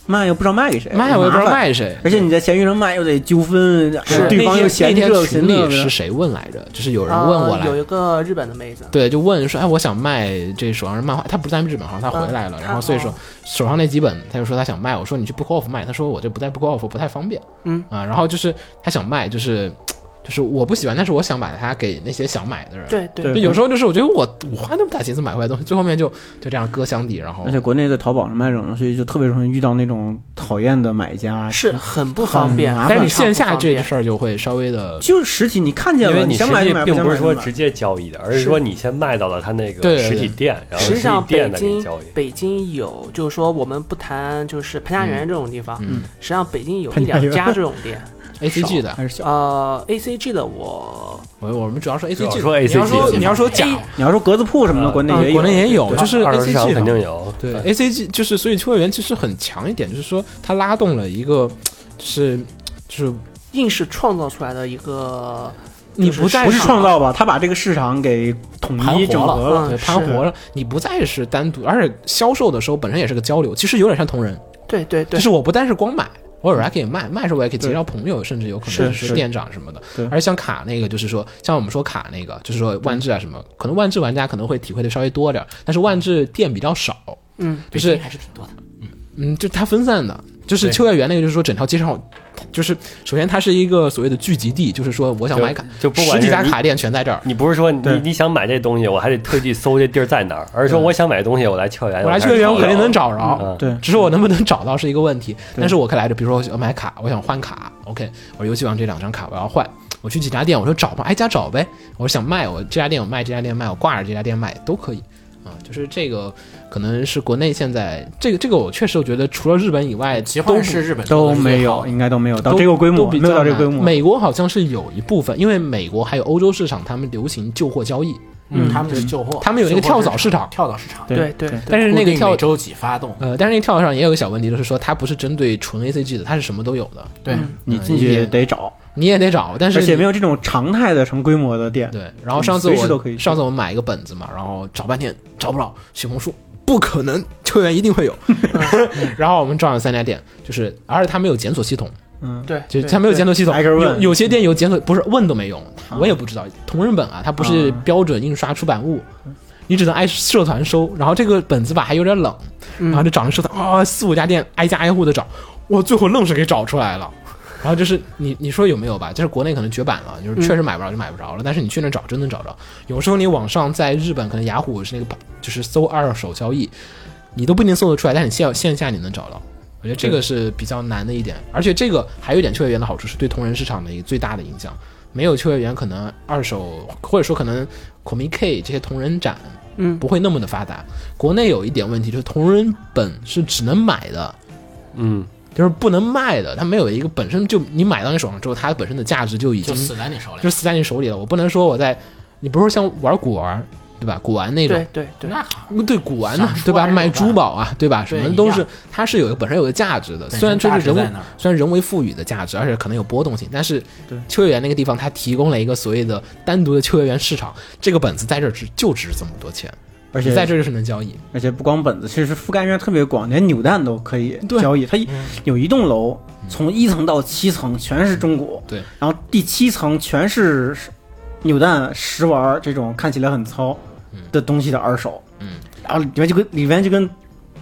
B: 卖又不知道卖给谁，
C: 卖我也不知道
B: 哎麻烦。
C: 卖谁。
B: 而且你在闲鱼上卖又得纠纷，
C: 是
B: 对方又
C: 那
B: 嫌
C: 天
B: 这
C: 那
B: 个
C: 天
B: 嫌
C: 群
B: 那个
C: 里是谁问来着？就是有人问我
E: 啊
C: 来
E: 有，一个日本的妹子，
C: 对，就问说，哎，我想卖这手上是漫画，他不在日本好像他回来了，
E: 嗯
C: 然后所以说手上那几本，他就说他想卖，我说你去 Book Off 卖，他说我这不在 Book Off 不太方便，
E: 嗯
C: 啊，然后就是他想卖，就是就是我不喜欢，但是我想把它给那些想买的人，
E: 对
B: 对
C: 就有时候就是我觉得我我花那么大心思买回来东西，最后面就就这样搁箱底，然后
B: 而且国内的淘宝上卖这种东西，就特别容易遇到那种讨厌的买家。
E: 是很不方便
B: 很麻。烦
C: 但是你
E: 非
C: 线
E: 常
C: 下
E: 不方
C: 这
E: 便
C: 事儿就会稍微的，
B: 就是实体，你看见
D: 因
B: 了，
D: 为你实
B: 想买就
D: 际
B: 买，
D: 并
B: 想
D: 不
B: 买
D: 是
B: 就
D: 说
B: 买
D: 直接交易的，而是说你先卖到了他那
C: 对
D: 个
C: 对
D: 实
C: 对
D: 体店，然后
E: 实
D: 实
E: 际
D: 体
E: 上，北
D: 店的给你
E: 京
D: 交易。
E: 北京有，就是说我们不谈就是潘家园这种地方，
C: 嗯
E: 实际上北京有
B: 潘
E: 一
B: 家园
E: 两家这种店。
C: ，A C G 的，
B: 还是小。
E: 呃，A C G 的我
C: 我我们主要说 A
D: 主要
C: C G，
D: 说
C: 你要
D: ACG
C: 说
D: 的
C: 你要说假，
B: 你要说格子铺什么的，
D: 呃
B: 国内
E: 嗯
B: 也有，
C: 国内也有，就是
D: 二
C: A
D: 手
C: C
D: 市
C: G
D: 场肯定有，
C: 对 A C G 就是，所以秋叶原其实很强一点，就是说它拉动了一个，就是就是
E: 硬是创造出来的一个，
C: 你
E: 就是
C: 不再
B: 不是
C: 上
B: 创造吧？他把这个市场给统
C: 盘
B: 一整
C: 活
B: 合
C: 了，啊
E: 了
C: 对，
E: 嗯
C: 盘
E: 是
C: 活了，你不再是单独，而且销售的时候本身也是个交流，其实有点像同人，
E: 对对
C: 就
E: 对，
C: 是我不单是光买。我偶尔还可以卖，卖的时候我也可以结交朋友，甚至有可能
B: 是
C: 是
B: 是
C: 店长什么的
B: 对。
C: 而像卡那个，就是说，像我们说卡那个，就是说万智啊什么，可能万智玩家可能会体会的稍微多点儿，但是万智店比较少，
E: 嗯，
C: 就是
A: 还是挺多的。
C: 嗯，就它分散的，就是
A: 对
C: 秋叶原那个，就是说整条街上，就是首先它是一个所谓的聚集地，就是说我想买卡，
D: 就就不
C: 十
D: 管
C: 几
D: 是
C: 家
D: 你
C: 卡店全在这儿，
D: 你不是说你
B: 对
D: 你想买这东西，我还得特地搜这地儿在哪儿，而是说我想买东西，我来秋叶原，
C: 我来
D: 开
C: 秋
D: 始
C: 叶原
D: 找
C: 我肯定能
D: 找。
C: 找着
D: 嗯，
B: 对
C: 只是我能不能找到是一个问题。但是我可以来这，比如说我想买卡，我想换卡，OK，我游戏王这两张卡我要换，我去几家店我说找吧，哎挨家找呗，我想卖我这家店我卖，这家店卖我挂着这家店卖都可以。啊，就是这个，可能是国内现在这个这个，我确实我觉得除了日本以外，
A: 奇
C: 都
A: 幻
C: 不
A: 是日本
B: 都没
A: 最
B: 有，
A: 好的
B: 应该都没有到
C: 都
B: 这个规
C: 都
B: 模，
C: 比
B: 没
C: 较
B: 有到这个
C: 难
B: 规模。
C: 美国好像是有一部分，因为美国还有欧洲市场，他们流行旧货交易，
A: 嗯，他们是旧货，
C: 他们有那个跳蚤市场
A: 跳蚤市场，
B: 对
E: 对对，
C: 但是那个
A: 固定
C: 跳
A: 每。周几发动，
C: 呃，但是那个跳蚤市场也有个小问题，就是说它不是针对纯 A C G 的，它是什么都有的，
A: 对，
B: 你进
C: 嗯也
B: 去得找，
C: 你也得找，但是
B: 而且没
C: 有
B: 有这种常态的成规模的店。
C: 对。然后上次我
B: 哎随时都可以
C: 上次我买一个本子嘛，然后找半天找不着，小红书不可能，秋园一定 会有。 然后我们找了三家店，就是而且它没有检索系统，
B: 嗯，
E: 对，
C: 就
E: 对
C: 它没有检索系统，
B: 挨个
C: 有
B: 问啊
C: 有些店有检索，不是问都没用，我也不知道。同人本啊，它不是标准印刷出版物，你只能挨社团收。然后这个本子吧还有点冷，
B: 嗯
C: 然后就找了社团啊、四五家店挨家挨户的找，我最后愣是给找出来了。然后就是你你说有没有吧？就是国内可能绝版了，就是确实买不着就买不着了。但是你去那找真能找着。有时候你网上在日本可能雅虎是那个版就是搜二手交易，你都不一定搜得出来，但是你线线下你能找到。我觉得这个是比较难的一点，而且这个还有一点秋叶原的好处是对同人市场的一个最大的影响。没有秋叶原，可能二手或者说可能 Comic K 这些同人展，
E: 嗯
C: 不会那么的发达。国内有一点问题就是同人本是只能买的，
D: 嗯，
C: 就是不能卖的，它没有一个本身就你买到你手上之后，它本身的价值就已经
A: 就死在你手里
C: 就。死在你手里了。我不能说我在，你不是像玩古玩对吧？古玩那种嗯
E: 对，对对，
A: 那好，
C: 对古玩呢
A: 赏，识
C: 对吧？
A: 玩儿
C: 买
A: 有
C: 珠
A: 吧
C: 宝啊，对吧？什
A: 对
C: 么
A: 一
C: 都是
A: 样，
C: 它是有一个本身有个价值的，
A: 本
C: 虽然这
A: 身价
C: 是
A: 值
C: 人为
A: 在 那儿
C: 虽然人为赋予的价值，而且可能有波动性，但是秋叶原那个地方它提供了一个所谓的单独的秋叶原市场，这个本子在这儿值就值这么多钱，
B: 而且
C: 在这儿就是能交易。
B: 而且不光本子，其实覆盖面特别广，连扭蛋都可以
C: 对
B: 交易。它一有一栋楼，从一层到七层全是中古，
C: 嗯对，
B: 然后第七层全是扭蛋、食玩儿这种看起来很糙的东西的二手，
C: 嗯，
B: 然后里面就跟里面就跟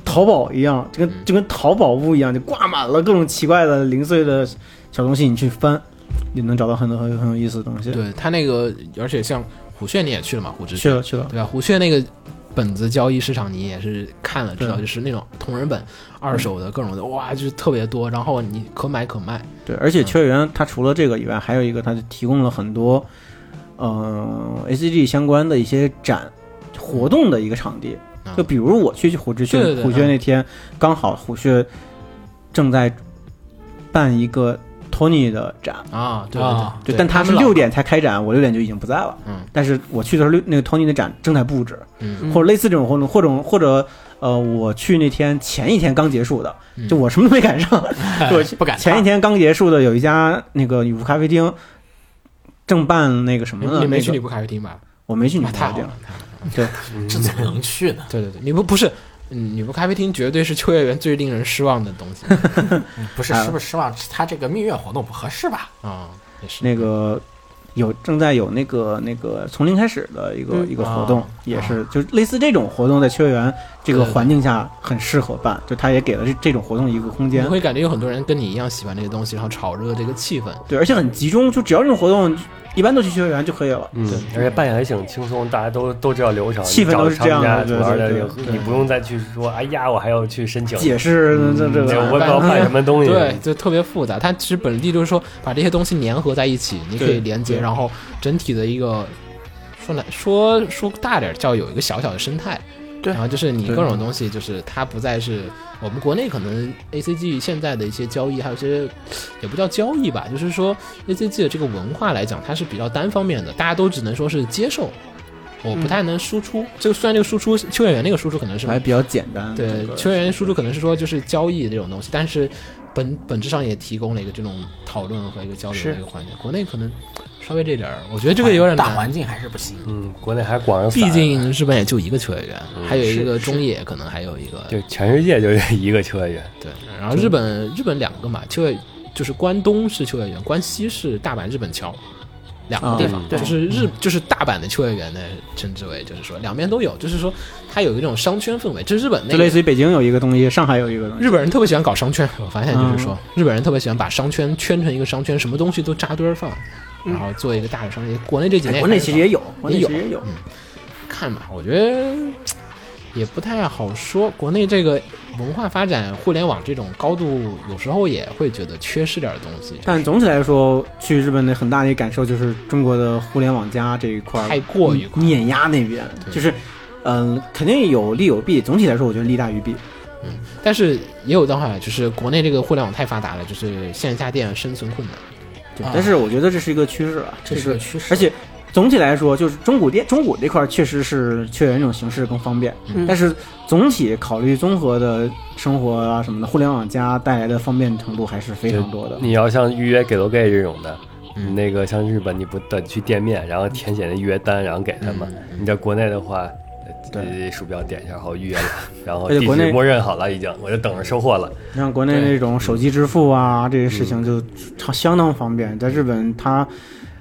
B: 淘宝一样，就跟、
C: 嗯
B: 就跟淘宝屋一样，就挂满了各种奇怪的零碎的小东西，你去翻，你能找到很多很很有意思的东西。
C: 对它那个，而且像虎穴你也去了嘛，虎之穴
B: 去了去了，
C: 对吧？虎穴那个本子交易市场，你也是看了知道，
B: 对
C: 就是那种同人本、二手的各种的，哇，就是特别多，然后你可买可卖。
B: 对，而
C: 嗯
B: 且秋叶原它除了这个以外，还有一个它就提供了很多，嗯、呃、，ACG 相关的一些展活动的一个场地。
C: 嗯
B: 就比如我去虎之
C: 对对
B: 穴，
C: 对啊
B: 虎穴那天刚好虎穴正在办一个 Tony 的展，
C: 啊，对对对
A: 啊，
B: 对，
C: 对
B: 但他
C: 们
B: 是
C: 老
B: 六点才开展，我六点就已经不在了。
C: 嗯，
B: 但是我去的时候，六那个 Tony 的展正在布置，
C: 嗯
B: 或者类似这种活动，或者或者呃，我去那天前一天刚结束的，
C: 嗯
B: 就我什么都没赶上，我
A: 哎不
C: 哎
A: 敢
B: 前一
A: 天
B: 天刚结束的有一家那个女仆咖啡厅，正办那个什么
C: 你
B: 呢？
C: 你没去
B: 那
C: 女
B: 个
C: 仆咖啡厅吧？
B: 我没去女仆
C: 啊，
B: 咖
C: 太好
B: 啡厅
C: 了，，太好了。
A: 这怎么能去呢？
C: 对对对，你不不是嗯女仆咖啡厅绝对是秋叶原最令人失望的东 西
A: 不
C: 嗯
A: 是
B: 啊
A: 是不是失望？他这个蜜月活动不合适吧？
C: 啊，也是
B: 那个有正在有那个那个从零开始的一个、
E: 嗯
B: 一个活
C: 哦
B: 动，
A: 啊
B: 也是就类似这种活动，在秋叶原这个环境下很适合办，就它也给了这这种活动一个空
C: 你
B: 间。
C: 会感觉有很多人跟你一样喜欢这个东西，然后炒热这个气氛。
B: 对，而且很集中，就只要这种活动，一般都去秋叶原就可以了。
D: 嗯
C: 对，
G: 而且办也还挺轻松，大家都都知道流程，
B: 气氛
G: 你找
B: 都是这样的
G: 厂家主要
B: 对
G: 的
B: 对对
G: 你不用再去说，哎呀，我还要去申请，
B: 解释这这
G: 对嗯我
B: 个
G: 也不知道办什么东西，
C: 对，就特别复杂。它其实本地就是说把这些东西粘合在一起，你可以
B: 对
C: 连接，
B: 对
C: 然后整体的一个说难说说大点儿叫有一个小小的生态。
E: 对
C: 然后就是你
B: 对
C: 各种东西，就是它不再是我们国内可能 A C G 现在的一些交易，还有一些也不叫交易吧，就是说 A C G 的这个文化来讲，它是比较单方面的，大家都只能说是接受，我不太能输出。这个虽然这个输出秋叶原那个输出可能是
B: 嗯还比较简单。
C: 对
B: 整，个
C: 球员输出可能是说就是交易这种东西，但是本本质上也提供了一个这种讨论和一个交流的
E: 是
C: 一个环节。国内可能稍微这点儿，我觉得这个有点
A: 哎大
C: 难。
A: 环境还是不行。
G: 嗯，国内还广人散，
C: 毕竟日本也就一个球员，还有一
E: 是
C: 个中野，可能还有一个
G: 就全世界就这一个球员，
C: 对。然后日本日本两个嘛，球员就是关东是球员，关西是大阪日本桥。两个地方
G: 啊，
E: 对
C: 就是日就是大阪的秋叶原呢，称之为就是说两边都有，就是说它有一种商圈氛围，这是日本那
B: 就
C: 个
B: 类似于北京有一个东西，上海有一个东西。
C: 日本人特别喜欢搞商圈，我发现就是说，日本人特别喜欢把商圈圈成一个商圈，什么东西都扎堆儿放，然后做一个大的商圈。哎国内这几年
B: 国内其实
C: 也
B: 也有，国内
C: 也
B: 其
C: 有
B: 实也有。
C: 看吧，我觉得也不太好说。国内这个文化发展、互联网这种高度，有时候也会觉得缺失点儿东西，
B: 但总体来说，去日本的很大的一个感受就是中国的互联网加这一块儿
C: 太过于快
B: 碾压那边，
C: 对
B: 就是嗯、肯定有利有弊。总体来说，我觉得利大于弊。
C: 但是也有的话，就是国内这个互联网太发达了，就是线下店生存困难。
B: 对，
A: 啊
B: 但是我觉得这是一个趋势啊，
A: 这
B: 这
A: 是个趋势
B: 而且总体来说，就是中古店、中古这块儿确实是确原这种形式更方便，
C: 嗯
B: 但是总体考虑综合的生活啊什么的，互联网加带来的方便程度还是非常多的。
G: 你要像预约给楼盖这种的，
C: 嗯
G: 你那个像日本，你不得去店面，然后填写那预约单，然后给他们。
C: 嗯
G: 你在国内的话，呃鼠标点一下，好预约了，然后
B: 而且
G: 地
B: 国
G: 址
B: 内
G: 默认好了，已经，我就等着收货了。
B: 像国内那种手机支付啊这些事
G: 嗯
B: 情就超相当方便，在日本它。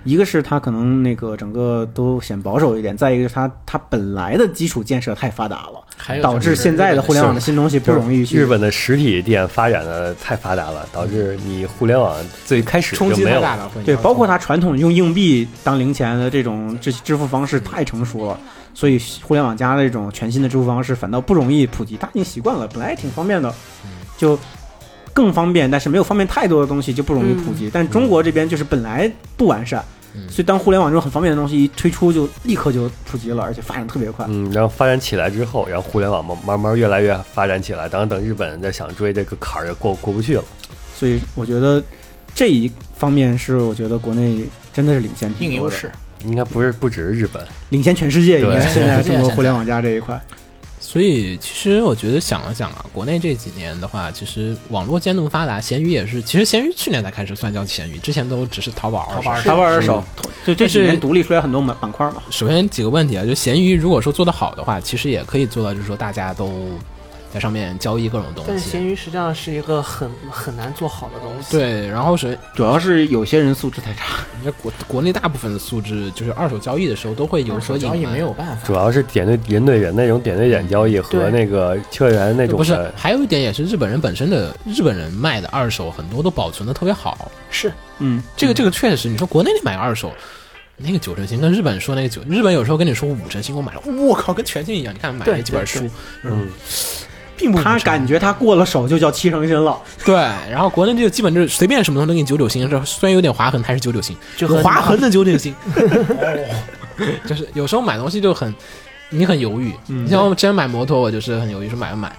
B: 一个是它可能那个整个都显保守一点，再一个是它它本来的基础建设太发达了，
A: 还有
B: 导致现在的互联网的新东西不容易去
G: 日本的实体店发展的太发达了，导致你互联网最开始就
C: 冲击
G: 没
C: 太
G: 有。
C: 大了，会
B: 对，包括它传统用硬币当零钱的这种支支付方式太成熟了，所以互联网加的这种全新的支付方式反倒不容易普及。大家已经习惯了，本来也挺方便的，就更方便，但是没有方便太多的东西就不容易普及。但中国这边就是本来不完善，
C: 嗯
B: 所以当互联网这种很方便的东西一推出，就立刻就普及了，而且发展特别快。
G: 嗯，然后发展起来之后，然后互联网慢慢慢越来越发展起来，然后等日本再想追这个坎儿就过过不去了。
B: 所以我觉得这一方面是我觉得国内真的是领先挺
A: 硬
B: 多
A: 优
B: 的
A: 势，
G: 应该不是不只是日本，
B: 领先全世界，应该
G: 对
B: 现在
A: 全世界
B: 中国
A: 现
B: 互联网加这一块。
C: 所以其实我觉得想了想啊，国内这几年的话，其实网络监督发达，闲鱼也是，其实闲鱼去年才开始算叫闲鱼，之前都只是淘宝。
A: 淘宝二手
B: 淘宝二手，就这几
C: 但是
B: 年独立出来很多板板块嘛。
C: 首先几个问题啊，就闲鱼如果说做得好的话，其实也可以做到，就是说大家都呃在上面交易各种东
E: 但是
C: 西。
E: 咸鱼实际上是一个很很难做好的东西。，
C: 对，然后是
B: 主要是有些人素质太差，
C: 你看国国内大部分的素质，就是二手交易的时候都会有所隐
A: 交易
C: 瞒。
A: 没有办法。
G: 主要是点对人对人那种点对点交易和
E: 对
G: 那个秋叶原那种
C: 不是
G: 的，，
C: 还有一点也是日本人本身的日本人卖的二手很多都保存的特别好，
E: 是
B: 嗯，
C: 这个这个确实，你说国内你买个二手，那个九成新跟日本说那个九，日本有时候跟你说五成新，我买了，我靠，跟全新一样。你看买了
E: 对
C: 几本
E: 对
C: 书
E: 对，
G: 嗯，
C: 并不
B: 他
C: 五成
B: 感觉他过了手就叫七成新了，
C: 对，然后国内就基本就是随便什么东西都给你九九新，这虽然有点划痕，还是九九新，
E: 就
C: 有
E: 和
C: 划痕的九九新。 就是有时候买东西就很，你很犹豫。
B: 嗯
C: 你像我之前买摩托，我就是很犹豫说买不买。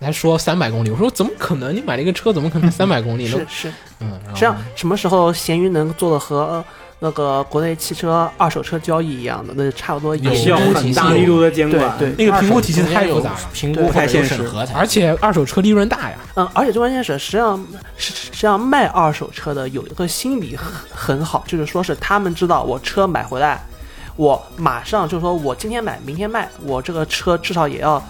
C: 他说三百公里，我说怎么可能？你买了一个车，怎么可能三百公里呢
E: 是？是，
C: 嗯，然后
E: 实际上什么时候咸鱼能做的和呃那个国内汽车二手车交易一样的，那差不多
A: 有
E: 也
B: 需要
E: 是。
B: 很大力度的监管。
E: 对
C: 那个评估体系
A: 中间
C: 太
A: 有
C: 复杂了，
A: 评
E: 对
A: 估
B: 不太
A: 或者有
B: 现实
A: 审核才
C: 而且二手车利润大呀。
E: 嗯，而且最关键是，实际上实实际上卖二手车的有一个心理很很好，就是说是他们知道我车买回来，我马上就说我今天买，明天卖，我这个车至少也要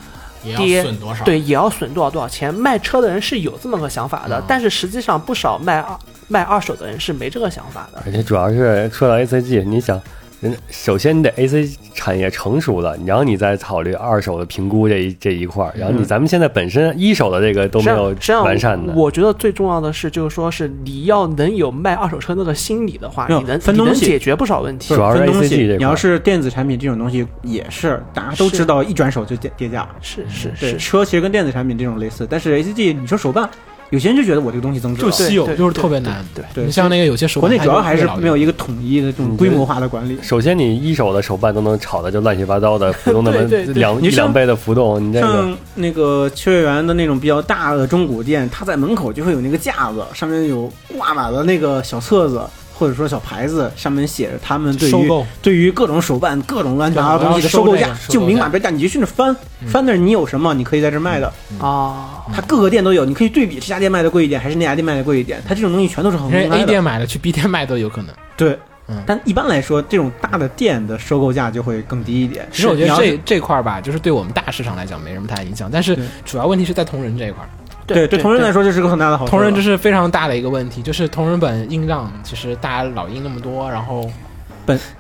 A: 也
E: 跌
A: 要损多少？
E: 对，也要损多少多少钱。卖车的人是有这么个想
C: 嗯
E: 法的，但是实际上不少卖二卖二手的人是没这个想法的。
C: 哎
G: 而且主要是说到 ACG，你想，人首先你得 AC 产业成熟了，然后你再考虑二手的评估这一这一块儿，然后你咱们现在本身一手的这个都没有
E: 实际上
G: 完善的。
E: 啊我觉得最重要的是，就是说是你要能有卖二手车那个心理的话，
B: 没有
E: 你能
B: 分
E: 你能
B: 东西
E: 解决不少问题
G: 主。要是
B: 分东
G: ACG 这
B: 西
G: 块，
B: 你要是电子产品这种东西也是，大家都知道，一转手就跌跌价。
E: 是是
B: 对，
E: 是，是
B: 车其实跟电子产品这种类似，但是 ACG 你说手办，有些人就觉得我这个东西增值
C: 就
B: 了，
C: 稀有，
E: 对
C: 就是特别难。
E: 对
B: 对
C: 你像那个有些手
B: 国
C: 办
B: 内
C: 它
B: 主
C: 就
B: 要还
C: 越
B: 是
C: 老越
B: 没有一个统一的这种规模化的管理。
G: 首先，你一手的手办都能炒的就乱七八糟的，浮动那么
E: 对对对
G: 两
B: 你
G: 一
B: 像
G: 两倍的浮动，你这个
B: 像那个秋叶原的那种比较大的中古店，它在门口就会有那个架子，上面有挂满了那个小册子或者说小牌子，上面写着他们对
C: 收
B: 于
C: 购，
B: 对于各种手办、各种乱七八糟东西的
C: 对
B: 收
C: 我要收
B: 购
C: 这
B: 价
C: 个，
A: 收购
B: 就明码
A: 价
B: 标价，你就去那翻翻那儿，你有什么，你可以在这儿卖的。
E: 啊，
C: 嗯
B: 它各个店都有，你可以对比这家店卖的贵一点，还是那家店卖的贵一点。它这种东西全都是很公
C: 人家
B: 开
C: 哎 A
B: 的。
C: 店买了去 B 店卖都有可能。
B: 对
C: 嗯，
B: 但一般来说，这种大的店的收购价就会更低一点。
C: 其实我觉
B: 你
C: 得
B: 要
C: 这
B: 是
C: 这块儿吧，就是对我们大市场来讲没什么太大影响，但是
B: 对
C: 主要问题是在同人这一块儿。
B: 对对同人来说，这是个很大的好处哦了。
C: 同人这是非常大的一个问题，就是同人本印账，其实大家老印那么多，然后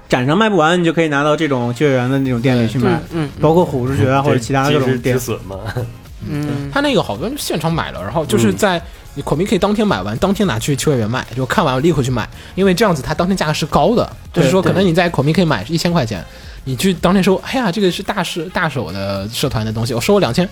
B: 展上卖不完，你就可以拿到这种秋叶原的那种店里去买
E: 嗯，嗯
B: 包括虎之穴啊或者其他各
G: 这及
B: 种
G: 时止
B: 店。
G: 损嘛。
E: 嗯，
C: 他那个好多人现场买了，然后就是
B: 嗯
C: 在你 c o m i 当天买完，当天拿去秋叶原卖，就看完我立刻去买，因为这样子它当天价格是高的，就
B: 对
C: 是说
B: 对
C: 可能你在 c o m i 买一千块钱，你去当天说，哎呀，这个是大师大手的社团的东西，我收我两千。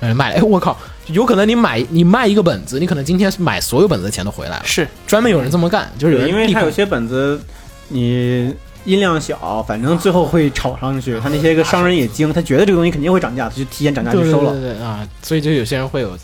C: 人卖了，哎，我靠！有可能你买你卖一个本子，你可能今天买所有本子的钱都回来了。
E: 是
C: 专门有人这么干，就是有人
B: 因为
C: 立
B: 它
C: 刻
B: 有些本子你音量小，反正最后会炒上去。他那些个商人也精，他觉得这个东西肯定会涨价，他就提前涨价
C: 对
B: 就
C: 对
B: 收了
C: 对。对对啊，所以就有些人会有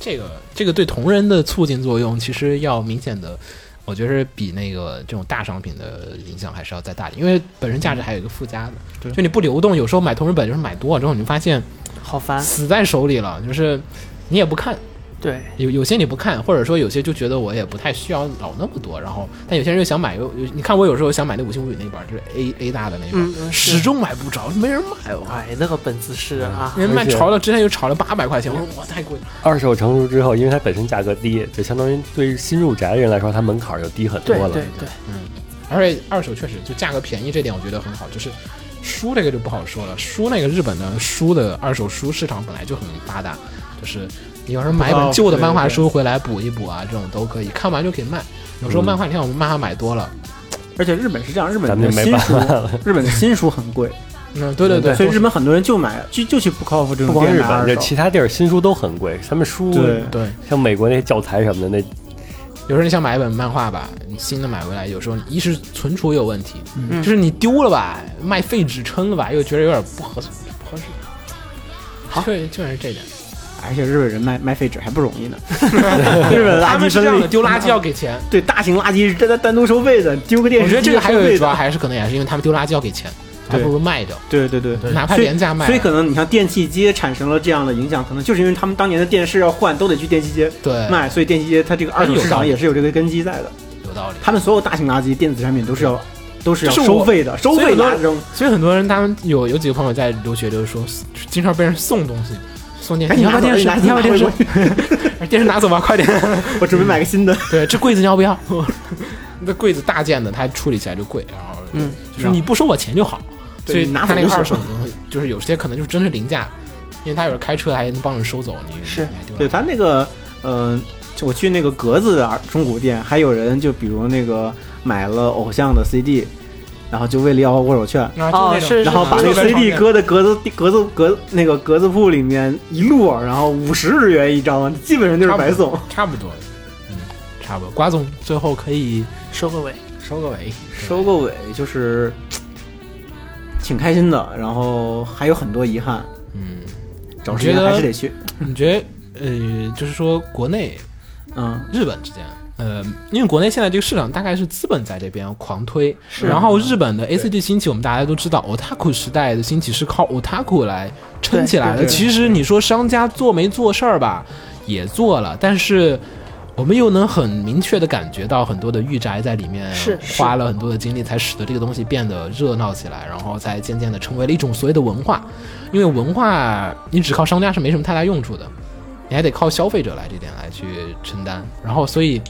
C: 这个这个对同人的促进作用，其实要明显的，我觉得是比那个这种大商品的影响还是要再大点，因为本身价值还有一个附加的，
B: 对
C: 就你不流动，有时候买同人本就是买多了之后，你就发现
E: 好烦，
C: 死在手里了，就是你也不看，
E: 对，
C: 有有些你不看，或者说有些就觉得我也不太需要老那么多，然后但有些人又想买，又又你看我有时候想买那五星无语那本儿，就是 A A 大的那本儿，
E: 嗯嗯是
C: 始终买不着，没人买我。
E: 哎，那个本子是啊，
C: 人卖
G: 而且
C: 炒了，之前又炒了八百块钱，我说我太贵了。
G: 二手成熟之后，因为它本身价格低，就相当于对于新入宅的人来说，它门槛儿就低很多
E: 对
G: 了。
E: 对对，
C: 而且二手确实就价格便宜这点，我觉得很好。就是书这个就不好说了，书那个日本的书的二手书市场本来就很发达，就是你要是买一本旧的漫画
B: 哦
C: 书回来补一补啊，这种都可以，看完就可以卖。有时候漫画，你看我们漫画买多了，
B: 而且日本是这样，日本
G: 咱们
B: 的
G: 就没
B: 新
G: 办
B: 书，日本的新书很贵，
C: 嗯， 对对对，
B: 所以日本很多人就买，就就去 b o o k o f f 这
G: 不
B: 种
G: 光
B: 店
G: 日
B: 买
G: 本，
B: 二
G: 这
B: 手。
G: 其他地儿新书都很贵，他们书
B: 对
C: 对，
G: 像美国那些教材什么的，那
C: 有时候你想买一本漫画吧，你新的买回来，有时候你一是存储有问题，
E: 嗯
C: 就是你丢了吧，卖废纸撑了吧，又觉得有点不合不合适。好，对，就是这点。
B: 而且日本人卖卖废纸还不容 易呢。日本垃
C: 他们
B: 圾
C: 是这样
B: 分类
C: 的，丢垃圾要给钱。
B: 对大型垃圾是单单单独收费的，丢个电
C: 我
B: 视
C: 觉
B: 机
C: 得这个还有
B: 收费
C: 一
B: 的
C: 主要还是可能也是因为他们丢垃圾要给钱，还
B: 对
C: 不如卖掉，
B: 对对对。
C: 哪怕
B: 所以
C: 廉价卖。
B: 所以可能你像电器街产生了这样的影响，可能就是因为他们当年的电视要换，都得去电器街
C: 对
B: 卖，所以电器街它这个二手市场也是有这个根基在的。
C: 有道理。
B: 他们所有大型垃圾电子产品都是要都是要
C: 这是
B: 收
C: 我
B: 费的，收
C: 所以
B: 费
C: 很多
B: 拿扔，
C: 所以很多人他们有有几个朋友在留学，就是说经常被人送东西，送电哎
B: 赶
C: 你
B: 紧
C: 要不要
B: 拿
C: 电视？
B: 走哎拿
C: 你要不要电
B: 拿
C: 视？电视拿走吧， 快点。
B: 我准备买个新的。
C: 对，这柜子你要不要？那柜子大件的，它处理起来就贵，然后
E: 嗯
C: 就是你不收我钱就好。
B: 对
C: 所以
B: 你拿
C: 他那个
B: 走就
C: 二
B: 行
C: 手的东西，就是有些可能就是真是凌价，因为他有人开车还能帮人收走，你
E: 是
C: 你还丢
B: 对
C: 了
B: 他那个，嗯、我去那个格子的中古店，还有人就比如那个买了偶像的 CD，然后就为了要握手券。
C: 啊
E: 哦
C: 就那种
E: 是
B: 然后把那个
C: 就那种
B: CD 搁在格子格子格那个格子铺里面一摞，然后五十日元一张，基本上就是白送。
C: 差不多，嗯，差不多。瓜总最后可以
E: 收个尾，
C: 收个尾，
B: 收个尾就是挺开心的，然后还有很多遗憾，
C: 嗯，
B: 找
C: 你
B: 时
C: 觉
B: 间还是
C: 得
B: 得去。
C: 你觉得呃，就是说国内
B: 嗯，
C: 日本之间。呃，因为国内现在这个市场大概是资本在这边狂推，
B: 啊
E: 是
C: 然后日本的 ACG 兴起，我们大家都知道，otaku 时代的兴起是靠 otaku 来撑起来的。
B: 对对对
C: 其实你说商家做没做事儿吧，也做了，但是我们又能很明确的感觉到很多的御宅在里面
E: 是是
C: 花了很多的精力，才使得这个东西变得热闹起来，然后才渐渐的成为了一种所谓的文化。因为文化你只靠商家是没什么太大用处的，你还得靠消费者来这点来去承担。然后所以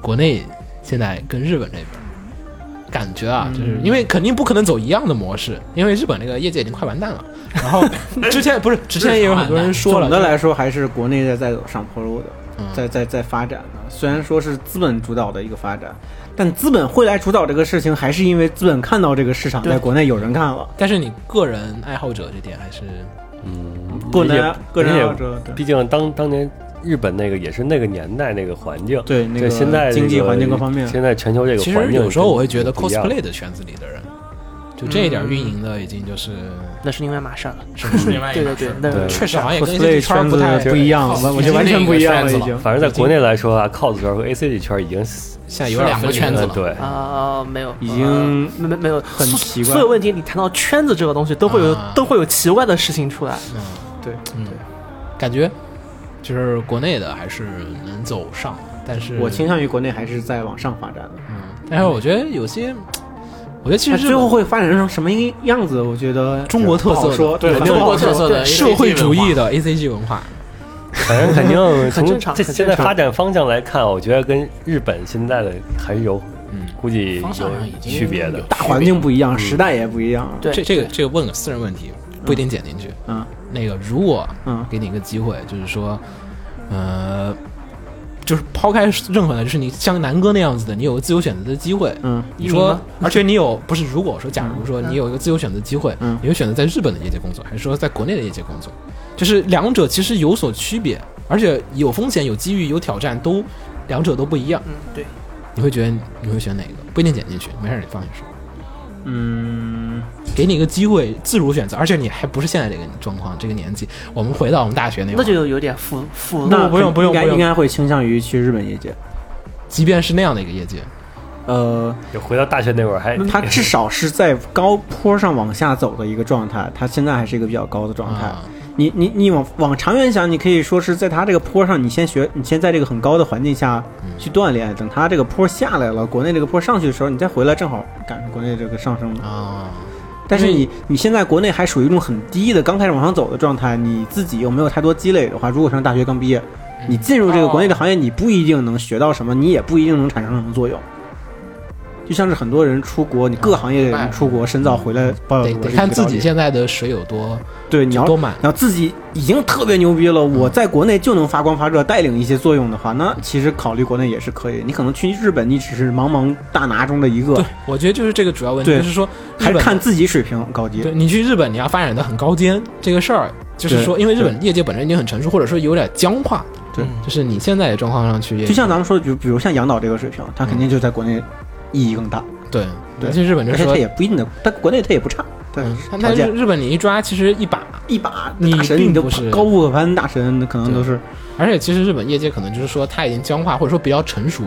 C: 国内现在跟日本这边。感觉啊，就是因为肯定不可能走一样的模式，因为日本那个业界已经快完蛋了。然后之前不是之前也有很多人说了，
B: 总的来说还是国内在在走上坡路的，
C: 嗯
B: 在在在发展的。虽然说是资本主导的一个发展，但资本会来主导这个事情，还是因为资本看到这个市场
E: 对
B: 在国内有人干了，
C: 但是你个人爱好者这点还是
G: 嗯，
B: 个
G: 也
B: 人个人
G: 也
B: 要这对
G: 毕竟当当年日本那个也是那个年代那个环境，
B: 对那
G: 这
B: 个
G: 现在这
B: 经济
G: 个
B: 环境各方面，
G: 现在全球这个
C: 其
G: 环
C: 实
G: 境
C: 有时候我会觉得
G: 不一样
C: cosplay 的圈子里的人，就这一点运营的已经就是
E: 那是另外码事儿了。
C: 什么
A: 是另外一
E: 对
A: 码
E: 对
A: 事
E: 对
A: 儿，
E: 那
G: 对
C: 确实好像也跟
B: cosplay
C: 这圈儿
B: 圈
C: 不
B: 子
C: 太
B: 不一样了，我觉得完全不一样了已
A: 已经
B: 经。
G: 反正在国内来说啊，cos 圈和 ACG 圈已经
C: 现在有点
A: 两个
C: 分离
A: 圈子
C: 了
A: 了
G: 嗯对，
E: 啊，没有，
B: 已经
E: 呃没没没有，
B: 很
E: 所
B: 奇怪
E: 所有问题，你谈到圈子这个东西，都会有
C: 啊
E: 都会有奇怪的事情出来。
C: 嗯感觉就是国内的还是能走上，但是
B: 我倾向于国内还是在往上发展的，
C: 嗯，但是我觉得有些，我觉得其
B: 但
C: 实日
B: 最后
C: 本
B: 会发展成什么样子，我觉得
C: 中国特色的
B: 不好说，对
A: 对中国特色的
C: 社会主义
A: 的
C: 的 A C G 文化，
G: 反正肯定
E: 很正常
G: 从这
E: 很正
G: 现在
E: 常
G: 发展方向来看，啊我觉得跟日本现在的还是有
C: 嗯，
G: 估计有
A: 方向上已经
G: 区别的
A: 有。
B: 大环境不一样，时代也不一样，
E: 对
C: 这这个这个问个私人问题，不一定剪进去。
B: 嗯
C: 那个如果
B: 嗯
C: 给你一个机会，就是说，呃，就是抛开任何的，就是你像南哥那样子的，你有个自由选择的机会。
B: 嗯。
C: 你
E: 移民
C: 说
E: 吗，
C: 而且你有不是？如果说，假如说你有一个自由选择机会，
B: 嗯
C: 你会选择在日本的业界工作，还是说在国内的业界工作？就是两者其实有所区别，而且有风险、有机遇、有挑战，都两者都不一样。
E: 嗯，对，
C: 你会觉得你会选哪个？不一定剪进去，没事儿，你放心说。
B: 嗯，
C: 给你一个机会，自如选择，而且你还不是现在这个状况，这个年纪。我们回到我们大学那会
E: 那
C: 儿，
E: 就有点复复
B: 那
C: 不用不用
B: 应该
C: 不用
B: 应该会倾向于去日本业界。
C: 即便是那样的一个业界，
B: 呃，
G: 就回到大学那会儿，还
C: 嗯
B: 他至少是在高坡上往下走的一个状态，他现在还是一个比较高的状态。
C: 啊，
B: 你你你往往长远想，你可以说是在他这个坡上，你先学，你先在这个很高的环境下
C: 嗯
B: 去锻炼，等他这个坡下来了，国内这个坡上去的时候，你再回来，正好赶上国内这个上升了。
C: 啊，
B: 但是
C: 因为
B: 你你现在国内还属于一种很低的刚开始往上走的状态，你自己又没有太多积累的话，如果上大学刚毕业，
C: 嗯
B: 你进入这
C: 哦
B: 个国内的行业，你不一定能学到什么，你也不一定能产生什么作用。就像是很多人出国，你各行业的人出国深造回来，报
C: 嗯得得看自己现在的水有多
B: 对你要
C: 多满。
B: 然后自己已经特别牛逼了，我在国内就能发光发热，带领一些作用的话，那其实考虑国内也是可以。你可能去日本，你只是茫茫大拿中的一个
C: 对，，我觉得就是这个主要问题，
B: 对
C: 就是说日
B: 还
C: 本
B: 是
C: 的
B: 看自己水平高低。
C: 对你去日本，你要发展的很高尖，这个事儿就是说，因为日本业界本身已经很成熟，或者说有点僵化，
B: 对
C: 嗯就是你现在的状况上去也，
B: 就像咱们说，比如比如像杨导这个水平，他肯定就在国内意义更大，
C: 对，
B: 对
C: 而且嗯日本就
B: 而
C: 是
B: 且他
C: 说，
B: 也不一定能，但国内他也不差，对
C: 嗯，他
B: 条
C: 那
B: 件
C: 日本你一抓，其实一把
B: 一把
C: 你
B: 大神
C: 并
B: 你都
C: 不是
B: 高不可攀，大神那可能
C: 对
B: 都是
C: 而且其实日本业界可能就是说它已经僵化，或者说比较成熟，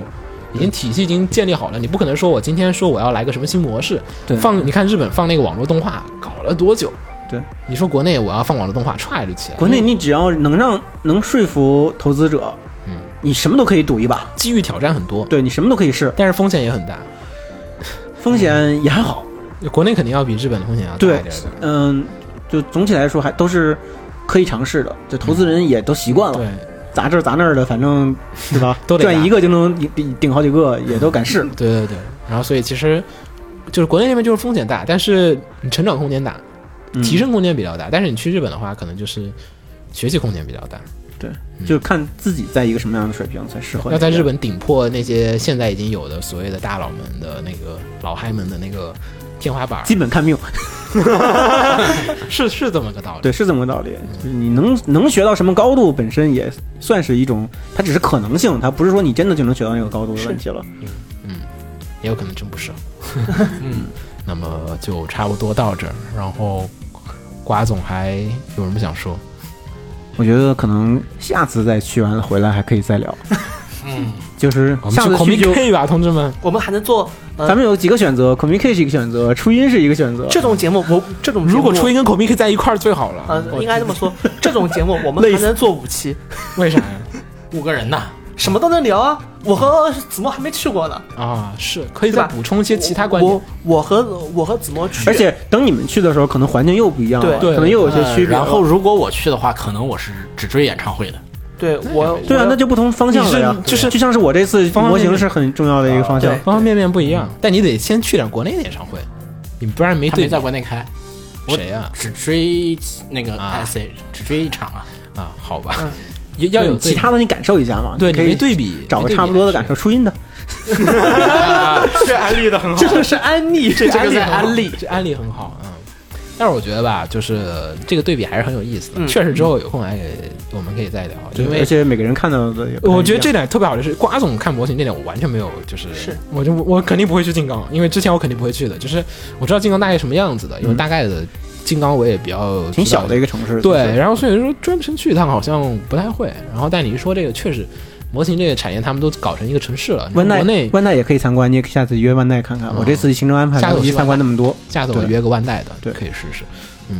C: 已经体系已经建立好了。你不可能说我今天说我要来个什么新模式，
B: 对
C: 放你看日本放那个网络动画搞了多久？
B: 对，
C: 你说国内我要放网络动画，歘就起来了。
B: 国内
C: 因为
B: 你只要能让能说服投资者，
C: 嗯
B: 你什么都可以赌一把，
C: 机遇挑战很多，
B: 对你什么都可以试，
C: 但是风险也很大。
B: 风险也还好。
C: 国内肯定要比日本的风险啊要大
B: 对
C: 一点的。
B: 嗯，就总体来说还都是可以尝试的，就投资人也都习惯了，
C: 嗯对，？
B: 砸这儿砸那儿的，反正对吧
C: 都得嗯
B: 赚
C: 砸
B: 一个就能顶顶好几个，也都敢试。
C: 对对对。然后所以其实就是国内那边就是风险大，但是你成长空间大，
B: 嗯
C: 提升空间比较大。但是你去日本的话，可能就是学习空间比较大。
B: 就看自己在一个什么样的水平才适合。
C: 要在日，本顶破那些现在已经有的所谓的大佬们的那个老嗨们的那个天花板，
B: 基本看命，
C: 是是这么个道理。
B: 对，是这么个道理。就是你能能学到什么高度，本身也算是一种，它只是可能性，它不是说你真的就能学到那个高度的问题了。
C: 也有可能真 不是。嗯，那么就差不多到这儿。然后瓜总还有什么想说？
B: 我觉得可能下次再去完了回来还可以再聊。
A: 嗯，
B: 就是
C: 我们
B: 下
C: 去
B: 次去
C: Comic
B: 就
C: K 吧，同志们。
E: 我们还能做呃
B: 咱们有几个选择，communicate 是一个选择，初音是一个选择，
E: 这种节目，我这种节目
C: 如果哦初音跟 Comic K 在一块儿最好
B: 呃
C: 了。
E: 呃，应该这么说，这种节目我们
B: 累
E: 还
B: 死
E: 能做五期，
C: 为啥呀？
A: 五个人呐，
E: 什么都能聊啊。我和子墨还没去过呢，
C: 啊，是可以
E: 对
C: 再
E: 吧
C: 补充一些其他观点
E: 我。我和我和子墨去，
B: 而且等你们去的时候，可能环境又不一样了，
C: 对
B: 可能又有些区别了。
A: 呃
B: 哦
A: 然后如果我去的话，可能我是只追演唱会的。
E: 对我
B: 对啊，那就不同方向了
C: 你。
B: 呀
C: 是啊就是
B: 就像是我这次
C: 方
B: 模
C: 面
B: 型是很重要的一个方向
E: 对。
C: 方方面面不一样，
B: 嗯
C: 但你得先去点国内的演唱会，你不然没
A: 他
C: 对
A: 没在国内开，我
C: 谁啊呀
A: 只追那个
C: 啊
A: IC，只追一场啊。
C: 啊？好吧，也要有
B: 嗯其他
C: 的，
B: 的你感受一下嘛，
C: 对，
B: 你可
C: 你
B: 以
C: 没对比，
B: 找个
C: 没对比
B: 差不多的
C: 还
B: 感
C: 是
B: 受。初音的，
E: 是安利的很好，这个是安利，这
C: 这
E: 个是
C: 很好
E: 安利。
C: 这案例很好，嗯。但是我觉得吧，就是这个对比还是很有意思的。
E: 嗯
C: 确实，之后有空来给我们可以再聊，因为
B: 而且每个人看到的也不太一样，
C: 我觉得这点特别好的是，瓜总看模型这点我完全没有，就是
E: 哎是
C: 我就我肯定不会去金刚，因为之前我肯定不会去的，就是我知道金刚大概什么样子的，因为
B: 嗯
C: 大概的金刚我也比较
B: 挺小
C: 的。
B: 的一个城市。
C: 对，，然后所以说专程去一趟好像不太会。然后但你一说这个，确实模型这个产业他们都搞成一个城市了。
B: 万
C: 国
B: 代
C: 内
B: 万代也可以参观，你也可以下次约万代看看。我这次行程安排
C: 下次
B: 来不
C: 我
B: 及
C: 去
B: 参观那么多，
C: 下次我
B: 对
C: 约个万代的，
B: 对
C: 可以试试。嗯，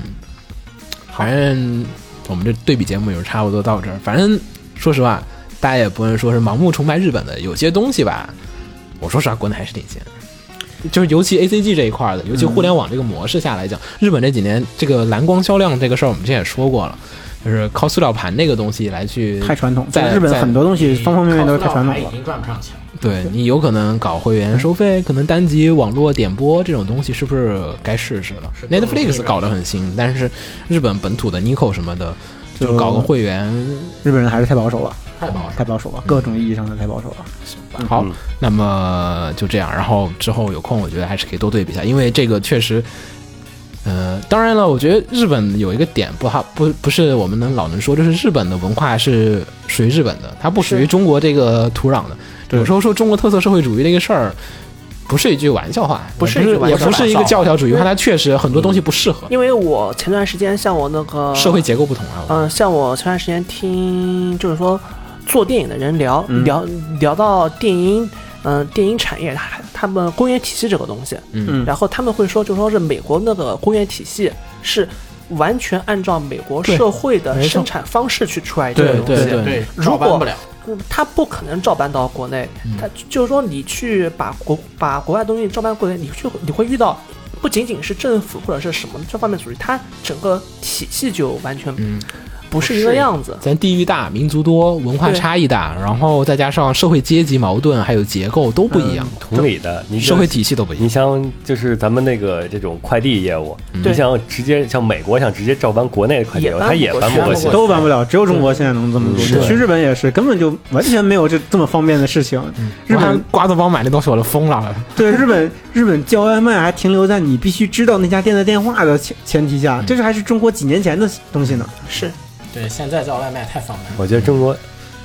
C: 反正我们这对比节目也是差不多到这儿。反正说实话，大家也不能说是盲目崇拜日本的，有些东西吧，我说实话，国内还是领先。就是尤其 A C G 这一块儿的，尤
B: 嗯
C: 其互联网这个模式下来讲，日本这几年这个蓝光销量这个事儿，我们之前也说过了，就是靠塑料盘那个东西来去
B: 太传统。
C: 在
B: 在日本
C: 在
B: 很多东西方方面面都是
A: 靠
B: 太传
A: 还
B: 统
A: 已
B: 了。
A: 经赚不上钱 了。
C: 对你有可能搞会员收费，可能单集网络点播这种东西是不是该试试了
A: 是
C: ？Netflix 搞得很新，但是日本本土的 Nico 什么的，
B: 就
C: 就搞个会啊嗯员。
B: 日本人还是太保守了，
A: 太保守了
B: 太保守了，各种意义上的太保守了。
C: 嗯好，那么就这样，然后之后有空我觉得还是可以多对比一下，因为这个确实。呃，当然了，我觉得日本有一个点不好，不不是我们能老能说，就是日本的文化是属于日本的，它不属于中国这个土壤的。有时候说中国特色社会主义这个事儿，不是一句玩笑话，
E: 不
C: 也
E: 是
C: 不
E: 一句
C: 是
E: 玩
C: 也
E: 笑
C: 不
E: 话
C: 是一个教条主义，它它确实很多东西不适合，
E: 因为我前段时间像我那个
C: 社会结构不同啊。
E: 嗯，像我前段时间听，就是说做电影的人聊、
B: 嗯
E: 聊聊到电影，嗯、电影产业，他他们工业体系这个东西，
C: 嗯
E: 然后他们会说，就说是美国那个工业体系是完全按照美国
C: 对
E: 社会
C: 没
E: 的
C: 错
E: 生产方式去出来这个
C: 对
E: 东西，
C: 对对
A: 对，
E: 如果
A: 照搬不了。
E: 嗯他不可能照搬到国内，他就是说你去把国把国外东西照搬过来，你去你会遇到。不仅仅是政府或者是什么这方面主义，它整个体系就完全
C: 嗯，
E: 不是一个样子。
C: 咱地域大、民族多、文化
E: 对
C: 差异大，然后再加上社会阶级矛盾还有结构都不一样，
G: 同理的，你
C: 社会体系都不一
G: 你
C: 样。
G: 像就是咱们那个这种快递业务，
B: 嗯
G: 你
E: 对
G: 想直接像美国想直接照搬国内的快递业务，
E: 也搬
G: 它也
E: 不过
G: 搬
E: 去
G: 不过
A: 搬不
G: 去
A: 过。
B: 都办不了，只有中国现在能这么做。
C: 是
B: 去日本也是，根本就完全没有这这么方便的事情。日
C: 嗯我看
B: 本
C: 瓜子帮买那东西我都疯了，
B: 对日本日本叫外卖还停留在你必须知道那家店的电话的前前提
C: 嗯
B: 下，这是还是中国几年前的东西呢。
E: 是，
A: 对，现在叫外卖太方便了。
G: 我觉得中国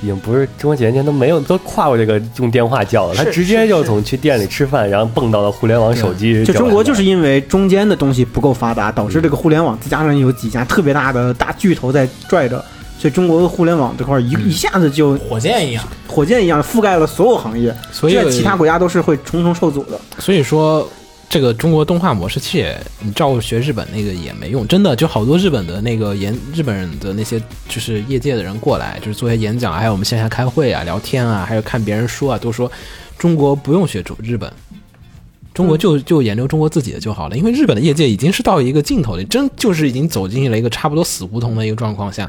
G: 已经不是中国几年前都没有都跨过这个用电话叫了，
E: 是
G: 他直接
E: 是
G: 就是从去店里吃饭，然后蹦到了互联网手机。
B: 就中国就是
G: 叫外卖
B: 因为中间的东西不够发达，导致这个互联网再加上有几家特别大的大巨头在拽着，所以中国的互联网这块儿一
C: 嗯
B: 一下子就
A: 火箭一样，
B: 火箭一样覆盖了所有行业，
C: 所以
B: 这在其他国家都是会重重受阻的。
C: 所以说，这个中国动画模式，其实也你照学日本那个也没用，真的就好多日本的那个演日本人的那些就是业界的人过来，就是做一些演讲，还有我们线下开会啊、聊天啊，还有看别人说啊，都说中国不用学中日本。中国就就研究中国自己的就好了，因为日本的业界已经是到一个尽头了，真就是已经走进了一个差不多死胡同的一个状况下。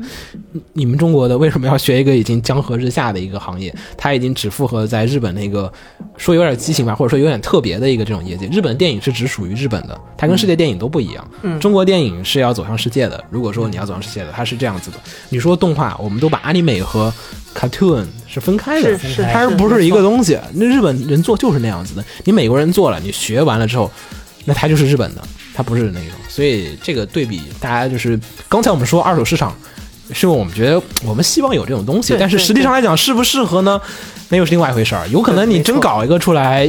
C: 你你们中国的为什么要学一个已经江河日下的一个行业？它已经只符合在日本那个说有点畸形吧，或者说有点特别的一个这种业界。日本电影是只属于日本的，它跟世界电影都不一样。
E: 嗯
C: 中国电影是要走向世界的。如果说你要走向世界的，它是这样子的。你说动画，我们都把 anime 和 cartoon 是分开的，
E: 是是
C: 它
E: 是
C: 不
E: 没
C: 是一
E: 错
C: 个东西。那日本人做就是那样子的，你美国人做了，你学完了之后，那它就是日本的，它不是那种。所以这个对比，大家就是刚才我们说二手市场。是因为我们觉得我们希望有这种东西，
E: 对
C: 但是
E: 对
C: 实际上来讲适不适合呢，那又是另外一回事儿。有可能
E: 对
C: 你
E: 没错
C: 真搞一个出来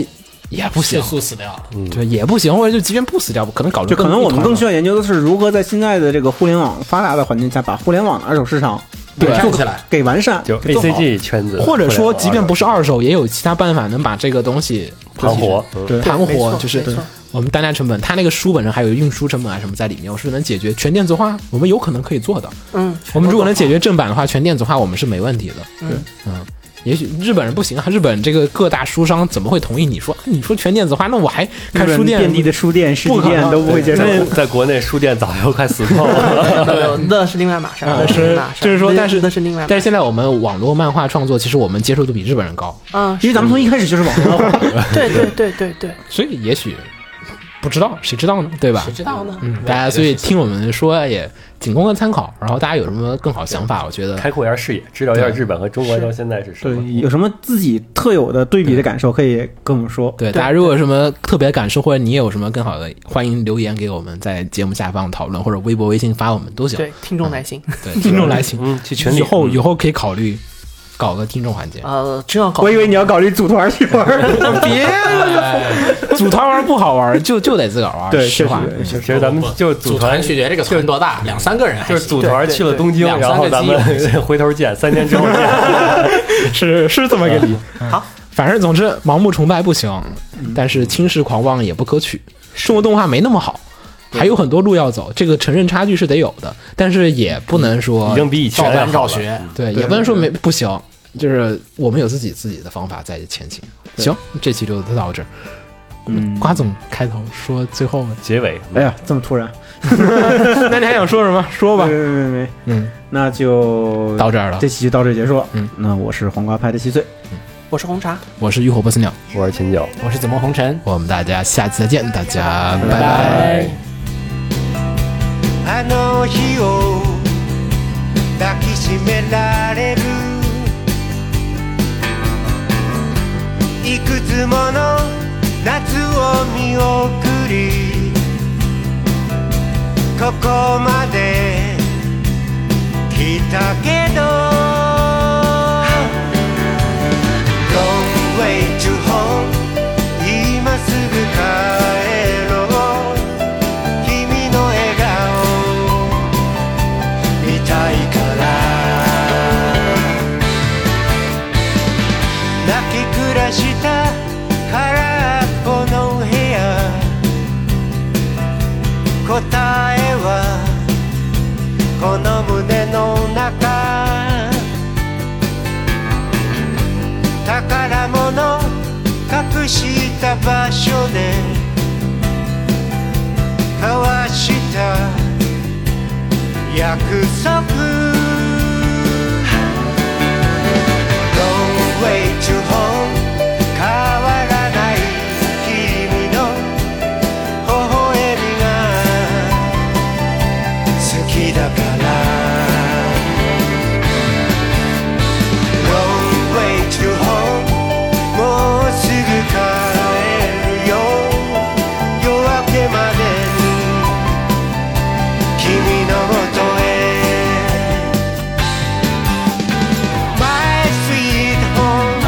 C: 也不行嗯
A: 迅，速死掉了。
C: 对，也不行，或者就即便不死掉，可能搞得
B: 就可能我们更需
C: 要
B: 要研究的是如何在现在的这个互联网发达的环境下，把互联网的二手市场给
A: 对
B: 做
A: 站起来，
B: 给完善，
G: 就
B: 给做
G: A
B: 好
G: C G 圈子，
C: 或者说即便不
G: 是
C: 是二手，也有其他办法能把这个东西
G: 盘活，嗯
B: 对
C: 盘
E: 没
C: 活
E: 错，
C: 就是
E: 没错
C: 我们单价成本，它那个书本身还有运输成本啊什么在里面，我是不是能解决全电子化？我们有可能可以做的。
E: 嗯，
C: 我们如果能解决正版的话，全电子化我们是没问题的。
E: 嗯
C: 嗯，也许日本人不行啊，日本这个各大书商怎么会同意你说啊你说全电子化？那我还开书店
B: 遍地的书店、实体店都不会接受。
G: 在国内书店早就快死透了。
E: 那是另外码事儿，
C: 啊
E: 那是
C: 是
E: 另外码事儿
C: 就是说
E: 那
C: 但是
E: 那是另外码事
C: 但
E: 儿，
C: 是现在我们网络漫画创作，其实我们接受度比日本人高，
E: 嗯，
B: 因为咱们从一开始就是网络化，
E: 对对对对对，
C: 所以也许不知道，谁知道呢？对吧
A: 谁？知道呢？
C: 嗯，大家所以听我们说也仅供个参考，然后大家有什么更好想法，我觉得
G: 开阔一下视野，知道一下日本和中国到现在是什 么。
B: 有什么自己特有的对比的感受，可以跟我们说。
C: 对，大家如果有什么特别感受，或者你有什么更好的，欢迎留言给我们，在节目下方讨论，或者微博、微信发我们都行。
E: 对，听众耐心，
C: 对，听众 来信，
G: 嗯，去群里
C: 以后
G: 嗯
C: 以后可以考虑搞个听众环节。
E: 呃，真要搞
B: 我以为你要考虑组团去玩儿，
C: 别，组团玩不好玩，就 就得自个儿玩。
B: 对，
C: 实话，
B: 确实
G: 其实咱们就
A: 组
G: 组
A: 团
G: 团
A: 去学这个团多大？两三个人还
G: 就是组
A: 行
G: 团去了东京，
A: 对对对
G: 然后咱们
A: 两 三
G: 回头见，三天之后见。
C: 是是这么个理。
E: 好，
C: 嗯反正总之盲目崇拜不行，但是轻视狂妄也不可取。中国动画没那么好。还有很多路要走，这个承认差距是得有的，但是也不能说
G: 已经比以前
A: 照
G: 要好
A: 搬照
G: 了。
A: 学，
C: 嗯对，也不能说没不行，就是我们有自己自己的方法在前行。行，这期就到这儿。
B: 嗯
C: 瓜总开头说最后，
G: 结尾，
B: 哎呀，这么突然，
C: 那你还想说什么？说吧
B: 没。没没没，
C: 嗯，
B: 那就
C: 到这儿了
B: 这。期就到这儿结束了。
C: 嗯，
B: 那我是黄瓜派的七岁，
E: 我是红茶，
C: 我是浴火波斯鸟，
G: 我是秦九。
A: 我是紫梦红尘。
C: 我们大家下期再见，大家拜
B: 拜
C: 拜。
H: あの日を抱きしめられるいくつもの夏を見送りここまで来たけど Long way to home 今すぐ帰ろう「君の笑顔見たいから」「泣き暮らした空っぽの部屋」「答えはこの胸の中」「宝物隠した場所で」交わした約束 Long way to home 変わらない君の微笑みが好きだから Long way to home もうすぐ帰るよ夜明けまでに君のもとへ My sweet home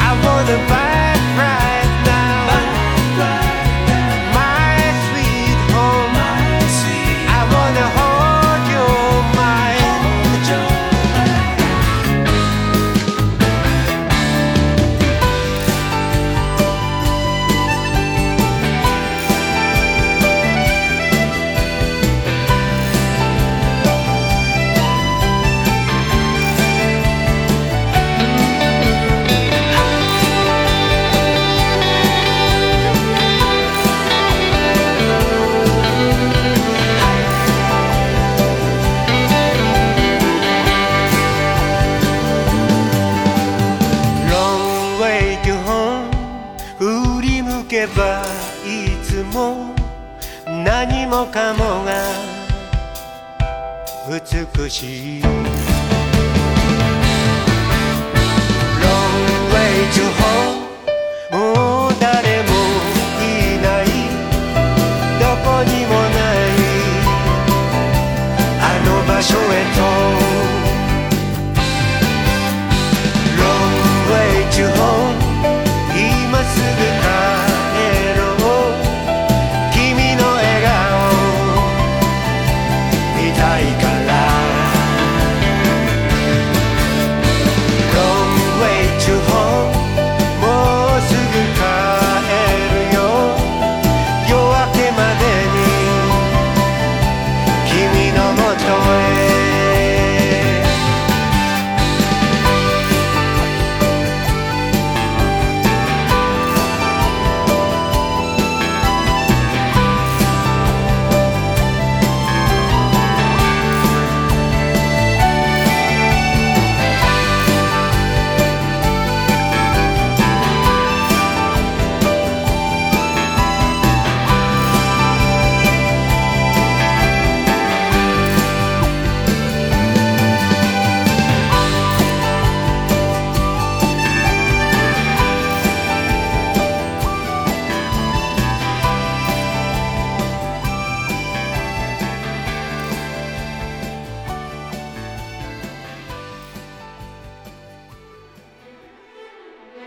H: I wanna back right now My sweet home I wanna hold your mind Long way to home 振り向けばいつも何もかもが美しい Long way to home もう誰もいないどこにもないあの場所へと Long way to home 今すぐ帰ろう君の笑顔見たいから Long way to home も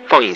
I: 放映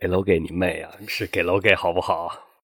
G: 给楼给你妹啊！是给楼给好不好？